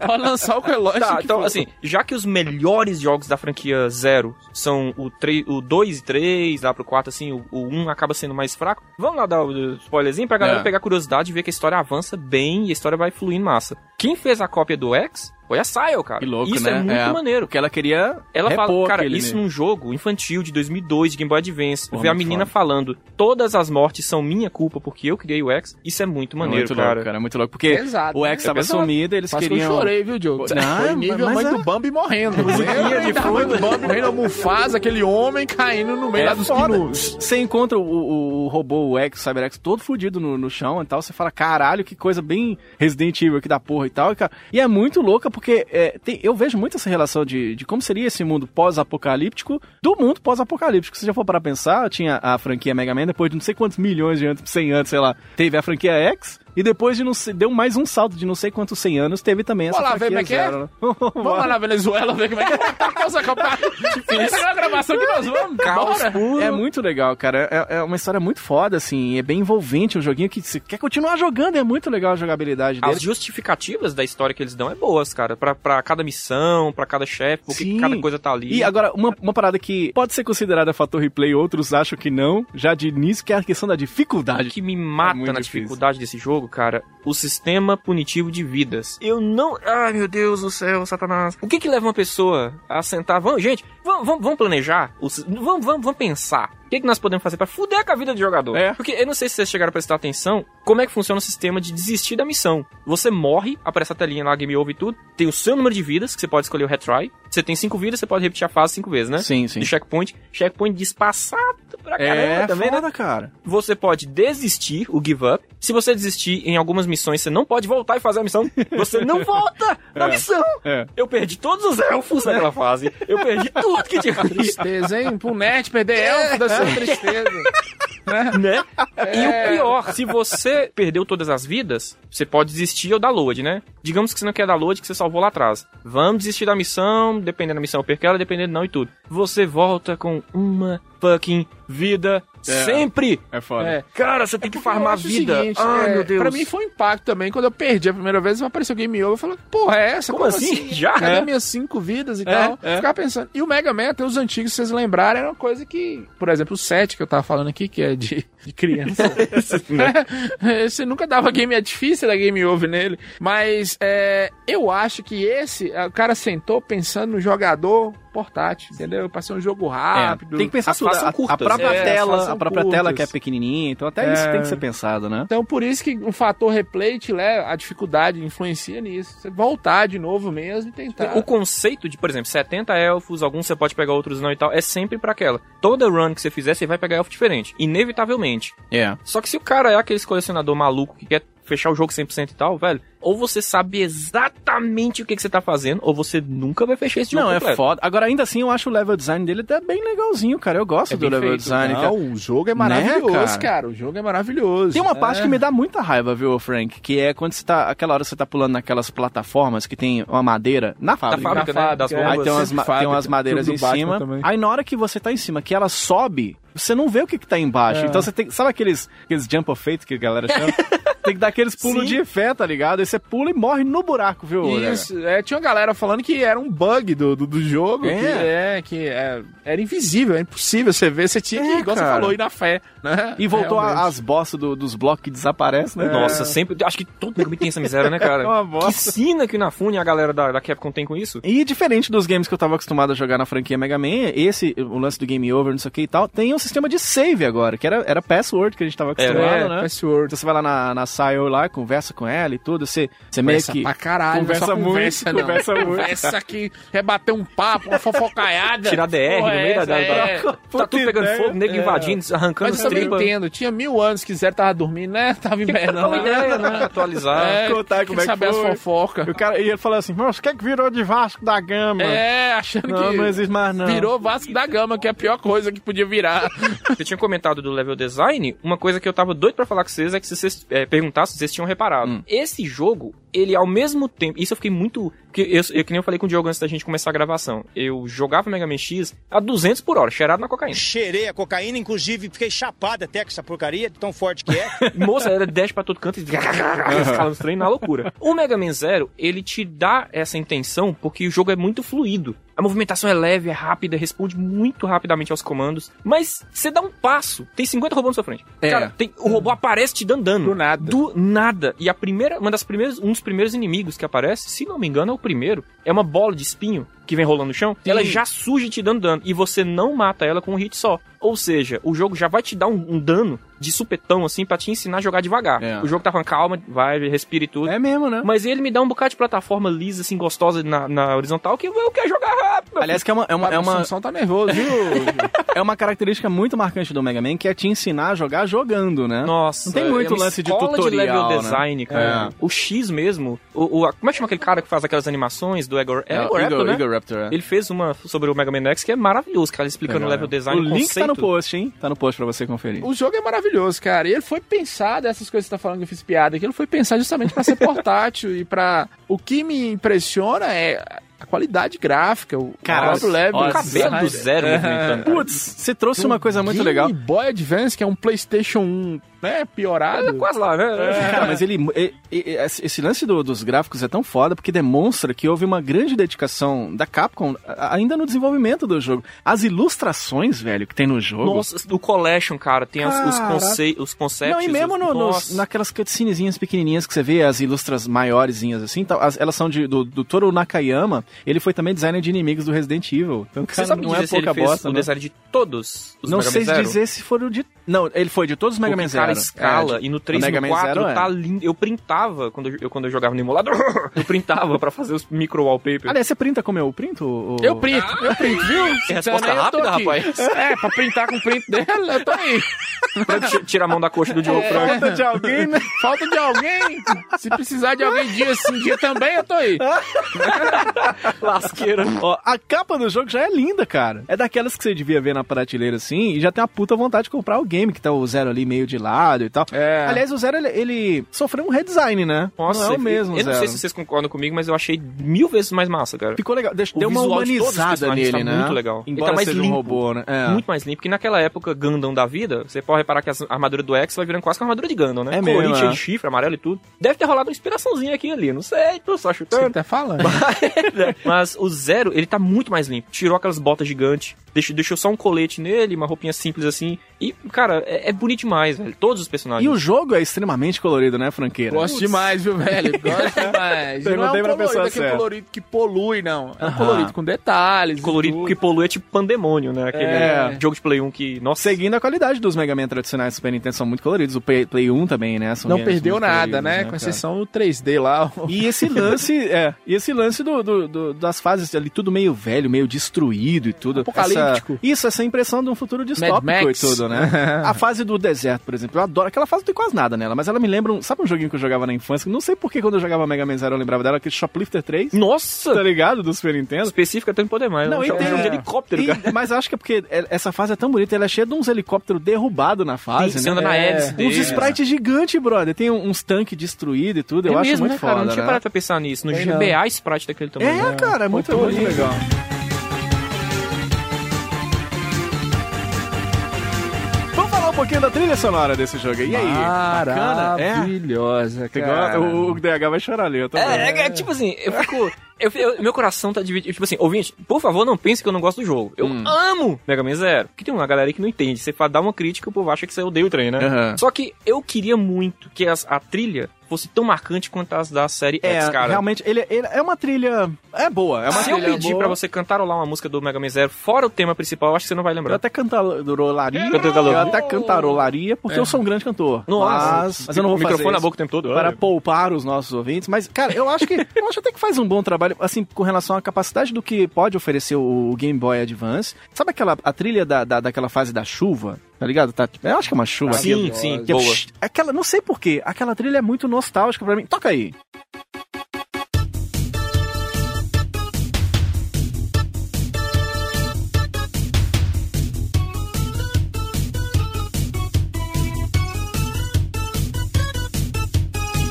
Speaker 7: Pode lançar o relógio.
Speaker 5: Tá,
Speaker 7: que
Speaker 5: então
Speaker 7: for.
Speaker 5: assim, já que os melhores jogos da franquia Zero são o 3, o 2 e 3, lá pro 4 assim, o, o 1 acaba sendo mais fraco. Vamos lá dar o o spoilerzinho pra galera
Speaker 7: É.
Speaker 5: pegar curiosidade e ver que a história avança bem e a história vai fluir em massa. Quem fez a cópia do X foi a Sayo, cara.
Speaker 7: Que louco,
Speaker 5: Isso
Speaker 7: né?
Speaker 5: é muito
Speaker 7: É.
Speaker 5: maneiro.
Speaker 3: Porque ela queria.
Speaker 5: Ela fala,
Speaker 3: repor
Speaker 5: cara,
Speaker 3: aquele,
Speaker 5: isso
Speaker 3: né?
Speaker 5: num jogo infantil de 2002 de Game Boy Advance.
Speaker 3: Porra,
Speaker 5: ver a
Speaker 3: muito
Speaker 5: menina
Speaker 3: foda.
Speaker 5: falando, todas as mortes são minha culpa porque eu criei o X. Isso é muito
Speaker 3: É
Speaker 5: maneiro,
Speaker 3: muito
Speaker 5: cara.
Speaker 3: louco, cara. É muito louco. Porque
Speaker 7: Pesado,
Speaker 3: o
Speaker 7: né?
Speaker 3: X tava
Speaker 5: É pesado.
Speaker 3: sumido, eles
Speaker 7: Quase que
Speaker 3: queriam.
Speaker 7: eu chorei, viu, Diogo? Foi nível a
Speaker 3: mas
Speaker 7: mãe
Speaker 3: é.
Speaker 7: do Bambi morrendo.
Speaker 4: é
Speaker 7: Musiquinha de fundo. Bambi morrendo, a Mufasa, aquele homem caindo no meio
Speaker 3: É
Speaker 7: lá dos
Speaker 3: foda.
Speaker 7: quilos.
Speaker 3: Você encontra o, o- o robô, o X, o Cyber X, todo fudido no, no chão e tal. Você fala, caralho, que coisa bem Resident Evil aqui da porra e tal. E, cara, e é muito louca porque é, tem- eu vejo muito essa relação de, de como seria esse mundo pós-apocalíptico do mundo pós-apocalíptico. Se já for para pensar, tinha a franquia Mega Man, depois de não sei quantos milhões de anos, 100 anos, sei lá, teve a franquia X. E depois de não sei, deu mais um salto de não sei quantos 100 anos, teve também essa
Speaker 7: Olha lá,
Speaker 3: franquia
Speaker 7: vem pra quê?
Speaker 3: zero, né?
Speaker 7: é? Vamos lá na Venezuela ver como é que tá essa Copa. Essa é a gravação que nós vamos.
Speaker 5: Caos
Speaker 7: Bora.
Speaker 5: puro.
Speaker 3: É muito legal, cara. É, é uma história muito foda, assim. É bem envolvente um joguinho que você quer continuar jogando. É muito legal a jogabilidade dele.
Speaker 5: As justificativas da história que eles dão é boas, cara. Pra, pra cada missão, pra cada chefe, porque
Speaker 3: Sim.
Speaker 5: cada coisa tá ali.
Speaker 3: E agora, uma, uma parada que pode ser considerada fator replay, outros acham que não, já de início, que é a questão da
Speaker 5: O
Speaker 3: dificuldade. É
Speaker 5: que me mata
Speaker 3: muito
Speaker 5: na
Speaker 3: difícil.
Speaker 5: dificuldade desse jogo, cara, o sistema punitivo de vidas. Eu não. Ai, meu Deus do céu, Satanás. O que que leva uma pessoa a sentar? Vamos, gente, vamos, vamos, vamos planejar? O si- Vamos, vamos, vamos pensar. O que, que nós podemos fazer pra fuder com a vida do jogador?
Speaker 3: É.
Speaker 5: Porque eu não sei se vocês chegaram a prestar atenção como é que funciona o sistema de desistir da missão. Você morre, aparece a telinha lá, game over e tudo. Tem o seu número de vidas, que você pode escolher o retry. Você tem cinco vidas, você pode repetir a fase cinco vezes, né?
Speaker 3: Sim, sim.
Speaker 5: De checkpoint. Checkpoint despassado pra caramba
Speaker 3: é,
Speaker 5: também, né?
Speaker 3: foda, cara.
Speaker 5: você pode desistir, o give up. Se você desistir em algumas missões, você não pode voltar e fazer a missão. Você não volta na missão.
Speaker 3: é.
Speaker 5: Eu perdi todos os elfos
Speaker 4: Né?
Speaker 5: naquela fase. Eu perdi tudo que tinha ali,
Speaker 7: Tristeza, hein? Pro nerd perder elfo, deve ser uma tristeza.
Speaker 5: né? E
Speaker 4: É.
Speaker 5: o pior, se você perdeu todas as vidas, você pode desistir ou dar load, né? Digamos que você não quer dar load, que você salvou lá atrás. Vamos desistir da missão, dependendo da missão eu perco ela, dependendo não e tudo. Você volta com uma fucking vida Sempre!
Speaker 3: É foda.
Speaker 4: É.
Speaker 5: Cara, você tem que
Speaker 4: Porque
Speaker 5: farmar
Speaker 4: eu
Speaker 5: a
Speaker 4: acho o
Speaker 5: vida.
Speaker 4: seguinte,
Speaker 5: ah,
Speaker 4: é,
Speaker 5: meu Deus.
Speaker 4: Pra mim foi um impacto também. Quando eu perdi a primeira vez, apareceu o Game Over. Eu falei, porra, é essa?
Speaker 5: Como assim? Já?
Speaker 4: Cadê
Speaker 5: É.
Speaker 4: minhas cinco vidas e
Speaker 3: É,
Speaker 4: tal?
Speaker 3: é.
Speaker 4: Ficava pensando. E o Mega Man, até os antigos, se vocês lembrarem, era uma coisa que... Por exemplo, o 7 que eu tava falando aqui, que é de, de criança.
Speaker 3: né?
Speaker 4: É, Você nunca dava game, é difícil dar game over nele. Mas é, eu acho que esse, é, o cara sentou pensando no jogador portátil, entendeu? Pra ser um jogo rápido.
Speaker 3: É, Ah, tem que pensar
Speaker 5: As
Speaker 3: tudo.
Speaker 5: façam
Speaker 3: A, a
Speaker 5: curtas.
Speaker 3: própria
Speaker 5: É, as
Speaker 3: tela,
Speaker 4: façam
Speaker 3: a própria tela que é
Speaker 4: curtas.
Speaker 3: pequenininha, então até isso tem que ser pensado, né?
Speaker 4: Então, por isso que o fator replay te leva, a dificuldade influencia nisso. Você voltar de novo mesmo e tentar.
Speaker 5: O conceito de, por exemplo, 70 elfos, alguns você pode pegar, outros não e tal, é sempre pra aquela. Toda run que você fizer, você vai pegar elfo diferente, inevitavelmente.
Speaker 3: É.
Speaker 5: Só que se o cara é aquele colecionador maluco que quer fechar o jogo 100% e tal, velho, ou você sabe exatamente o que, que você tá fazendo, ou você nunca vai fechar esse jogo
Speaker 3: Não, é
Speaker 5: completo.
Speaker 3: foda. Agora, ainda assim, eu acho o level design dele até bem legalzinho, cara. Eu gosto
Speaker 4: É
Speaker 3: do
Speaker 4: bem
Speaker 3: level
Speaker 4: feito,
Speaker 3: design,
Speaker 5: Ah,
Speaker 3: cara.
Speaker 9: Não, o jogo é
Speaker 3: Né,
Speaker 9: maravilhoso,
Speaker 3: cara?
Speaker 9: cara.
Speaker 4: O jogo é maravilhoso. É.
Speaker 3: Tem uma parte que
Speaker 5: É.
Speaker 3: me dá muita raiva, viu, Frank? Que é quando você tá. Aquela hora você tá pulando naquelas plataformas que tem uma madeira na
Speaker 5: Da
Speaker 3: fábrica.
Speaker 5: fábrica, né? Das
Speaker 4: fábrica.
Speaker 3: Aí tem
Speaker 5: bombas.
Speaker 3: umas, ma- tem umas
Speaker 9: Fábrica.
Speaker 3: madeiras
Speaker 9: Jogo
Speaker 3: em
Speaker 9: do Batman
Speaker 3: cima.
Speaker 9: também.
Speaker 3: Aí na hora que você tá em cima, que ela sobe, você não vê o que, que tá embaixo. Então você tem. Sabe aqueles, aqueles jump of fate que a galera chama? tem que dar aqueles pulos de fé, tá ligado? Aí você pula e morre no buraco, viu? né,
Speaker 4: Isso, é, tinha uma galera falando que era um bug do, do, do jogo,
Speaker 3: É.
Speaker 4: que, é, que é, era invisível, era impossível você ver, você tinha que, igual você falou, ir na fé, né?
Speaker 3: E voltou a-
Speaker 4: Realmente.
Speaker 3: as bossas do- dos blocos que desaparecem, né?
Speaker 5: Nossa, sempre. Acho que todo mundo tem essa miséria, né, cara?
Speaker 3: É uma
Speaker 5: que
Speaker 3: bosta.
Speaker 5: sina que o Inafune e a galera da, da Capcom tem com isso?
Speaker 3: E diferente dos games que eu tava acostumado a jogar na franquia Mega Man, esse, o lance do Game Over, não sei o que e tal, tem um sistema de save agora, que era, era password que a gente tava acostumado,
Speaker 5: Era,
Speaker 3: né?
Speaker 4: É, password.
Speaker 3: Então você vai lá na, na Sayo lá, conversa com ela e tudo, você, você meio
Speaker 4: Conversa
Speaker 3: que...
Speaker 4: pra caralho,
Speaker 3: conversa
Speaker 4: só
Speaker 3: muito,
Speaker 4: conversa, não.
Speaker 3: conversa muito.
Speaker 4: Conversa que é bater um papo, uma
Speaker 3: Então,
Speaker 4: fofocaiada.
Speaker 5: Tirar DR
Speaker 4: Porra,
Speaker 5: no meio da.
Speaker 4: essa
Speaker 5: da,
Speaker 4: é.
Speaker 5: da- Tá tudo pegando
Speaker 3: ideia.
Speaker 5: fogo, nego
Speaker 3: É.
Speaker 5: invadindo, arrancando
Speaker 4: Mas
Speaker 5: as
Speaker 4: eu também
Speaker 5: tripas.
Speaker 4: entendo, tinha mil anos que Zero tava dormindo, né? Tava invernando.
Speaker 5: Não, ideia, né? Atualizar.
Speaker 4: É,
Speaker 3: Contar como é que
Speaker 4: quer saber as
Speaker 3: foi.
Speaker 4: fofocas.
Speaker 3: O cara, e ele falou assim, mas o que é que virou de Vasco da Gama?
Speaker 4: É, achando
Speaker 3: não,
Speaker 4: que...
Speaker 3: não existe mais não.
Speaker 4: Virou Vasco da Gama, que é a pior coisa que podia virar.
Speaker 5: Você tinha comentado do level design, uma coisa que eu tava doido pra falar com vocês é que se vocês é, perguntassem, vocês tinham reparado. Esse jogo, ele ao mesmo tempo. Isso eu fiquei muito. Que, eu, eu- que nem eu falei com o Diogo antes da gente começar a gravação. Eu jogava Mega Man X a 200 por hora, cheirado na cocaína.
Speaker 10: Cheirei a cocaína, inclusive fiquei chapado até com essa porcaria, de tão forte que é.
Speaker 5: Moça, era dash pra todo canto e escalando os trem na loucura. O Mega Man Zero, ele te dá essa intenção porque o jogo é muito fluido. A movimentação é leve, é rápida, responde muito rapidamente aos comandos. Mas você dá um passo, tem 50 robôs na sua frente.
Speaker 4: É.
Speaker 5: Cara, tem- o robô aparece te dando dano.
Speaker 4: Do nada.
Speaker 5: Do nada. E a primeira, uma das primeiras, um dos primeiros inimigos que aparece, se não me engano, é o primeiro, é uma bola de espinho que vem rolando no chão. Ela já surge te dando dano tá e você não mata ela com um hit só. Ou seja, o jogo já vai te dar um, um dano de supetão assim pra te ensinar a jogar devagar.
Speaker 3: É.
Speaker 5: O jogo tá falando calma, vai, respira e tudo.
Speaker 3: É mesmo, né?
Speaker 5: Mas ele me dá um bocado de plataforma lisa, assim, gostosa na, na horizontal, que eu quero jogar rápido.
Speaker 3: Aliás, que é uma, é uma, é
Speaker 4: O
Speaker 3: uma,
Speaker 4: Sansão tá nervoso, viu?
Speaker 3: é uma característica muito marcante do Mega Man, que é te ensinar a jogar jogando, né?
Speaker 5: Nossa,
Speaker 3: Não tem muito
Speaker 5: é uma
Speaker 3: lance de
Speaker 5: escola
Speaker 3: tutorial,
Speaker 5: de
Speaker 3: né?
Speaker 5: level design, cara. O X mesmo, o, o- a- como é que chama aquele cara que faz aquelas animações do Egor, é,
Speaker 3: É,
Speaker 5: Egor Apple,
Speaker 3: Eagle-
Speaker 5: né?
Speaker 3: Eagle Raptor, é.
Speaker 5: Ele fez uma sobre o Mega Man X que é maravilhoso, cara, ele explicando o level design,
Speaker 3: o link
Speaker 5: conceito.
Speaker 3: tá no post, hein? Tá no post pra você conferir.
Speaker 4: O jogo é maravilhoso, cara. E ele foi pensado, essas coisas que você tá falando que eu fiz piada aqui, ele foi pensado justamente pra ser portátil e pra. O que me impressiona é a qualidade gráfica, o
Speaker 3: Cara, é
Speaker 4: próprio level.
Speaker 5: o cabelo do zero movimentando. cara.
Speaker 3: Putz, você trouxe uma coisa muito
Speaker 4: Game
Speaker 3: legal.
Speaker 4: Boy Advance, que é um PlayStation 1, né?
Speaker 5: É
Speaker 4: Piorado.
Speaker 5: quase lá, né?
Speaker 3: Cara, mas ele, e- e- esse esse lance do- dos gráficos é tão foda porque demonstra que houve uma grande dedicação da Capcom a- ainda no desenvolvimento do jogo. As ilustrações, velho, que tem no jogo.
Speaker 5: Nossa, do Collection, cara, tem as- os,
Speaker 3: Cara.
Speaker 5: conce, os concepts.
Speaker 3: Não, e mesmo
Speaker 5: os-
Speaker 3: no- nos-
Speaker 5: nossa.
Speaker 3: naquelas cutscenezinhas pequenininhas que você vê, as ilustras maiorzinhas assim, tal, as- elas são de, do, do Toru Nakayama, ele foi também designer de inimigos do Resident Evil. Então,
Speaker 5: Você
Speaker 3: cara,
Speaker 5: sabe
Speaker 3: não
Speaker 5: dizer
Speaker 3: é
Speaker 5: se ele
Speaker 3: pouca
Speaker 5: fez
Speaker 3: bosta,
Speaker 5: o
Speaker 3: né?
Speaker 5: design de todos os
Speaker 3: Não
Speaker 5: Mega Man
Speaker 3: sei
Speaker 5: Zero?
Speaker 3: dizer se foram de... Não, ele foi de todos os Mega Man
Speaker 5: Porque,
Speaker 3: Zero.
Speaker 5: Cara,
Speaker 3: É,
Speaker 5: escala.
Speaker 3: de-
Speaker 5: e no
Speaker 3: do
Speaker 5: 3 e
Speaker 3: Mega
Speaker 5: no
Speaker 3: Man
Speaker 5: 4
Speaker 3: Zero,
Speaker 5: tá
Speaker 3: é.
Speaker 5: lindo. Eu printava quando eu, eu- quando eu jogava no emulador. eu printava pra fazer os micro wallpapers.
Speaker 3: Aliás, você printa como eu printo? ou-
Speaker 4: Eu printo, eu printo, viu?
Speaker 5: É resposta
Speaker 4: Então, né, eu tô
Speaker 5: rápida,
Speaker 4: aqui.
Speaker 5: rapaz.
Speaker 4: É, pra printar com o print dela, eu tô aí.
Speaker 5: Ti- Tira a mão da coxa do
Speaker 3: É.
Speaker 5: Diogo Franco.
Speaker 3: Falta de alguém, né?
Speaker 4: Falta de alguém. Se precisar de alguém dia sim, dia também, eu tô aí.
Speaker 5: Lasqueira.
Speaker 3: Ó, a capa do jogo já é linda, cara. É daquelas que você devia ver na prateleira assim e já tem a puta vontade de comprar o game, que tá o Zero ali meio de lado e tal.
Speaker 4: É.
Speaker 3: Aliás, o Zero, ele, ele sofreu um redesign, né? não é o mesmo,
Speaker 5: Eu não
Speaker 3: Zero.
Speaker 5: sei se vocês concordam comigo, mas eu achei mil vezes mais massa, cara.
Speaker 3: Ficou legal. Deixa, deu uma
Speaker 5: visual de todos os
Speaker 3: humanizada
Speaker 5: personagens
Speaker 3: nele,
Speaker 5: tá
Speaker 3: né?
Speaker 5: muito legal. Ele
Speaker 3: Embora
Speaker 5: tá mais
Speaker 3: seja um
Speaker 5: limpo.
Speaker 3: robô, né? É.
Speaker 5: Muito mais limpo. que naquela época, Gundam da vida, você pode reparar que a armadura do X vai virando quase que uma armadura de Gundam, né?
Speaker 3: É mesmo,
Speaker 5: Colorida,
Speaker 3: é.
Speaker 5: cheia de chifre, amarelo e tudo. Deve ter rolado uma inspiraçãozinha aqui e ali, não sei, tô só
Speaker 4: Você
Speaker 5: chutando.
Speaker 4: tá falando?
Speaker 3: É.
Speaker 5: Mas o Zero, ele tá muito mais limpo. Tirou aquelas botas gigantes, deixou, deixou só um colete nele, uma roupinha simples assim. E, cara, é, é bonito demais, velho. Todos os personagens.
Speaker 3: E o jogo é extremamente colorido, né, franqueira?
Speaker 4: Gosto demais, viu, velho? Gosto demais. não é um
Speaker 3: Perguntei pra
Speaker 4: colorido,
Speaker 3: pessoa
Speaker 4: aquele
Speaker 3: certa.
Speaker 4: colorido que polui, não. É um
Speaker 3: Aham.
Speaker 4: colorido com detalhes.
Speaker 5: colorido que polui é tipo pandemônio, né? Aquele
Speaker 3: É.
Speaker 5: jogo de Play 1 que, nossa,
Speaker 3: Seguindo a qualidade dos Mega Man tradicionais do Super Nintendo, são muito coloridos. O Play, Play 1 também, né? São
Speaker 4: Não
Speaker 3: games
Speaker 4: perdeu
Speaker 3: muito
Speaker 4: nada,
Speaker 3: coloridos, Então
Speaker 4: né? Com
Speaker 3: cara?
Speaker 4: exceção do 3D lá. o-
Speaker 3: E esse lance, é, e esse lance do, do- do- das fases ali, tudo meio velho, meio destruído e tudo.
Speaker 4: Apocalíptico.
Speaker 3: Essa- isso, essa impressão de um futuro distópico
Speaker 4: Mad
Speaker 3: e
Speaker 4: Max.
Speaker 3: tudo, né? a fase do deserto, por exemplo, eu adoro. Aquela fase não tem quase nada nela, mas ela me lembra um. Sabe um joguinho que eu jogava na infância? que Não sei por que quando eu jogava Mega Man Zero eu lembrava dela, aquele Shoplifter 3.
Speaker 5: nossa,
Speaker 3: Tá ligado? Do Super Nintendo.
Speaker 5: específica até não poder mais.
Speaker 3: Não,
Speaker 5: né?
Speaker 3: e tem-
Speaker 5: um jogo de helicóptero,
Speaker 3: E-
Speaker 5: cara.
Speaker 3: mas acho que é porque é- essa fase é tão bonita, ela é cheia de uns helicópteros derrubados na fase,
Speaker 5: Você
Speaker 3: né?
Speaker 5: anda na
Speaker 3: É.
Speaker 5: hélice
Speaker 3: Uns
Speaker 5: deles.
Speaker 3: sprites gigantes, brother. Tem um- uns tanques destruídos e tudo. eu
Speaker 5: é
Speaker 3: acho
Speaker 5: mesmo,
Speaker 3: muito
Speaker 5: né, cara?
Speaker 3: foda.
Speaker 5: Eu não tinha
Speaker 3: né?
Speaker 5: parado pra pensar nisso. No
Speaker 4: Tem não.
Speaker 5: GBA, sprite daquele tamanho.
Speaker 3: É, cara, é muito,
Speaker 4: Controle,
Speaker 3: muito
Speaker 4: né?
Speaker 3: legal. Vamos falar um pouquinho da trilha sonora desse jogo. aí. E aí? Bacana? É.
Speaker 4: Maravilhosa, cara.
Speaker 3: Igual- O, o DH vai chorar ali, eu tô vendo.
Speaker 5: É, é, é, tipo assim, eu fico. eu- eu- meu coração tá dividido. Tipo assim, ouvinte, por favor, não pense que eu não gosto do jogo. Eu
Speaker 3: Hum.
Speaker 5: amo Mega Man Zero. Porque tem uma galera que não entende. Você fala, dá uma crítica, o povo acha que você odeia o trem, né?
Speaker 3: Aham.
Speaker 5: Só que eu queria muito que as- a trilha fosse tão marcante quanto as da série
Speaker 3: É,
Speaker 5: X, cara.
Speaker 3: realmente, ele, ele é uma trilha. É boa, é uma
Speaker 5: Se eu
Speaker 3: trilha.
Speaker 5: pedir
Speaker 3: boa.
Speaker 5: pra você cantarolar uma música do Mega Man Zero fora o tema principal, eu acho que você não vai
Speaker 3: Eu
Speaker 5: lembrar.
Speaker 3: até cantarolaria.
Speaker 5: Cantarolou.
Speaker 3: Eu até cantarolaria, porque eu sou um grande cantor. mas, mas eu não vou
Speaker 5: microfone
Speaker 3: fazer
Speaker 5: na
Speaker 3: isso.
Speaker 5: boca o tempo todo.
Speaker 3: para
Speaker 5: olha.
Speaker 3: poupar os nossos ouvintes, mas, cara, eu acho que eu acho até que faz um bom trabalho, assim, com relação à capacidade do que pode oferecer o Game Boy Advance. Sabe aquela a trilha da, da- daquela fase da chuva? Tá ligado? Tá, eu acho que é uma chuva.
Speaker 5: Sim, sim,
Speaker 3: Que é-
Speaker 5: boa.
Speaker 3: aquela, não sei porquê, aquela trilha é muito nostálgica pra mim. Toca aí.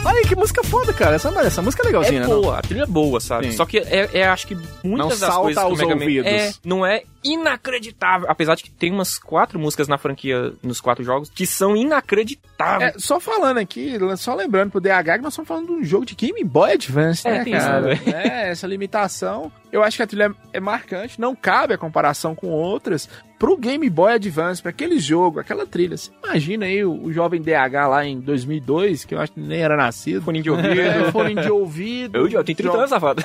Speaker 3: Olha aí, que música foda, cara. Essa, essa música é legalzinha,
Speaker 5: É
Speaker 3: né? não?
Speaker 5: boa, a trilha é boa, sabe?
Speaker 3: Sim.
Speaker 5: Só que é, é, acho que
Speaker 3: Não
Speaker 5: muitas das
Speaker 3: salta
Speaker 5: coisas que o
Speaker 3: aos
Speaker 5: Mega Man-
Speaker 3: ouvidos.
Speaker 5: é, não é inacreditável. Apesar de que tem umas quatro músicas na franquia, nos quatro jogos, que são
Speaker 4: É,
Speaker 5: inacreditáveis.
Speaker 4: só falando aqui, só lembrando pro DH que nós estamos falando de um jogo de Game Boy Advance,
Speaker 5: É,
Speaker 4: né,
Speaker 5: tem
Speaker 4: cara?
Speaker 5: isso,
Speaker 4: é, essa limitação. Eu acho que a trilha é marcante, não cabe a comparação com outras. Pro Game Boy Advance, pra aquele jogo, aquela trilha. Você imagina aí o, o jovem DH lá em 2002, que eu acho que nem era nascido.
Speaker 5: Fone de ouvido.
Speaker 4: É, fone de ouvido.
Speaker 5: Eu, eu tenho 30 anos, safado.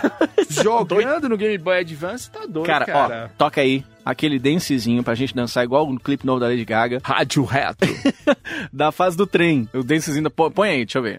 Speaker 4: Jogando no Game Boy Advance, tá doido, cara.
Speaker 3: Cara, ó, toca aí aquele dancezinho pra gente dançar igual no clipe novo da Lady Gaga.
Speaker 4: Rádio reto.
Speaker 3: da fase do trem. O dancezinho. da- pô- Põe aí, deixa eu ver.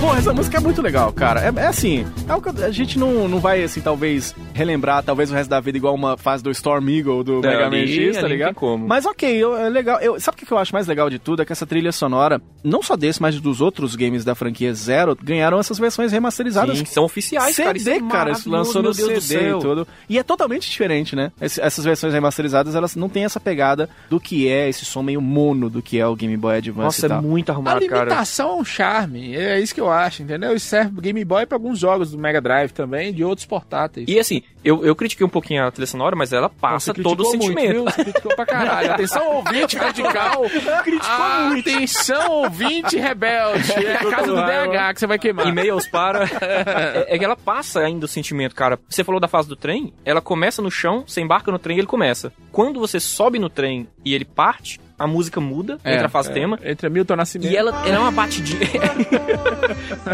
Speaker 3: Porra, essa música é muito legal, cara. É, é assim, é o que eu- a gente não, não vai, assim, talvez relembrar, talvez o resto da vida igual uma fase do Storm Eagle do
Speaker 5: Não,
Speaker 3: Mega Man
Speaker 5: É, ali-
Speaker 3: X, tá
Speaker 5: ali não
Speaker 3: ligado?
Speaker 5: tem como.
Speaker 3: Mas ok, eu- é legal. Eu, sabe o que eu acho mais legal de tudo? É que essa trilha sonora, não só desse, mas dos outros games da franquia Zero, ganharam essas versões remasterizadas.
Speaker 5: Sim, são oficiais,
Speaker 3: CD,
Speaker 5: cara. Isso é
Speaker 3: cara, isso lançou no
Speaker 5: maravilhoso, meu Deus do
Speaker 3: CD e
Speaker 5: céu.
Speaker 3: tudo. E é totalmente diferente, né? Esse- essas versões remasterizadas, elas não têm essa pegada do que é esse som meio mono do que é o Game Boy Advance e
Speaker 5: Nossa, é
Speaker 3: tal.
Speaker 5: muito
Speaker 4: A
Speaker 5: arrumado, cara.
Speaker 4: limitação é um charme, é isso que eu acho, entendeu? E serve pro Game Boy pra alguns jogos do Mega Drive também, de outros portáteis.
Speaker 5: E assim, eu, eu critiquei um pouquinho a trilha sonora, mas ela passa
Speaker 4: Você
Speaker 5: todo o
Speaker 4: criticou muito,
Speaker 5: sentimento.
Speaker 4: viu? Você criticou pra caralho. Atenção, ouvinte radical. Criticou muito. Atenção, ouvinte rebelde. É a casa do DH que você vai queimar.
Speaker 5: E-mails para. é, é que ela passa ainda o sentimento, cara. Você falou da fase do trem, ela começa no chão, você embarca no trem e ele começa. Quando você sobe no trem e ele parte, a música muda, entra a fase tema.
Speaker 7: é
Speaker 4: Entre Milton Nascimento.
Speaker 5: E ela, ela é uma batidinha.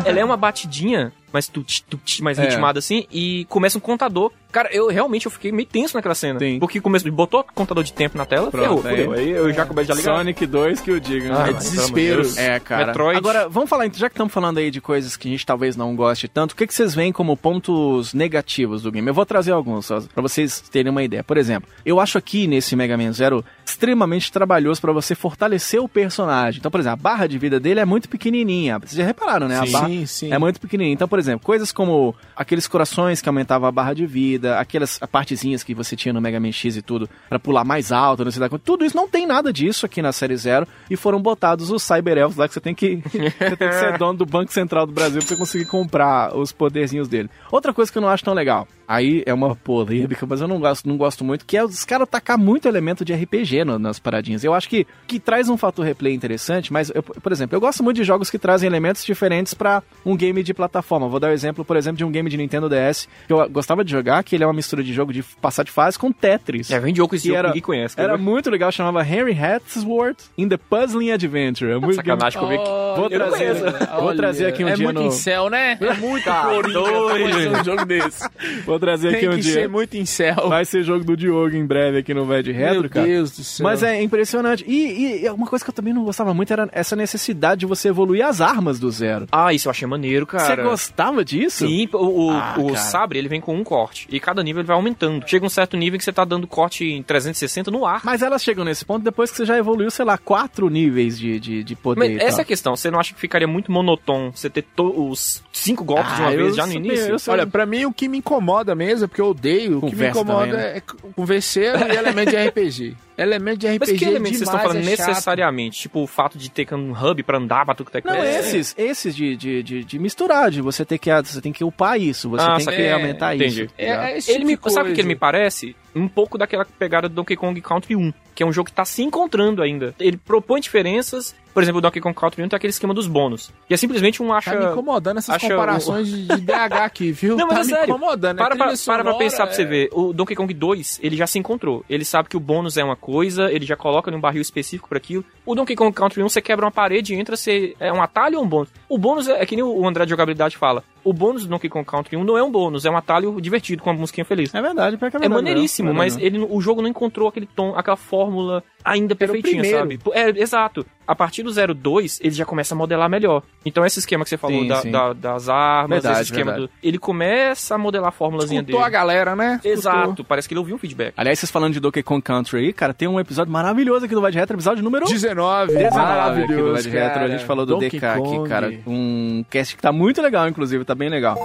Speaker 5: ela é uma batidinha mais, tut, tut, mais
Speaker 4: É.
Speaker 5: ritmada assim, e começa um contador. Cara, eu realmente eu fiquei meio tenso naquela cena.
Speaker 4: Sim.
Speaker 5: Porque começou, botou contador de tempo na tela,
Speaker 3: Pronto,
Speaker 5: ferrou, fudeu. Aí eu já comecei a ligar.
Speaker 3: Sonic 2 que o diga.
Speaker 5: Tá Ah,
Speaker 3: né?
Speaker 4: é
Speaker 5: mas,
Speaker 4: desespero.
Speaker 5: pelo amor de Deus.
Speaker 3: É, cara.
Speaker 5: Metroid.
Speaker 3: Agora, vamos falar, já que estamos falando aí de coisas que a gente talvez não goste tanto, o que, que vocês veem como pontos negativos do game? Eu vou trazer alguns só pra vocês terem uma ideia. Por exemplo, eu acho aqui nesse Mega Man Zero extremamente trabalhoso pra você fortalecer o personagem. Então, por exemplo, a barra de vida dele é muito pequenininha. Vocês já repararam, né? A barra
Speaker 4: Sim, sim.
Speaker 3: é muito pequenininho. Então, por exemplo, coisas como aqueles corações que aumentavam a barra de vida, aquelas partezinhas que você tinha no Mega Man X e tudo, pra pular mais alto, não sei lá, quanto, tudo isso não tem nada disso aqui na série Zero. E foram botados os Cyber Elves lá que você tem que, você tem que ser dono do Banco Central do Brasil pra você conseguir comprar os poderzinhos dele. Outra coisa que eu não acho tão legal, aí é uma polêmica, mas eu não gosto, não gosto muito, que é os caras tacar muito elemento de RPG no- nas paradinhas. Eu acho que, que traz um fator replay interessante, mas, eu- por exemplo, eu gosto muito de jogos que trazem elementos diferentes pra um game de plataforma. Vou dar o exemplo, por exemplo, de um game de Nintendo DS que eu gostava de jogar, que ele é uma mistura de jogo de passar de fase com Tetris.
Speaker 7: É
Speaker 5: Já vem de jogo esse
Speaker 3: E
Speaker 5: jogo que
Speaker 3: era-
Speaker 5: ninguém conhece.
Speaker 3: Era muito legal, chamava Henry Hatsworth in the Puzzling Adventure.
Speaker 7: Tá
Speaker 3: É muito
Speaker 5: sacanagem comigo.
Speaker 3: Vou
Speaker 7: Olha,
Speaker 3: trazer, vou
Speaker 7: olha.
Speaker 3: trazer aqui um
Speaker 7: é
Speaker 3: dia
Speaker 7: muito
Speaker 3: no-
Speaker 7: incel, né? É muito colorido um jogo desse.
Speaker 3: Vou trazer aqui
Speaker 7: Tem
Speaker 3: um
Speaker 7: que ser
Speaker 3: dia.
Speaker 7: muito incel.
Speaker 3: Vai ser jogo do Diogo em breve aqui no Ved Retro,
Speaker 7: Meu
Speaker 3: cara.
Speaker 7: Deus do céu.
Speaker 3: Mas é impressionante. E, e uma coisa que eu também não gostava muito era essa necessidade de você evoluir as armas do zero.
Speaker 5: Ah, isso eu achei maneiro, cara.
Speaker 3: Você gostava disso?
Speaker 5: Sim, o, o,
Speaker 3: Ah,
Speaker 5: o
Speaker 3: cara.
Speaker 5: sabre ele vem com um corte. E cada nível ele vai aumentando. Chega um certo nível que você tá dando corte em 360 no ar.
Speaker 3: Mas elas chegam nesse ponto depois que você já evoluiu, sei lá, quatro níveis de, de, de poder. tá. e
Speaker 5: Mas essa é
Speaker 3: tal.
Speaker 5: a questão. Você não acha que ficaria muito monotono você ter to- os cinco golpes é de uma
Speaker 3: Ah, eu
Speaker 5: vez já no
Speaker 3: sou-
Speaker 5: início?
Speaker 3: eu sou- um
Speaker 7: Olha, pra mim o que me incomoda mesmo, é porque eu odeio, o que me
Speaker 3: Conversa
Speaker 7: incomoda
Speaker 3: também, né?
Speaker 7: é converseiro e elemento de RPG. Elemento de RPG
Speaker 5: Mas que
Speaker 7: é
Speaker 5: elementos vocês estão
Speaker 7: demais,
Speaker 5: falando
Speaker 7: é chato.
Speaker 5: necessariamente? Tipo, o fato de ter um hub pra andar, batuque tecla. é
Speaker 3: Não, esses, esses de, de, de, de misturar, de você ter que, ah, você tem que upar isso, você
Speaker 5: Ah,
Speaker 3: tem que
Speaker 5: saquei.
Speaker 3: aumentar
Speaker 5: Entendi.
Speaker 3: isso.
Speaker 7: É,
Speaker 3: ligado?
Speaker 7: é esse
Speaker 5: Ele
Speaker 7: tipo
Speaker 5: me,
Speaker 7: de
Speaker 5: sabe o que ele me
Speaker 7: coisa.
Speaker 5: parece? Um pouco daquela pegada do Donkey Kong Country 1, que é um jogo que tá se encontrando ainda. Ele propõe diferenças. Por exemplo, o Donkey Kong Country 1 tem aquele esquema dos bônus. E é simplesmente um acha.
Speaker 7: Tá me incomodando essas
Speaker 5: acha
Speaker 7: comparações de, de DH aqui, viu?
Speaker 5: Não, mas
Speaker 7: tá
Speaker 5: é
Speaker 7: me
Speaker 5: sério.
Speaker 7: incomodando.
Speaker 5: Para,
Speaker 7: A
Speaker 5: pra,
Speaker 7: trilha
Speaker 5: para pra
Speaker 7: sonora
Speaker 5: pensar pra você
Speaker 7: é-
Speaker 5: ver. O Donkey Kong 2, ele já se encontrou. Ele sabe que o bônus é uma coisa, ele já coloca num barril específico pra aquilo. O Donkey Kong Country 1, você quebra uma parede, entra, você é um atalho ou um bônus? O bônus é, é que nem o André de Jogabilidade fala. O bônus do Donkey Kong Country 1 não é um bônus, é um atalho divertido, com uma musiquinha feliz.
Speaker 3: É verdade, pior que é
Speaker 5: É
Speaker 3: verdade.
Speaker 5: maneiríssimo,
Speaker 3: mesmo.
Speaker 5: mas ele, o jogo não encontrou aquele tom, aquela fórmula ainda
Speaker 7: Era o
Speaker 5: perfeitinha,
Speaker 7: primeiro.
Speaker 5: sabe? Pô, É, exato. A partir do 02, ele já começa a modelar melhor. Então, esse esquema que você falou
Speaker 3: Sim,
Speaker 5: da-
Speaker 3: sim.
Speaker 5: da- das armas,
Speaker 3: Verdade,
Speaker 5: esse esquema
Speaker 3: verdade.
Speaker 5: do. Ele começa a modelar a formulazinha
Speaker 7: Escutou a
Speaker 5: dele.
Speaker 7: galera, né? Escutou.
Speaker 5: Exato, parece que ele ouviu um feedback.
Speaker 3: Aliás, vocês falando de Donkey Kong Country aí, cara, tem um episódio maravilhoso aqui do Vai Retro, episódio número
Speaker 7: 19.
Speaker 3: aqui do
Speaker 7: Maravilhoso,
Speaker 3: Vai Retro. A
Speaker 7: cara.
Speaker 3: gente falou do
Speaker 7: Donkey
Speaker 3: DK aqui,
Speaker 7: Kong.
Speaker 3: cara. Um cast que tá muito legal, inclusive, tá bem legal.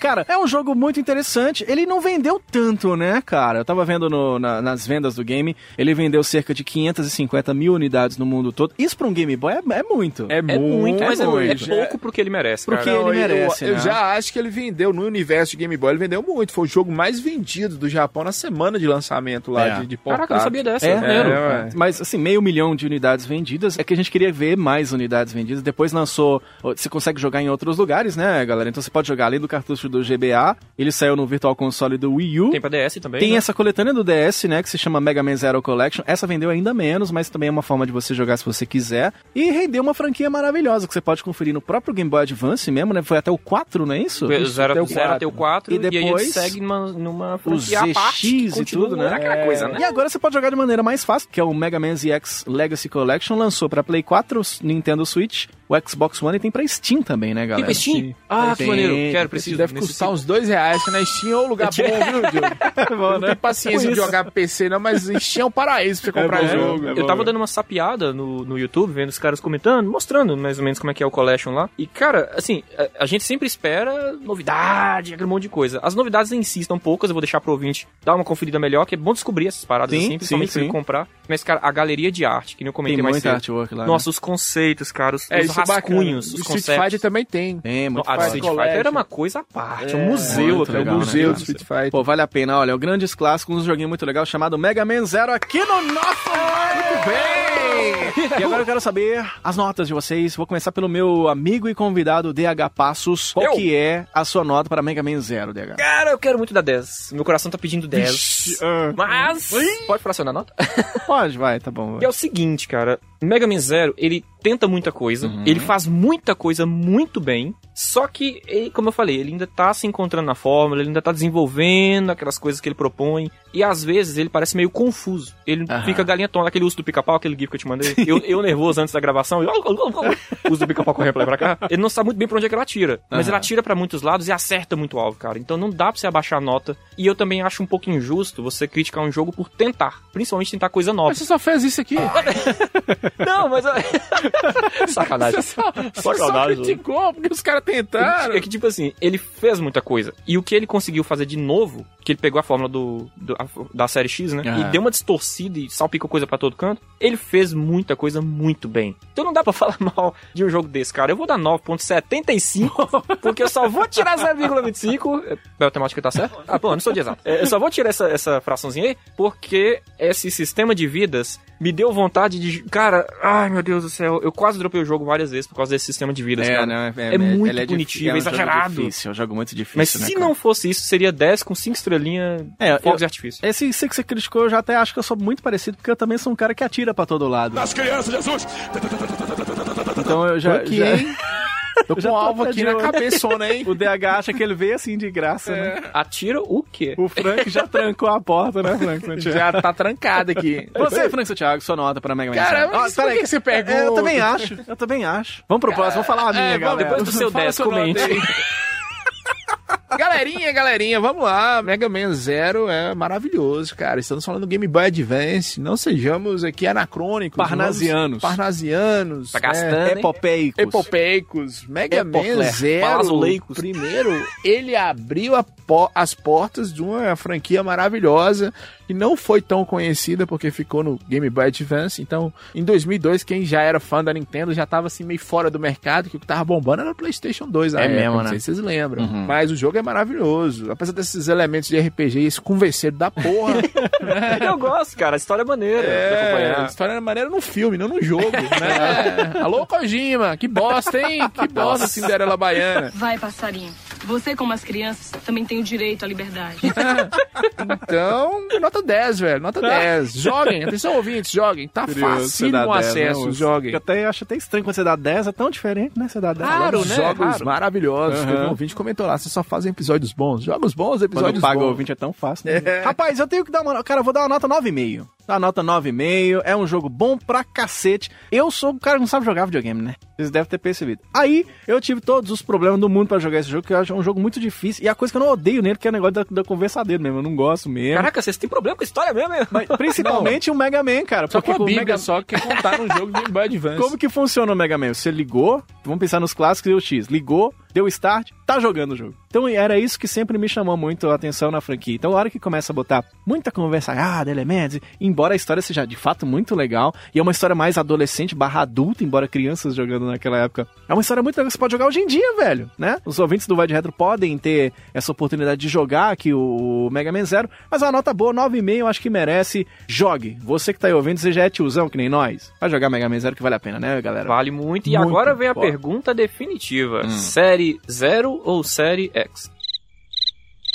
Speaker 3: Cara, é um jogo muito interessante. Ele não vendeu tanto, né, cara? Eu tava vendo no- na- nas vendas do game. Ele vendeu cerca de 550 mil unidades no mundo todo. Isso pra um Game Boy é, é muito.
Speaker 7: É
Speaker 5: É muito,
Speaker 7: muito,
Speaker 5: mas é, é
Speaker 7: muito.
Speaker 5: pouco pro que ele merece,
Speaker 3: Pro
Speaker 5: cara.
Speaker 3: que ele
Speaker 7: Não, eu-
Speaker 3: merece,
Speaker 7: eu,
Speaker 3: né?
Speaker 7: já acho que ele vendeu no universo de Game Boy, ele vendeu muito. Foi o jogo mais vendido do Japão na semana de lançamento lá
Speaker 3: É.
Speaker 7: de, de
Speaker 5: Caraca, eu não
Speaker 7: portátil.
Speaker 5: sabia dessa. né?
Speaker 3: É,
Speaker 5: maneiro.
Speaker 3: maneiro.
Speaker 7: ué.
Speaker 3: Mas assim, meio milhão de unidades vendidas. É que a gente queria ver mais unidades vendidas. Depois lançou. Você consegue jogar em outros lugares, né, galera? Então você pode jogar além do cartucho do GBA. Ele saiu no Virtual Console do Wii U.
Speaker 5: Tem pra DS também.
Speaker 3: Tem
Speaker 5: né?
Speaker 3: essa coletânea do DS, né, que se chama Mega Man Zero Collection. Essa vendeu ainda menos, mas também é uma forma de você jogar se você quiser. E rendeu uma franquia maravilhosa, que você pode conferir no próprio Game Boy Advance mesmo, né? Foi até o 4, não é isso?
Speaker 5: Zero- Zero
Speaker 7: quatro.
Speaker 5: até o 4,
Speaker 3: E
Speaker 5: e, aí ele
Speaker 3: depois-
Speaker 5: segue numa, numa
Speaker 3: o
Speaker 5: franquia à parte. que
Speaker 3: ZX e
Speaker 5: continua
Speaker 3: tudo, né?
Speaker 5: Aquela coisa, né?
Speaker 7: É.
Speaker 3: E agora você pode jogar de maneira mais fácil, que é o Mega Man ZX Legacy Collection, lançou pra Play 4, Nintendo Switch, o Xbox One e tem pra Steam também, né,
Speaker 5: Tem
Speaker 3: galera?
Speaker 5: pra Steam? Ah, que
Speaker 3: Tem.
Speaker 5: maneiro. Quero,
Speaker 7: Isso
Speaker 5: preciso.
Speaker 7: deve
Speaker 5: necessito.
Speaker 7: custar uns dois reais, que na Steam tipo. é o lugar bom, viu, Diogo?
Speaker 3: É
Speaker 7: Eu
Speaker 3: né?
Speaker 7: não tenho paciência de jogar PC, não, mas Steam é um paraíso pra você comprar
Speaker 3: bom,
Speaker 7: jogo.
Speaker 3: é
Speaker 5: né? eu tava dando uma sapiada no, no YouTube, vendo os caras comentando, mostrando mais ou menos como é que é o Collection lá. E, cara, assim, a, a gente sempre espera novidade, aquele monte de coisa. As novidades em si estão poucas, eu vou deixar pro ouvinte dar uma conferida melhor, que é bom descobrir essas paradas
Speaker 3: Sim,
Speaker 5: assim, principalmente
Speaker 3: sim,
Speaker 5: pra ele
Speaker 3: sim.
Speaker 5: comprar. Mas, cara, a galeria de arte, que nem eu comentei
Speaker 3: Tem
Speaker 5: mais
Speaker 3: muita
Speaker 5: cedo.
Speaker 3: artwork lá. né?
Speaker 5: Nossa, os conceitos, cara, os, os
Speaker 7: isso é bacana.
Speaker 5: rascunhos,
Speaker 7: O
Speaker 5: os
Speaker 7: Street
Speaker 5: conceitos.
Speaker 7: Fighter também tem.
Speaker 3: né? Tem, muito
Speaker 5: a do
Speaker 3: foda.
Speaker 5: Street Fighter era uma coisa à parte, é um museu.
Speaker 3: muito
Speaker 5: aquele
Speaker 3: legal, né,
Speaker 5: museu
Speaker 7: Museu
Speaker 3: cara?
Speaker 7: do Street Fighter.
Speaker 3: Pô, vale a pena, olha, o Grandes Clássicos, um joguinho muito legal chamado Mega Man Zero aqui no nosso Muito bem! E agora eu quero saber as notas de vocês. Vou começar pelo meu amigo e convidado DH Passos. Qual
Speaker 5: Eu?
Speaker 3: que é a sua nota para Mega Man Zero, DH?
Speaker 5: Cara, eu quero muito dar 10. Meu coração tá pedindo
Speaker 3: ah.
Speaker 5: 10. Mas. Pode fracionar a nota?
Speaker 3: Pode, vai, tá bom.
Speaker 5: Que é o seguinte, cara. Mega Man Zero, ele tenta muita coisa, ele faz muita coisa muito bem, só que, ele- como eu falei, ele ainda tá se encontrando na fórmula, ele ainda tá desenvolvendo aquelas coisas que ele propõe, e às vezes ele parece meio confuso. Ele fica galinha tona, aquele uso do pica-pau, aquele gif que eu te mandei. Eu, eu nervoso antes da gravação, eu, uso do pica-pau correndo pra lá e pra cá. Ele não sabe muito bem pra onde é que ela atira, mas ele atira pra muitos lados e acerta muito o alvo, cara. Então não dá pra você abaixar a nota, e eu também acho um pouco injusto você criticar um jogo por tentar, principalmente tentar coisa nova.
Speaker 4: Mas você só fez isso aqui.
Speaker 5: Não, mas. Sacanagem.
Speaker 4: Você só, você só
Speaker 5: Sacanagem.
Speaker 4: criticou porque os caras tentaram.
Speaker 5: É que, tipo assim, ele fez muita coisa. E o que ele conseguiu fazer de novo, que ele pegou a fórmula do, do- a- da série X, né? E deu uma distorcida e salpicou coisa pra todo canto. Ele fez muita coisa muito bem. Então não dá pra falar mal de um jogo desse, cara. Eu vou dar 9.75, porque eu só vou tirar 0,25. É, Matemática tá certo? Ah, pô, não sou de exato. É, Eu só vou tirar essa, essa fraçãozinha aí, porque esse sistema de vidas me deu vontade de. Cara, ai meu Deus do céu, eu quase dropei o jogo várias vezes por causa desse sistema de vidas, cara.
Speaker 11: não,
Speaker 5: É muito
Speaker 11: ele difí-
Speaker 5: punitivo,
Speaker 11: é um jogo
Speaker 5: exagerado.
Speaker 11: Difícil, é um jogo muito difícil,
Speaker 5: Mas
Speaker 11: né,
Speaker 5: se
Speaker 11: cara?
Speaker 5: não fosse isso, seria 10 com 5 estrelinhas
Speaker 3: É,
Speaker 5: fogos
Speaker 3: eu-
Speaker 5: de artifício.
Speaker 3: Esse que você criticou, eu já até acho que eu sou muito parecido, porque eu também sou um cara que atira pra todo lado.
Speaker 2: Das crianças, Jesus!
Speaker 3: Então eu já.
Speaker 12: Aqui,
Speaker 3: já-
Speaker 12: hein? Tô com
Speaker 3: já
Speaker 12: um
Speaker 3: tô
Speaker 12: alvo aqui na
Speaker 3: de olho.
Speaker 12: cabeçona, hein?
Speaker 3: O DH acha que ele veio assim de graça, né?
Speaker 5: Atira o quê?
Speaker 3: O Frank já trancou a porta, né, Frank? Santiago?
Speaker 4: Já tá trancado aqui.
Speaker 3: Você, Frank Santiago, sua nota pra Mega Man
Speaker 4: Cara,
Speaker 3: Zero.
Speaker 4: mas
Speaker 3: Ah,
Speaker 4: por
Speaker 3: peraí,
Speaker 4: que que você pegou? Tipo,
Speaker 3: É, eu também acho, eu também acho. Vamos pro próximo, vamos falar a minha,
Speaker 4: é, vamos
Speaker 3: galera.
Speaker 5: Depois do seu
Speaker 4: Fala
Speaker 5: 10,
Speaker 4: seu nome
Speaker 5: comente.
Speaker 4: Galerinha, galerinha, vamos lá. Mega Man Zero é maravilhoso, cara. Estamos falando do Game Boy Advance. Não sejamos aqui anacrônicos.
Speaker 3: Parnasianos.
Speaker 4: vamos- Parnasianos.
Speaker 5: Tá
Speaker 3: É,
Speaker 4: né?
Speaker 5: gastando, hein?
Speaker 3: Epopeicos.
Speaker 4: Epopeicos, Mega Man
Speaker 3: Epocler,
Speaker 4: Zero,
Speaker 5: Palazuleicos.
Speaker 4: primeiro, ele abriu a po- as portas de uma franquia maravilhosa que não foi tão conhecida porque ficou no Game Boy Advance. Então, em 2002, quem já era fã da Nintendo já tava assim meio fora do mercado, que o que tava bombando era o PlayStation 2. à
Speaker 11: É
Speaker 4: época,
Speaker 11: mesmo,
Speaker 4: não
Speaker 11: né?
Speaker 4: sei se vocês lembram. Mas o jogo é maravilhoso. Apesar desses elementos de RPG, esse converseiro da porra.
Speaker 5: Eu gosto, cara. A história é maneira. de
Speaker 4: É, a
Speaker 5: acompanhar.
Speaker 4: história era maneira no filme, não no jogo. Né?
Speaker 11: É.
Speaker 4: Alô, Kojima, que bosta, hein? Que bosta, Cinderela Baiana.
Speaker 8: Vai, passarinho. Você, como as crianças, também tem o direito à liberdade.
Speaker 4: Então, nota 10, velho, nota 10. Joguem, atenção ouvintes, joguem. Tá
Speaker 3: Curioso, você
Speaker 4: fácil
Speaker 3: dá
Speaker 4: o
Speaker 3: 10,
Speaker 4: acesso,
Speaker 3: né, os-
Speaker 4: joguem.
Speaker 3: Eu até, acho até estranho quando você dá 10, é tão diferente, né? Você dá 10.
Speaker 4: Claro, né? Jogos
Speaker 3: Jogos
Speaker 4: maravilhosos.
Speaker 3: Aham.
Speaker 4: Teve um ouvinte que comentou lá, vocês só fazem episódios bons. Jogos bons,
Speaker 3: Quando
Speaker 4: episódios
Speaker 3: paga o
Speaker 4: bons.
Speaker 3: ouvinte é tão fácil, né? Rapaz, eu tenho que dar uma nota. Cara, eu vou dar uma nota 9,5. Dá uma nota 9,5. É um jogo bom pra cacete. Eu sou um cara que não sabe jogar videogame, né? Vocês devem ter percebido. Aí, eu tive todos os problemas do mundo pra jogar esse jogo, que eu acho um jogo muito difícil. E a coisa que eu não odeio nele, que é o negócio da, da conversadeira mesmo. Eu não gosto mesmo.
Speaker 5: Caraca, vocês têm problema com a história mesmo, hein?
Speaker 3: Mas, principalmente o Mega Man, cara.
Speaker 4: Só
Speaker 3: porque
Speaker 4: com a
Speaker 3: o
Speaker 4: Bíblia,
Speaker 3: Mega
Speaker 4: só que contaram um jogo de Game Boy Advance.
Speaker 3: Como que funciona o Mega Man? Você ligou, vamos pensar nos clássicos e o X. Ligou, deu start, tá jogando o jogo. Então era isso que sempre me chamou muito a atenção na franquia. Então a hora que começa a botar muita conversa, ah, elementos, embora a história seja de fato muito legal, e é uma história mais adolescente barra adulta, embora crianças jogando naquela época, é uma história muito legal que você pode jogar hoje em dia, velho, né? Os ouvintes do Vai de Retro podem ter essa oportunidade de jogar aqui o Mega Man Zero, mas é uma nota boa, 9,5, eu acho que merece. Jogue. Você que tá aí ouvindo, você já é tiozão que nem nós. Vai jogar Mega Man Zero que vale a pena, né, galera?
Speaker 5: Vale muito. E
Speaker 3: Muito
Speaker 5: agora vem a
Speaker 3: foda.
Speaker 5: pergunta definitiva: série 0 ou série X?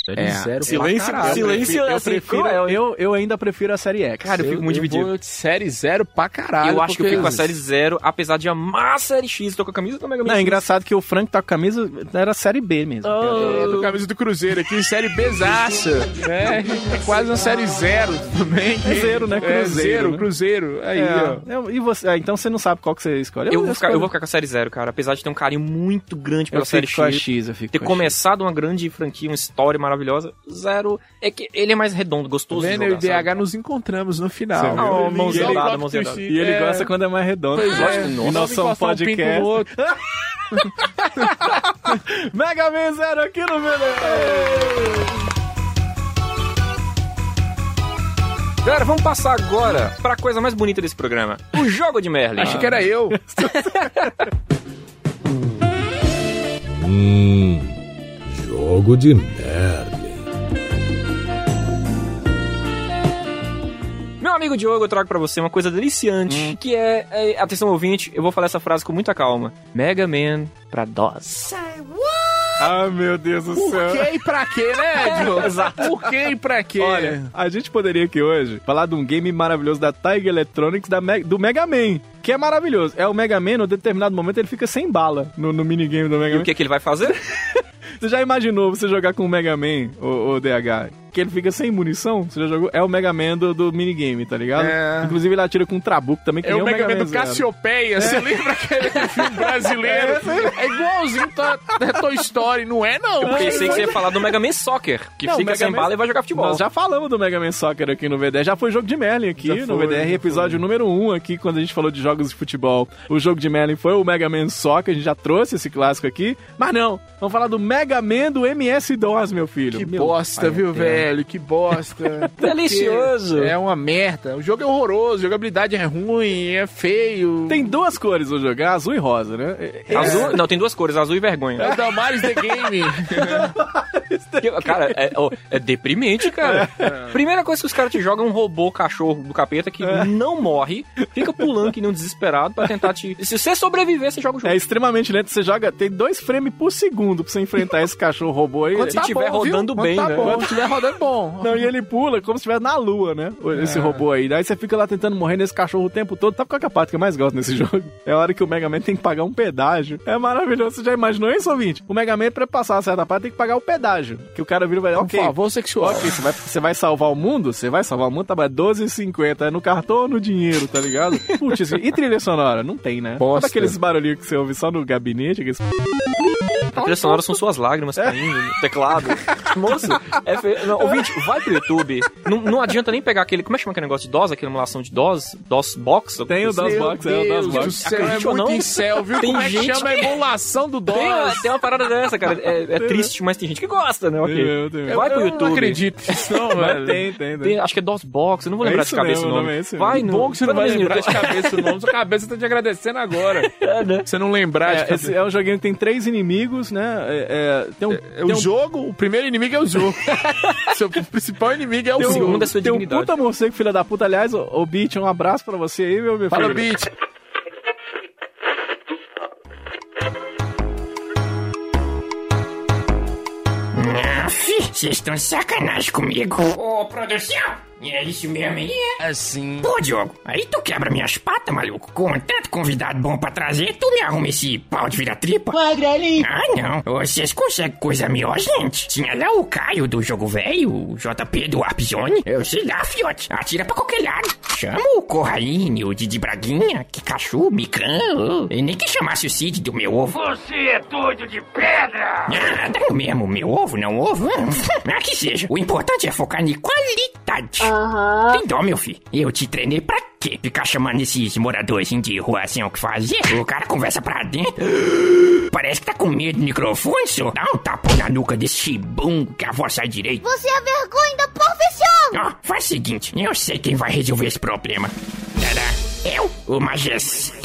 Speaker 11: É.
Speaker 4: Zero
Speaker 11: Silêncio-
Speaker 4: pra caralho.
Speaker 5: silêncio
Speaker 3: eu
Speaker 5: assim,
Speaker 3: prefiro,
Speaker 5: cruel, hein?
Speaker 3: eu, eu ainda prefiro a série X.
Speaker 5: Cara, eu fico muito dividido.
Speaker 4: vou de série zero pra caralho.
Speaker 5: eu acho que eu
Speaker 4: porque-
Speaker 5: fico com a série 0, apesar de amar a série X. Tô com Ah, a camisa do Mega Man.
Speaker 3: Não, é
Speaker 5: X.
Speaker 3: engraçado que o Frank tá com a camisa, era a série B mesmo.
Speaker 4: É, do camisa do Cruzeiro aqui, série Bezaça. né? É quase uma série zero também.
Speaker 3: É zero, né?
Speaker 4: É, zero,
Speaker 3: né?
Speaker 4: Cruzeiro. Aí, ó.
Speaker 3: É, eu- e você, ah, então você não sabe qual que você escolhe.
Speaker 5: Eu vou, ficar, eu
Speaker 3: escolho-
Speaker 5: vou ficar com a série 0, cara. Apesar de ter um carinho muito grande
Speaker 3: eu
Speaker 5: pela série
Speaker 3: fico com a
Speaker 5: X.
Speaker 3: X, eu fico
Speaker 5: Ter
Speaker 3: com a X.
Speaker 5: começado uma grande franquia, uma história maravilhosa. Zero. É que ele é mais redondo, gostoso de
Speaker 4: Vendo eu e
Speaker 5: jogar, sabe?
Speaker 4: DH nos encontramos no final.
Speaker 3: Você viu?
Speaker 5: Ah,
Speaker 4: Eu
Speaker 5: ó, mãozinha
Speaker 4: li-
Speaker 5: dada,
Speaker 4: eu
Speaker 5: mãozinha
Speaker 4: gosto do
Speaker 5: dada.
Speaker 3: E ele
Speaker 4: é.
Speaker 3: gosta quando é mais redondo.
Speaker 4: Pois é.
Speaker 3: E nós
Speaker 4: Encostar
Speaker 3: somos
Speaker 4: um pinto
Speaker 3: podcast.
Speaker 4: no outro.
Speaker 3: Mega Man Zero aqui no Beleza.
Speaker 5: Galera, vamos passar agora pra coisa mais bonita desse programa: o jogo de Merlin.
Speaker 4: Achei que era eu.
Speaker 2: Hum, Jogo de merda.
Speaker 5: Meu amigo Diogo, eu trago pra você uma coisa deliciante,
Speaker 3: Hum.
Speaker 5: que é, é, Atenção, ouvinte, eu vou falar essa frase com muita calma. Mega Man pra Uh, DOS.
Speaker 3: Ah, meu Deus do céu.
Speaker 4: Por que e pra quê, né, Diogo?
Speaker 5: Exato.
Speaker 4: Por que e pra quê?
Speaker 3: Olha, a gente poderia aqui hoje falar de um game maravilhoso da Tiger Electronics da Me- do Mega Man, que é maravilhoso. É o Mega Man, num determinado momento, ele fica sem bala no, no minigame do Mega
Speaker 5: E
Speaker 3: Man.
Speaker 5: o que, que ele vai fazer?
Speaker 3: Você já imaginou você jogar com o Mega Man, o, DH? Que ele fica sem munição? Você já jogou? É o Mega Man do, do minigame, tá ligado?
Speaker 7: É.
Speaker 3: Inclusive ele atira com um trabuco também, que
Speaker 7: É
Speaker 3: nem
Speaker 7: o Mega Man do
Speaker 3: Zero.
Speaker 7: Cassiopeia, você lembra aquele filme brasileiro? É, igualzinho tá, é Toy Story, não é não.
Speaker 5: Eu pensei que você ia falar do Mega Man Soccer, que
Speaker 3: Não,
Speaker 5: fica
Speaker 3: Mega
Speaker 5: sem
Speaker 3: Man-
Speaker 5: bala e vai jogar futebol.
Speaker 3: Nós já falamos do Mega Man Soccer aqui no VDR, já foi jogo de Merlin aqui
Speaker 4: Já
Speaker 3: no
Speaker 4: foi,
Speaker 3: VDR,
Speaker 4: já
Speaker 3: episódio número 1 aqui, quando a gente falou de jogos de futebol. O jogo de Merlin foi o Mega Man Soccer, a gente já trouxe esse clássico aqui, mas não, vamos falar do Mega Man do MS-DOS, meu filho.
Speaker 7: Que
Speaker 3: Meu
Speaker 7: bosta,
Speaker 3: pai
Speaker 7: viu,
Speaker 3: eterno.
Speaker 7: velho? Que bosta.
Speaker 5: Delicioso.
Speaker 7: É uma merda. O jogo é horroroso, a jogabilidade é ruim, é feio.
Speaker 3: Tem duas cores no jogo, é azul e rosa, né? É-
Speaker 5: Azul, não, tem duas cores, azul e vergonha.
Speaker 7: É o Damaris The Game.
Speaker 5: Que- Cara, é, ó, é deprimente, cara. Primeira coisa que os caras te jogam é um robô cachorro do capeta que não morre, fica pulando que nem um desesperado pra tentar te. Se você sobreviver, você joga o jogo.
Speaker 3: É extremamente lento. Você joga, tem dois frames por segundo pra você enfrentar esse cachorro robô aí.
Speaker 5: Quando se tiver
Speaker 7: Tá bom, viu?
Speaker 5: rodando
Speaker 7: Quando
Speaker 5: bem,
Speaker 7: tá
Speaker 5: né?
Speaker 7: bom, se tiver rodando bom.
Speaker 3: Não, e ele pula como se estivesse na lua, né?
Speaker 7: É.
Speaker 3: Esse robô aí. Daí você fica lá tentando morrer nesse cachorro o tempo todo. Sabe qual que é a parte que eu mais gosto nesse jogo? É a hora que o Mega Man tem que pagar um pedágio. É maravilhoso. Você já imaginou isso, ouvinte? O Mega Man, pra passar certa parte, tem que pagar o pedágio. Que o cara vira e vai,
Speaker 7: Por
Speaker 3: ok,
Speaker 7: favor, sexual.
Speaker 3: Ok, você vai, você vai salvar o mundo? Você vai salvar o mundo, tá mas 12,50. É no cartão ou no dinheiro, tá ligado? Putz, e trilha sonora? Não tem, né?
Speaker 7: Bosta.
Speaker 3: Sabe aqueles barulhinhos que você ouve só no gabinete? Aqueles...
Speaker 5: A trilha sonora são suas lágrimas caindo no teclado. Moço, é fe... não, ouvinte, vai pro YouTube. Não, não adianta nem pegar aquele. Como é que chama aquele negócio de DOS? Aquela emulação de DOS? DOS Box?
Speaker 3: Tem o DOS Box, é o DOS
Speaker 7: Deus do
Speaker 3: Box.
Speaker 7: céu, é
Speaker 5: Acredite ou
Speaker 7: muito
Speaker 5: não,
Speaker 7: incel, viu?
Speaker 5: tem
Speaker 7: Como é que
Speaker 5: gente
Speaker 7: chama a emulação do
Speaker 5: Tem,
Speaker 7: DOS?
Speaker 5: tem uma parada dessa, cara. É, é triste, mas tem gente que gosta, né? Ok.
Speaker 3: Eu- eu tenho-
Speaker 5: Vai pro
Speaker 7: Eu
Speaker 5: YouTube.
Speaker 7: Não acredito nisso, não,
Speaker 3: Mas
Speaker 7: velho.
Speaker 3: tem, tem, tem.
Speaker 5: Tem- acho que é DOSBox, eu não vou
Speaker 3: É
Speaker 5: lembrar
Speaker 3: isso
Speaker 5: de cabeça
Speaker 3: mesmo,
Speaker 5: o nome.
Speaker 3: o nome é esse
Speaker 5: Vai
Speaker 3: mesmo.
Speaker 5: no.
Speaker 7: Bom que você não
Speaker 5: vai
Speaker 7: vai
Speaker 5: no
Speaker 7: lembrar de
Speaker 5: YouTube.
Speaker 7: cabeça o nome. Sua cabeça tá te agradecendo agora. É,
Speaker 5: né?
Speaker 7: Você não lembrar de
Speaker 3: É,
Speaker 7: cabeça.
Speaker 3: esse é um joguinho que tem três inimigos, né? É, é, tem um,
Speaker 7: É o jogo, o primeiro inimigo é o jogo. Seu principal inimigo é o
Speaker 5: Tem um-
Speaker 7: jogo.
Speaker 5: Segundo a sua
Speaker 3: tem um
Speaker 5: dignidade.
Speaker 3: puta morcego, filha da puta. Aliás, ô, ô Beat, um abraço pra você aí, meu, meu
Speaker 7: Fala,
Speaker 3: filho.
Speaker 7: Beat.
Speaker 10: Vocês estão de sacanagem comigo. Ô, produção, é isso mesmo aí?
Speaker 7: Assim.
Speaker 10: Pô, Diogo, aí tu quebra minhas patas, maluco. Com tanto convidado bom pra trazer, tu me arruma esse pau de vira-tripa. Ah, não. Vocês conseguem coisa melhor, gente. Tinha lá o Caio do Jogo Velho, o JP do Warp Zone. Eu sei lá, fiote. Atira pra qualquer lado. Chama o Corraine, o Didi Braguinha, que cachorro, Mican. ô. E nem que chamasse o Cid do meu ovo. Você é doido de pedra! Ah, dá no mesmo. Meu ovo, não ovo. Ah, que seja. O importante é focar em qualidade. Tem dó, meu filho. Eu te treinei pra quê? Ficar chamando esses moradores assim, de rua sem o que fazer? O cara conversa pra dentro. Parece que tá com medo do microfone, senhor. Dá um tapão na nuca desse chibum que a voz sai direito.
Speaker 6: Você é a vergonha da profissão!
Speaker 10: Ó, faz o seguinte, eu sei quem vai resolver esse problema. Tadá, eu, o majestoso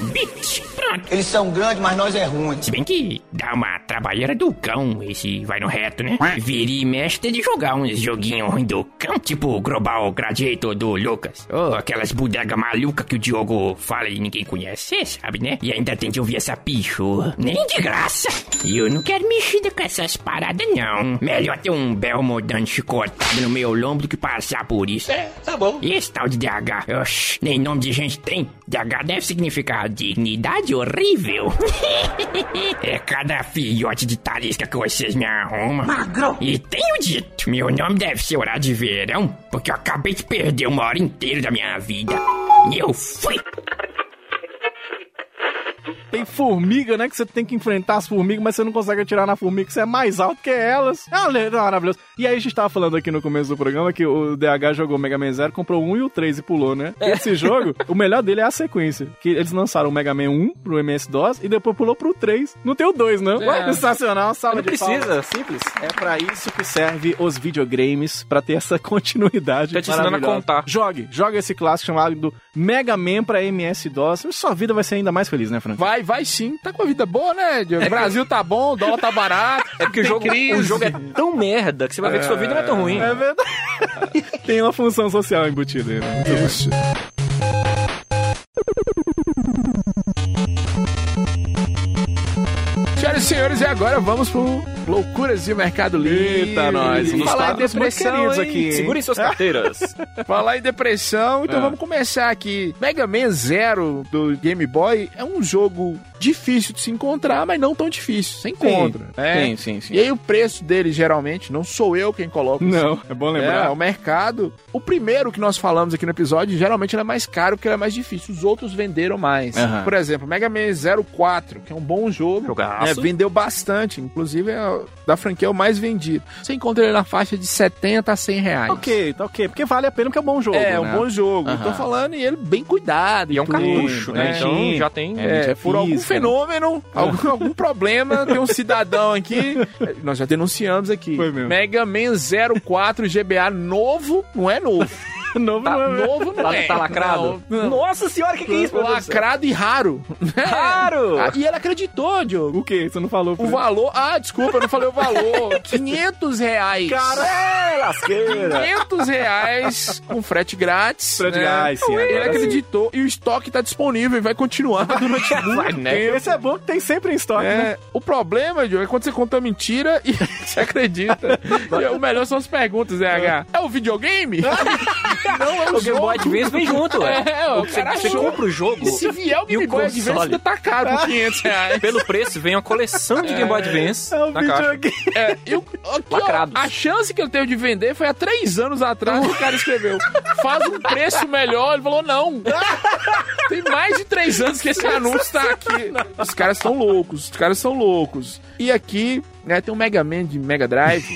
Speaker 10: Bit. Pronto.
Speaker 13: Eles são grandes, mas nós é ruim.
Speaker 10: Se bem que dá uma trabalheira do cão, esse vai no reto, né? Vira e mexe tem de jogar uns joguinhos ruim do cão, tipo o Global Gladiator do Lucas. Ou aquelas bodegas malucas que o Diogo fala e ninguém conhece, cê sabe, né? E ainda tem de ouvir essa pichorra. Nem de graça! E eu não quero mexida com essas paradas, não. Melhor ter um belmo dando chicotado no meu lombo do que passar por isso.
Speaker 13: É, tá bom.
Speaker 10: E esse tal de DH? Oxi, nem nome de gente tem. DH deve significar dignidade horrível. é cada filhote de tarisca que vocês me arrumam.
Speaker 13: Magrão.
Speaker 10: E tenho dito, meu nome deve ser horário de verão, porque eu acabei de perder uma hora inteira da minha vida. E eu fui!
Speaker 3: Tem formiga, né? Que você tem que enfrentar as formigas, mas você não consegue atirar na formiga, que você é mais alto que elas. É maravilhoso. E aí a gente tava falando aqui no começo do programa que o DH jogou Mega Man Zero, comprou o 1 e o 3 e pulou, né?
Speaker 5: É.
Speaker 3: E Esse jogo, o melhor dele é a sequência. Que eles lançaram o Mega Man 1 pro MS-DOS e depois pulou pro 3. Não tem o 2, não.
Speaker 7: É.
Speaker 3: Sensacional, sala
Speaker 5: Não
Speaker 3: de palmas.
Speaker 5: precisa, simples.
Speaker 3: É pra isso que serve os videogames, pra ter essa continuidade.
Speaker 5: Tá te ensinando a
Speaker 3: maravilhosa.
Speaker 5: contar.
Speaker 3: Jogue, jogue esse clássico chamado Mega Man pra MS-DOS. Sua vida vai ser ainda mais feliz, né, Frank?
Speaker 7: Vai, vai sim. Tá com a vida boa, né, Diogo? O Brasil tá bom, o dólar tá barato.
Speaker 5: É porque o jogo, o jogo é tão merda que você vai ver que sua vida não é tão ruim.
Speaker 3: É verdade. Tem uma função social embutida aí, né?
Speaker 7: Senhoras e senhores, e agora vamos pro
Speaker 4: Loucuras de Mercado Livre.
Speaker 10: Eita, nós. Um dos
Speaker 4: Falar em
Speaker 10: quadros muito
Speaker 4: depressão,
Speaker 10: queridos
Speaker 4: hein?
Speaker 10: aqui, hein? Segurem suas carteiras.
Speaker 4: Falar em depressão, então
Speaker 10: Ah.
Speaker 4: vamos começar aqui. Mega Man Zero do Game Boy é um jogo difícil de se encontrar, mas não tão difícil. Você encontra, né?
Speaker 10: Sim, sim, sim.
Speaker 4: E aí o preço dele, geralmente, não sou eu quem coloca. isso.
Speaker 10: Não, é bom lembrar.
Speaker 4: É, o mercado. O primeiro que nós falamos aqui no episódio, geralmente ele é mais caro porque ele é mais difícil. Os outros venderam mais.
Speaker 10: Aham.
Speaker 4: Por exemplo, Mega Man 04, que é um bom jogo.
Speaker 10: Jogaço.
Speaker 4: né, vendeu bastante. Inclusive, é o- da franquia é o mais vendido. Você encontra ele na faixa de 70 a 100 reais.
Speaker 3: Ok, tá ok. Porque vale a pena, porque é um bom jogo.
Speaker 4: É, é um
Speaker 3: né?
Speaker 4: bom jogo.
Speaker 3: Aham.
Speaker 4: Tô falando e ele bem cuidado.
Speaker 3: E é um
Speaker 4: tudo,
Speaker 3: cartucho, né? Então já tem-
Speaker 4: É,
Speaker 3: é
Speaker 4: por algum
Speaker 3: física, né?
Speaker 4: fenômeno, algum, algum problema, tem um cidadão aqui. é, Nós já denunciamos aqui.
Speaker 3: Foi mesmo.
Speaker 4: Mega Man 04 GBA novo, não é novo.
Speaker 3: novo
Speaker 4: tá,
Speaker 3: não é mesmo.
Speaker 4: Novo não
Speaker 5: Tá-
Speaker 4: é.
Speaker 5: tá lacrado? Nossa senhora, que que é isso, meu Deus do céu?
Speaker 4: Lacrado e raro.
Speaker 5: Raro!
Speaker 4: Ah, E ela acreditou, Diogo.
Speaker 3: O quê? Você não falou?
Speaker 4: O valor... Ah, desculpa, eu não falei o valor. 500 reais.
Speaker 5: Cara, é lasqueira.
Speaker 4: 500 reais com frete grátis.
Speaker 3: Frete
Speaker 4: né?
Speaker 3: grátis, sim,
Speaker 4: Ele
Speaker 3: agora sim.
Speaker 4: acreditou e o estoque tá disponível e vai continuar durante muito
Speaker 3: Vai, né?
Speaker 4: tempo.
Speaker 3: Esse é bom que tem sempre em estoque,
Speaker 4: É,
Speaker 3: né?
Speaker 4: O problema, Diogo, é quando você conta mentira e você acredita. E é o melhor são as perguntas, ZH. É o videogame? Não, é o,
Speaker 5: O Game Boy
Speaker 4: jogo.
Speaker 5: Advance vem junto, ué.
Speaker 4: É, ó,
Speaker 5: O que você-
Speaker 4: cara
Speaker 5: você
Speaker 4: achou.
Speaker 5: compra o jogo
Speaker 4: E se vier o
Speaker 5: e o
Speaker 4: Game Boy Advance,
Speaker 5: console.
Speaker 4: ainda tá caro por 500 reais.
Speaker 5: Pelo preço, vem uma coleção de Game Boy Advance
Speaker 3: É um
Speaker 5: na caixa.
Speaker 3: videogame.
Speaker 4: É, e o- aqui, ó,
Speaker 5: Lacrados.
Speaker 4: a chance que ele teve de vender foi há três anos atrás que o cara escreveu. Faz um preço melhor. Ele falou, não. Tem mais de três anos que esse anúncio tá aqui. Os caras são loucos, os caras são loucos. E aqui, né, tem um Mega Man de Mega Drive,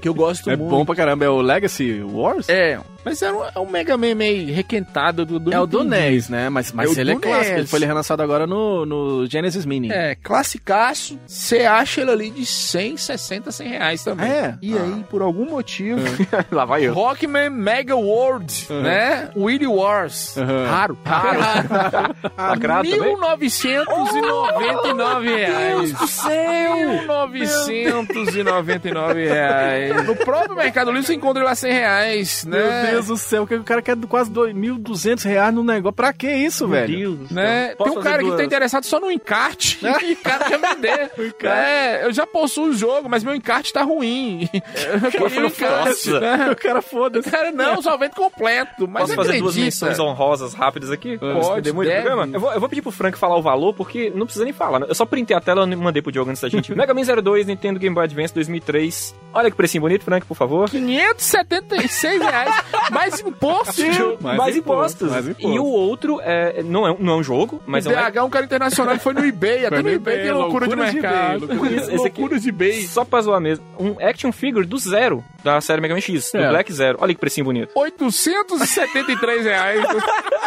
Speaker 4: que eu gosto
Speaker 3: É
Speaker 4: muito.
Speaker 3: bom pra caramba. É o Legacy Wars?
Speaker 4: É, mas é um, é um Mega Man meio requentado do, do
Speaker 10: É o do
Speaker 4: Nintendo.
Speaker 10: NES, né? Mas, mas
Speaker 4: É o
Speaker 10: ele é
Speaker 4: do
Speaker 10: clássico.
Speaker 4: NES.
Speaker 10: Ele foi relançado agora no, no Genesis Mini.
Speaker 4: É, classicaço. Você acha ele ali de 100, 60, 100 reais também.
Speaker 5: Ah,
Speaker 10: É?
Speaker 4: E aí, por algum motivo,
Speaker 5: É. Lá vai eu.
Speaker 4: Rockman Mega World, né? Willy Wars. Raro. Raro.
Speaker 5: Lacrado Tá também? Oh,
Speaker 4: 1999 reais.
Speaker 5: do céu!
Speaker 4: 1999 reais. No próprio Mercado Livre você encontra ele a 100 reais, né?
Speaker 3: Meu Deus do céu, que o cara quer quase 2.200 reais no negócio. Pra que isso, velho?
Speaker 4: Né?
Speaker 3: Posso
Speaker 4: Tem um
Speaker 3: fazer
Speaker 4: cara que
Speaker 3: duas?
Speaker 4: tá interessado só no encarte e o cara quer vender. É, eu já possuo o jogo, mas meu encarte tá ruim. Eu queria o encarte.
Speaker 5: Nossa.
Speaker 4: né?
Speaker 3: O cara foda-se.
Speaker 4: Cara, não,
Speaker 3: É.
Speaker 4: só vende completo. Mas
Speaker 5: Posso fazer duas
Speaker 4: acredita.
Speaker 5: menções honrosas rápidas aqui? Pra
Speaker 4: Pode,
Speaker 5: estender muito o
Speaker 4: deve.
Speaker 5: programa? Eu vou, eu vou pedir pro Frank falar o valor, porque não precisa nem falar. né? Eu só printei a tela e mandei pro Diogo antes da gente. Mega Man 02, Nintendo Game Boy Advance 2003. Olha que precinho bonito, Frank, por favor.
Speaker 4: 576 reais mais imposto. Diogo.
Speaker 5: mais,
Speaker 3: mais
Speaker 5: impostos.
Speaker 3: impostos, mais impostos.
Speaker 5: E o outro é, não, é, um- não é um jogo, mas
Speaker 4: o
Speaker 5: é um
Speaker 4: DH é um cara internacional que foi no eBay.
Speaker 3: Foi
Speaker 4: Até no
Speaker 3: no eBay,
Speaker 4: eBay
Speaker 3: é
Speaker 4: tem é loucura de
Speaker 3: loucura de
Speaker 4: mercado.
Speaker 3: eBay, loucura
Speaker 5: de- Esse aqui-
Speaker 4: de eBay.
Speaker 5: Só pra zoar mesmo. Um action figure do zero da série Mega Man X, do
Speaker 10: É.
Speaker 5: Black Zero. Olha que precinho bonito.
Speaker 4: 873 reais.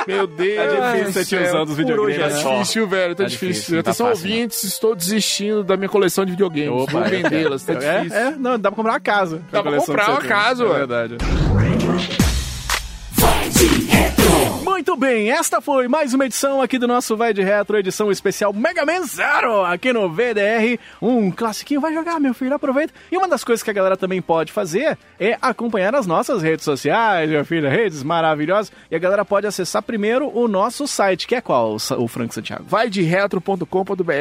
Speaker 4: Meu Deus.
Speaker 3: Tá difícil ser
Speaker 4: céu.
Speaker 3: tiozão dos videogames,
Speaker 4: Tá
Speaker 3: né?
Speaker 4: difícil, velho. Tá,
Speaker 10: Tá
Speaker 4: difícil.
Speaker 10: difícil, não tá
Speaker 4: Atenção,
Speaker 10: fácil,
Speaker 4: ouvintes. Estou desistindo da minha coleção de videogames.
Speaker 10: Opa,
Speaker 4: Vou
Speaker 10: eu quero.
Speaker 4: vendê-las. Tá difícil.
Speaker 3: É, é, não, dá pra comprar uma casa.
Speaker 4: pra
Speaker 3: coleção
Speaker 4: comprar
Speaker 3: que
Speaker 4: uma
Speaker 3: você
Speaker 4: casa,
Speaker 3: tem.
Speaker 4: ué.
Speaker 3: É verdade. Muito bem, esta foi mais uma edição aqui do nosso Vai de Retro, edição especial Mega Man Zero, aqui no VDR. Um classiquinho, vai jogar, meu filho, aproveita. E uma das coisas que a galera também pode fazer é acompanhar as nossas redes sociais, meu filho, redes maravilhosas. E a galera pode acessar primeiro o nosso site, que é qual, o Sa- o Frank Santiago?
Speaker 4: Vai de retro.com.br,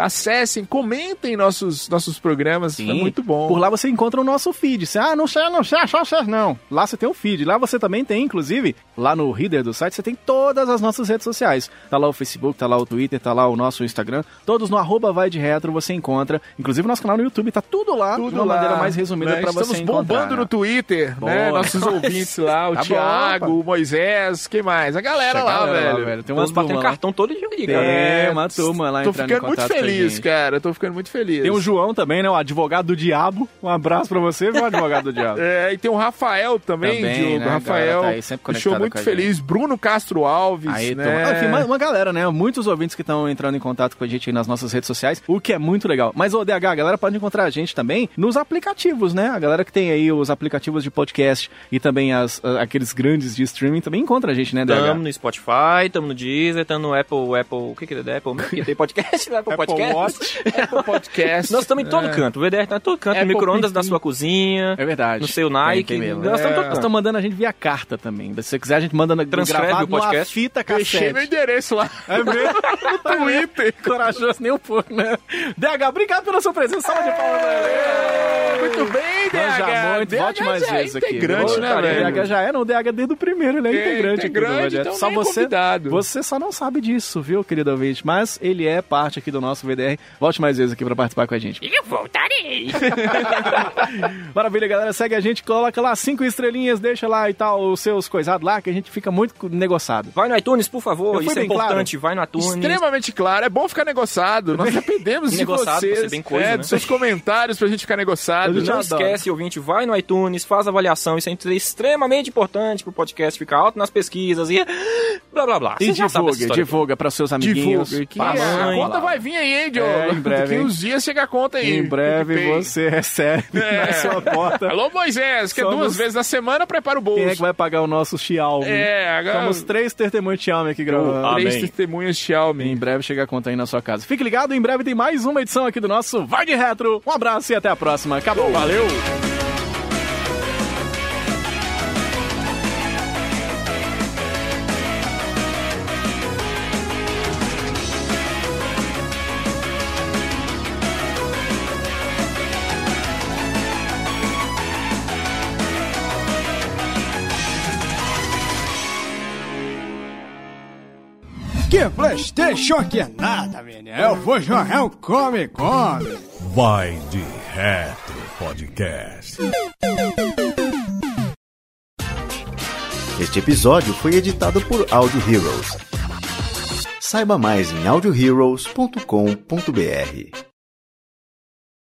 Speaker 4: acessem, comentem nossos, nossos programas, é muito bom.
Speaker 3: Por lá você encontra o nosso feed. Você, ah, não sei, não sei, não sei, não. Lá você tem o feed. Lá você também tem, inclusive, lá no reader do site, você tem todas as nossas redes sociais. Tá lá o Facebook, tá lá o Twitter, tá lá o nosso Instagram. Todos no arroba vai de retro você encontra. Inclusive o nosso canal no YouTube, tá tudo lá. de uma maneira mais resumida
Speaker 4: né?
Speaker 3: pra você
Speaker 4: Estamos
Speaker 3: encontrar.
Speaker 4: bombando no Twitter,
Speaker 3: Boa.
Speaker 4: né? Nossos ouvintes lá, o
Speaker 3: Tá bom,
Speaker 4: Thiago,
Speaker 3: pá.
Speaker 4: o Moisés, quem mais? A galera,
Speaker 3: Essa
Speaker 4: lá,
Speaker 3: galera lá,
Speaker 4: velho. É.
Speaker 3: Tem umas
Speaker 5: Nós batendo
Speaker 3: turma lá.
Speaker 5: cartão todo dia, cara.
Speaker 3: Tem uma turma lá
Speaker 4: Tô
Speaker 3: entrando em
Speaker 4: ficando muito
Speaker 3: contato com a
Speaker 4: feliz,
Speaker 3: gente.
Speaker 4: cara. Tô ficando muito feliz.
Speaker 3: Tem o João também, né? O advogado do diabo. Um abraço pra você, viu, advogado do diabo?
Speaker 4: É, e tem o Rafael também,
Speaker 10: Também,
Speaker 4: Diogo.
Speaker 10: né,
Speaker 4: O
Speaker 10: a
Speaker 4: Rafael.
Speaker 10: galera tá aí sempre conectada
Speaker 4: deixou
Speaker 10: com
Speaker 4: muito
Speaker 10: a
Speaker 4: feliz. Bruno Castro Alves.
Speaker 10: Aí,
Speaker 4: né?
Speaker 10: turma.
Speaker 3: Ah, Enfim, uma, uma galera, né? Muitos ouvintes que estão entrando em contato com a gente aí nas nossas redes sociais, o que é muito legal. Mas, ô, DH, a galera pode encontrar a gente também nos aplicativos, né? A galera que tem aí os aplicativos de podcast e também as, a- aqueles grandes de streaming também encontra a gente, né, DH?
Speaker 5: Tamo no Spotify, tamo no Deezer, tamo no Apple, Apple, o que que é da Apple? Ih, Tem podcast, né? Apple,
Speaker 3: Apple
Speaker 5: Podcast.
Speaker 3: Watch.
Speaker 4: Apple Podcast.
Speaker 5: Nós estamos em todo
Speaker 4: É.
Speaker 5: canto, o VDR tá em todo canto,
Speaker 4: Apple
Speaker 5: no micro-ondas
Speaker 4: TV.
Speaker 5: da sua cozinha,
Speaker 3: É verdade.
Speaker 5: no seu Nike,
Speaker 10: tem mesmo.
Speaker 5: nós estamos em todo
Speaker 3: É. Nós
Speaker 5: canto.
Speaker 3: estamos mandando a gente via carta também. Se você quiser, a gente manda na,
Speaker 5: Transfere
Speaker 3: gravado
Speaker 5: ouvir o podcast.
Speaker 3: fita
Speaker 5: cassete.
Speaker 4: Deixei meu endereço lá.
Speaker 3: É mesmo? No Twitter. Corajoso nem um pouco, né? DH, obrigado pela sua presença. Salve de palmas, velho.
Speaker 4: Muito bem,
Speaker 3: Já
Speaker 4: DH.
Speaker 3: muito.
Speaker 4: DH
Speaker 3: Volte mais
Speaker 4: já é
Speaker 3: vezes aqui.
Speaker 4: integrante,
Speaker 3: Ô,
Speaker 4: né,
Speaker 3: cara,
Speaker 4: velho?
Speaker 3: DH já é, não. O DH desde o primeiro, ele é,
Speaker 4: É,
Speaker 3: integrante. aqui do
Speaker 4: integrante,
Speaker 3: projeto.
Speaker 4: então
Speaker 3: Só
Speaker 4: nem
Speaker 3: você,
Speaker 4: convidado.
Speaker 3: você só não sabe disso, viu, querido ouvinte? Mas ele é parte aqui do nosso VDR. Volte mais vezes aqui pra participar com a gente.
Speaker 10: Eu voltarei.
Speaker 3: Maravilha, galera. Segue a gente, coloca lá cinco estrelinhas, deixa lá e tal os seus coisados lá, que a gente fica muito negociado.
Speaker 5: Vai no iTunes, por favor.
Speaker 3: Eu fui
Speaker 5: Isso é
Speaker 3: bem claro?
Speaker 5: importante. Vai no iTunes.
Speaker 4: Extremamente claro, é bom ficar negociado. Nós dependemos de
Speaker 5: Negociado, pra
Speaker 4: vocês,
Speaker 5: ser bem coisa,
Speaker 4: é,
Speaker 5: né?
Speaker 4: dos seus comentários pra gente ficar negociado.
Speaker 5: Não esquece, ouvinte, vai no iTunes, faz a avaliação, isso é extremamente importante pro podcast ficar alto nas pesquisas e blá blá blá.
Speaker 3: E
Speaker 5: Você já sabe essa
Speaker 3: divulga,
Speaker 5: história.
Speaker 3: divulga para seus amiguinhos.
Speaker 4: Divulga. Que
Speaker 3: pra
Speaker 4: a
Speaker 3: mãe.
Speaker 4: conta vai vir aí, hein, Diogo?
Speaker 3: É, em breve,
Speaker 4: Daqui
Speaker 3: hein?
Speaker 4: uns dias chega a conta aí.
Speaker 3: Em breve
Speaker 4: PicPay.
Speaker 3: você recebe
Speaker 4: É.
Speaker 3: na sua porta.
Speaker 4: Alô, Moisés, que é
Speaker 3: Somos-
Speaker 4: duas vezes na semana prepara o bolso.
Speaker 3: Quem é que vai pagar o nosso Xiaomi?
Speaker 4: É, agora-
Speaker 3: Somos três testemunhos de Xiaomi aqui gravando.
Speaker 4: Três
Speaker 3: Três
Speaker 4: testemunhas Xiaomi.
Speaker 3: Em breve chega a conta aí na sua casa. Fique ligado, em breve tem mais uma edição aqui do nosso Vai de Retro. Um abraço e até a próxima. Acabou, valeu!
Speaker 14: Que Playstation que é nada, menino. Eu vou jogar um o Come Come.
Speaker 2: Vai de Retro Podcast.
Speaker 15: Este episódio foi editado por Audio Heroes. Saiba mais em audioheroes.com.br.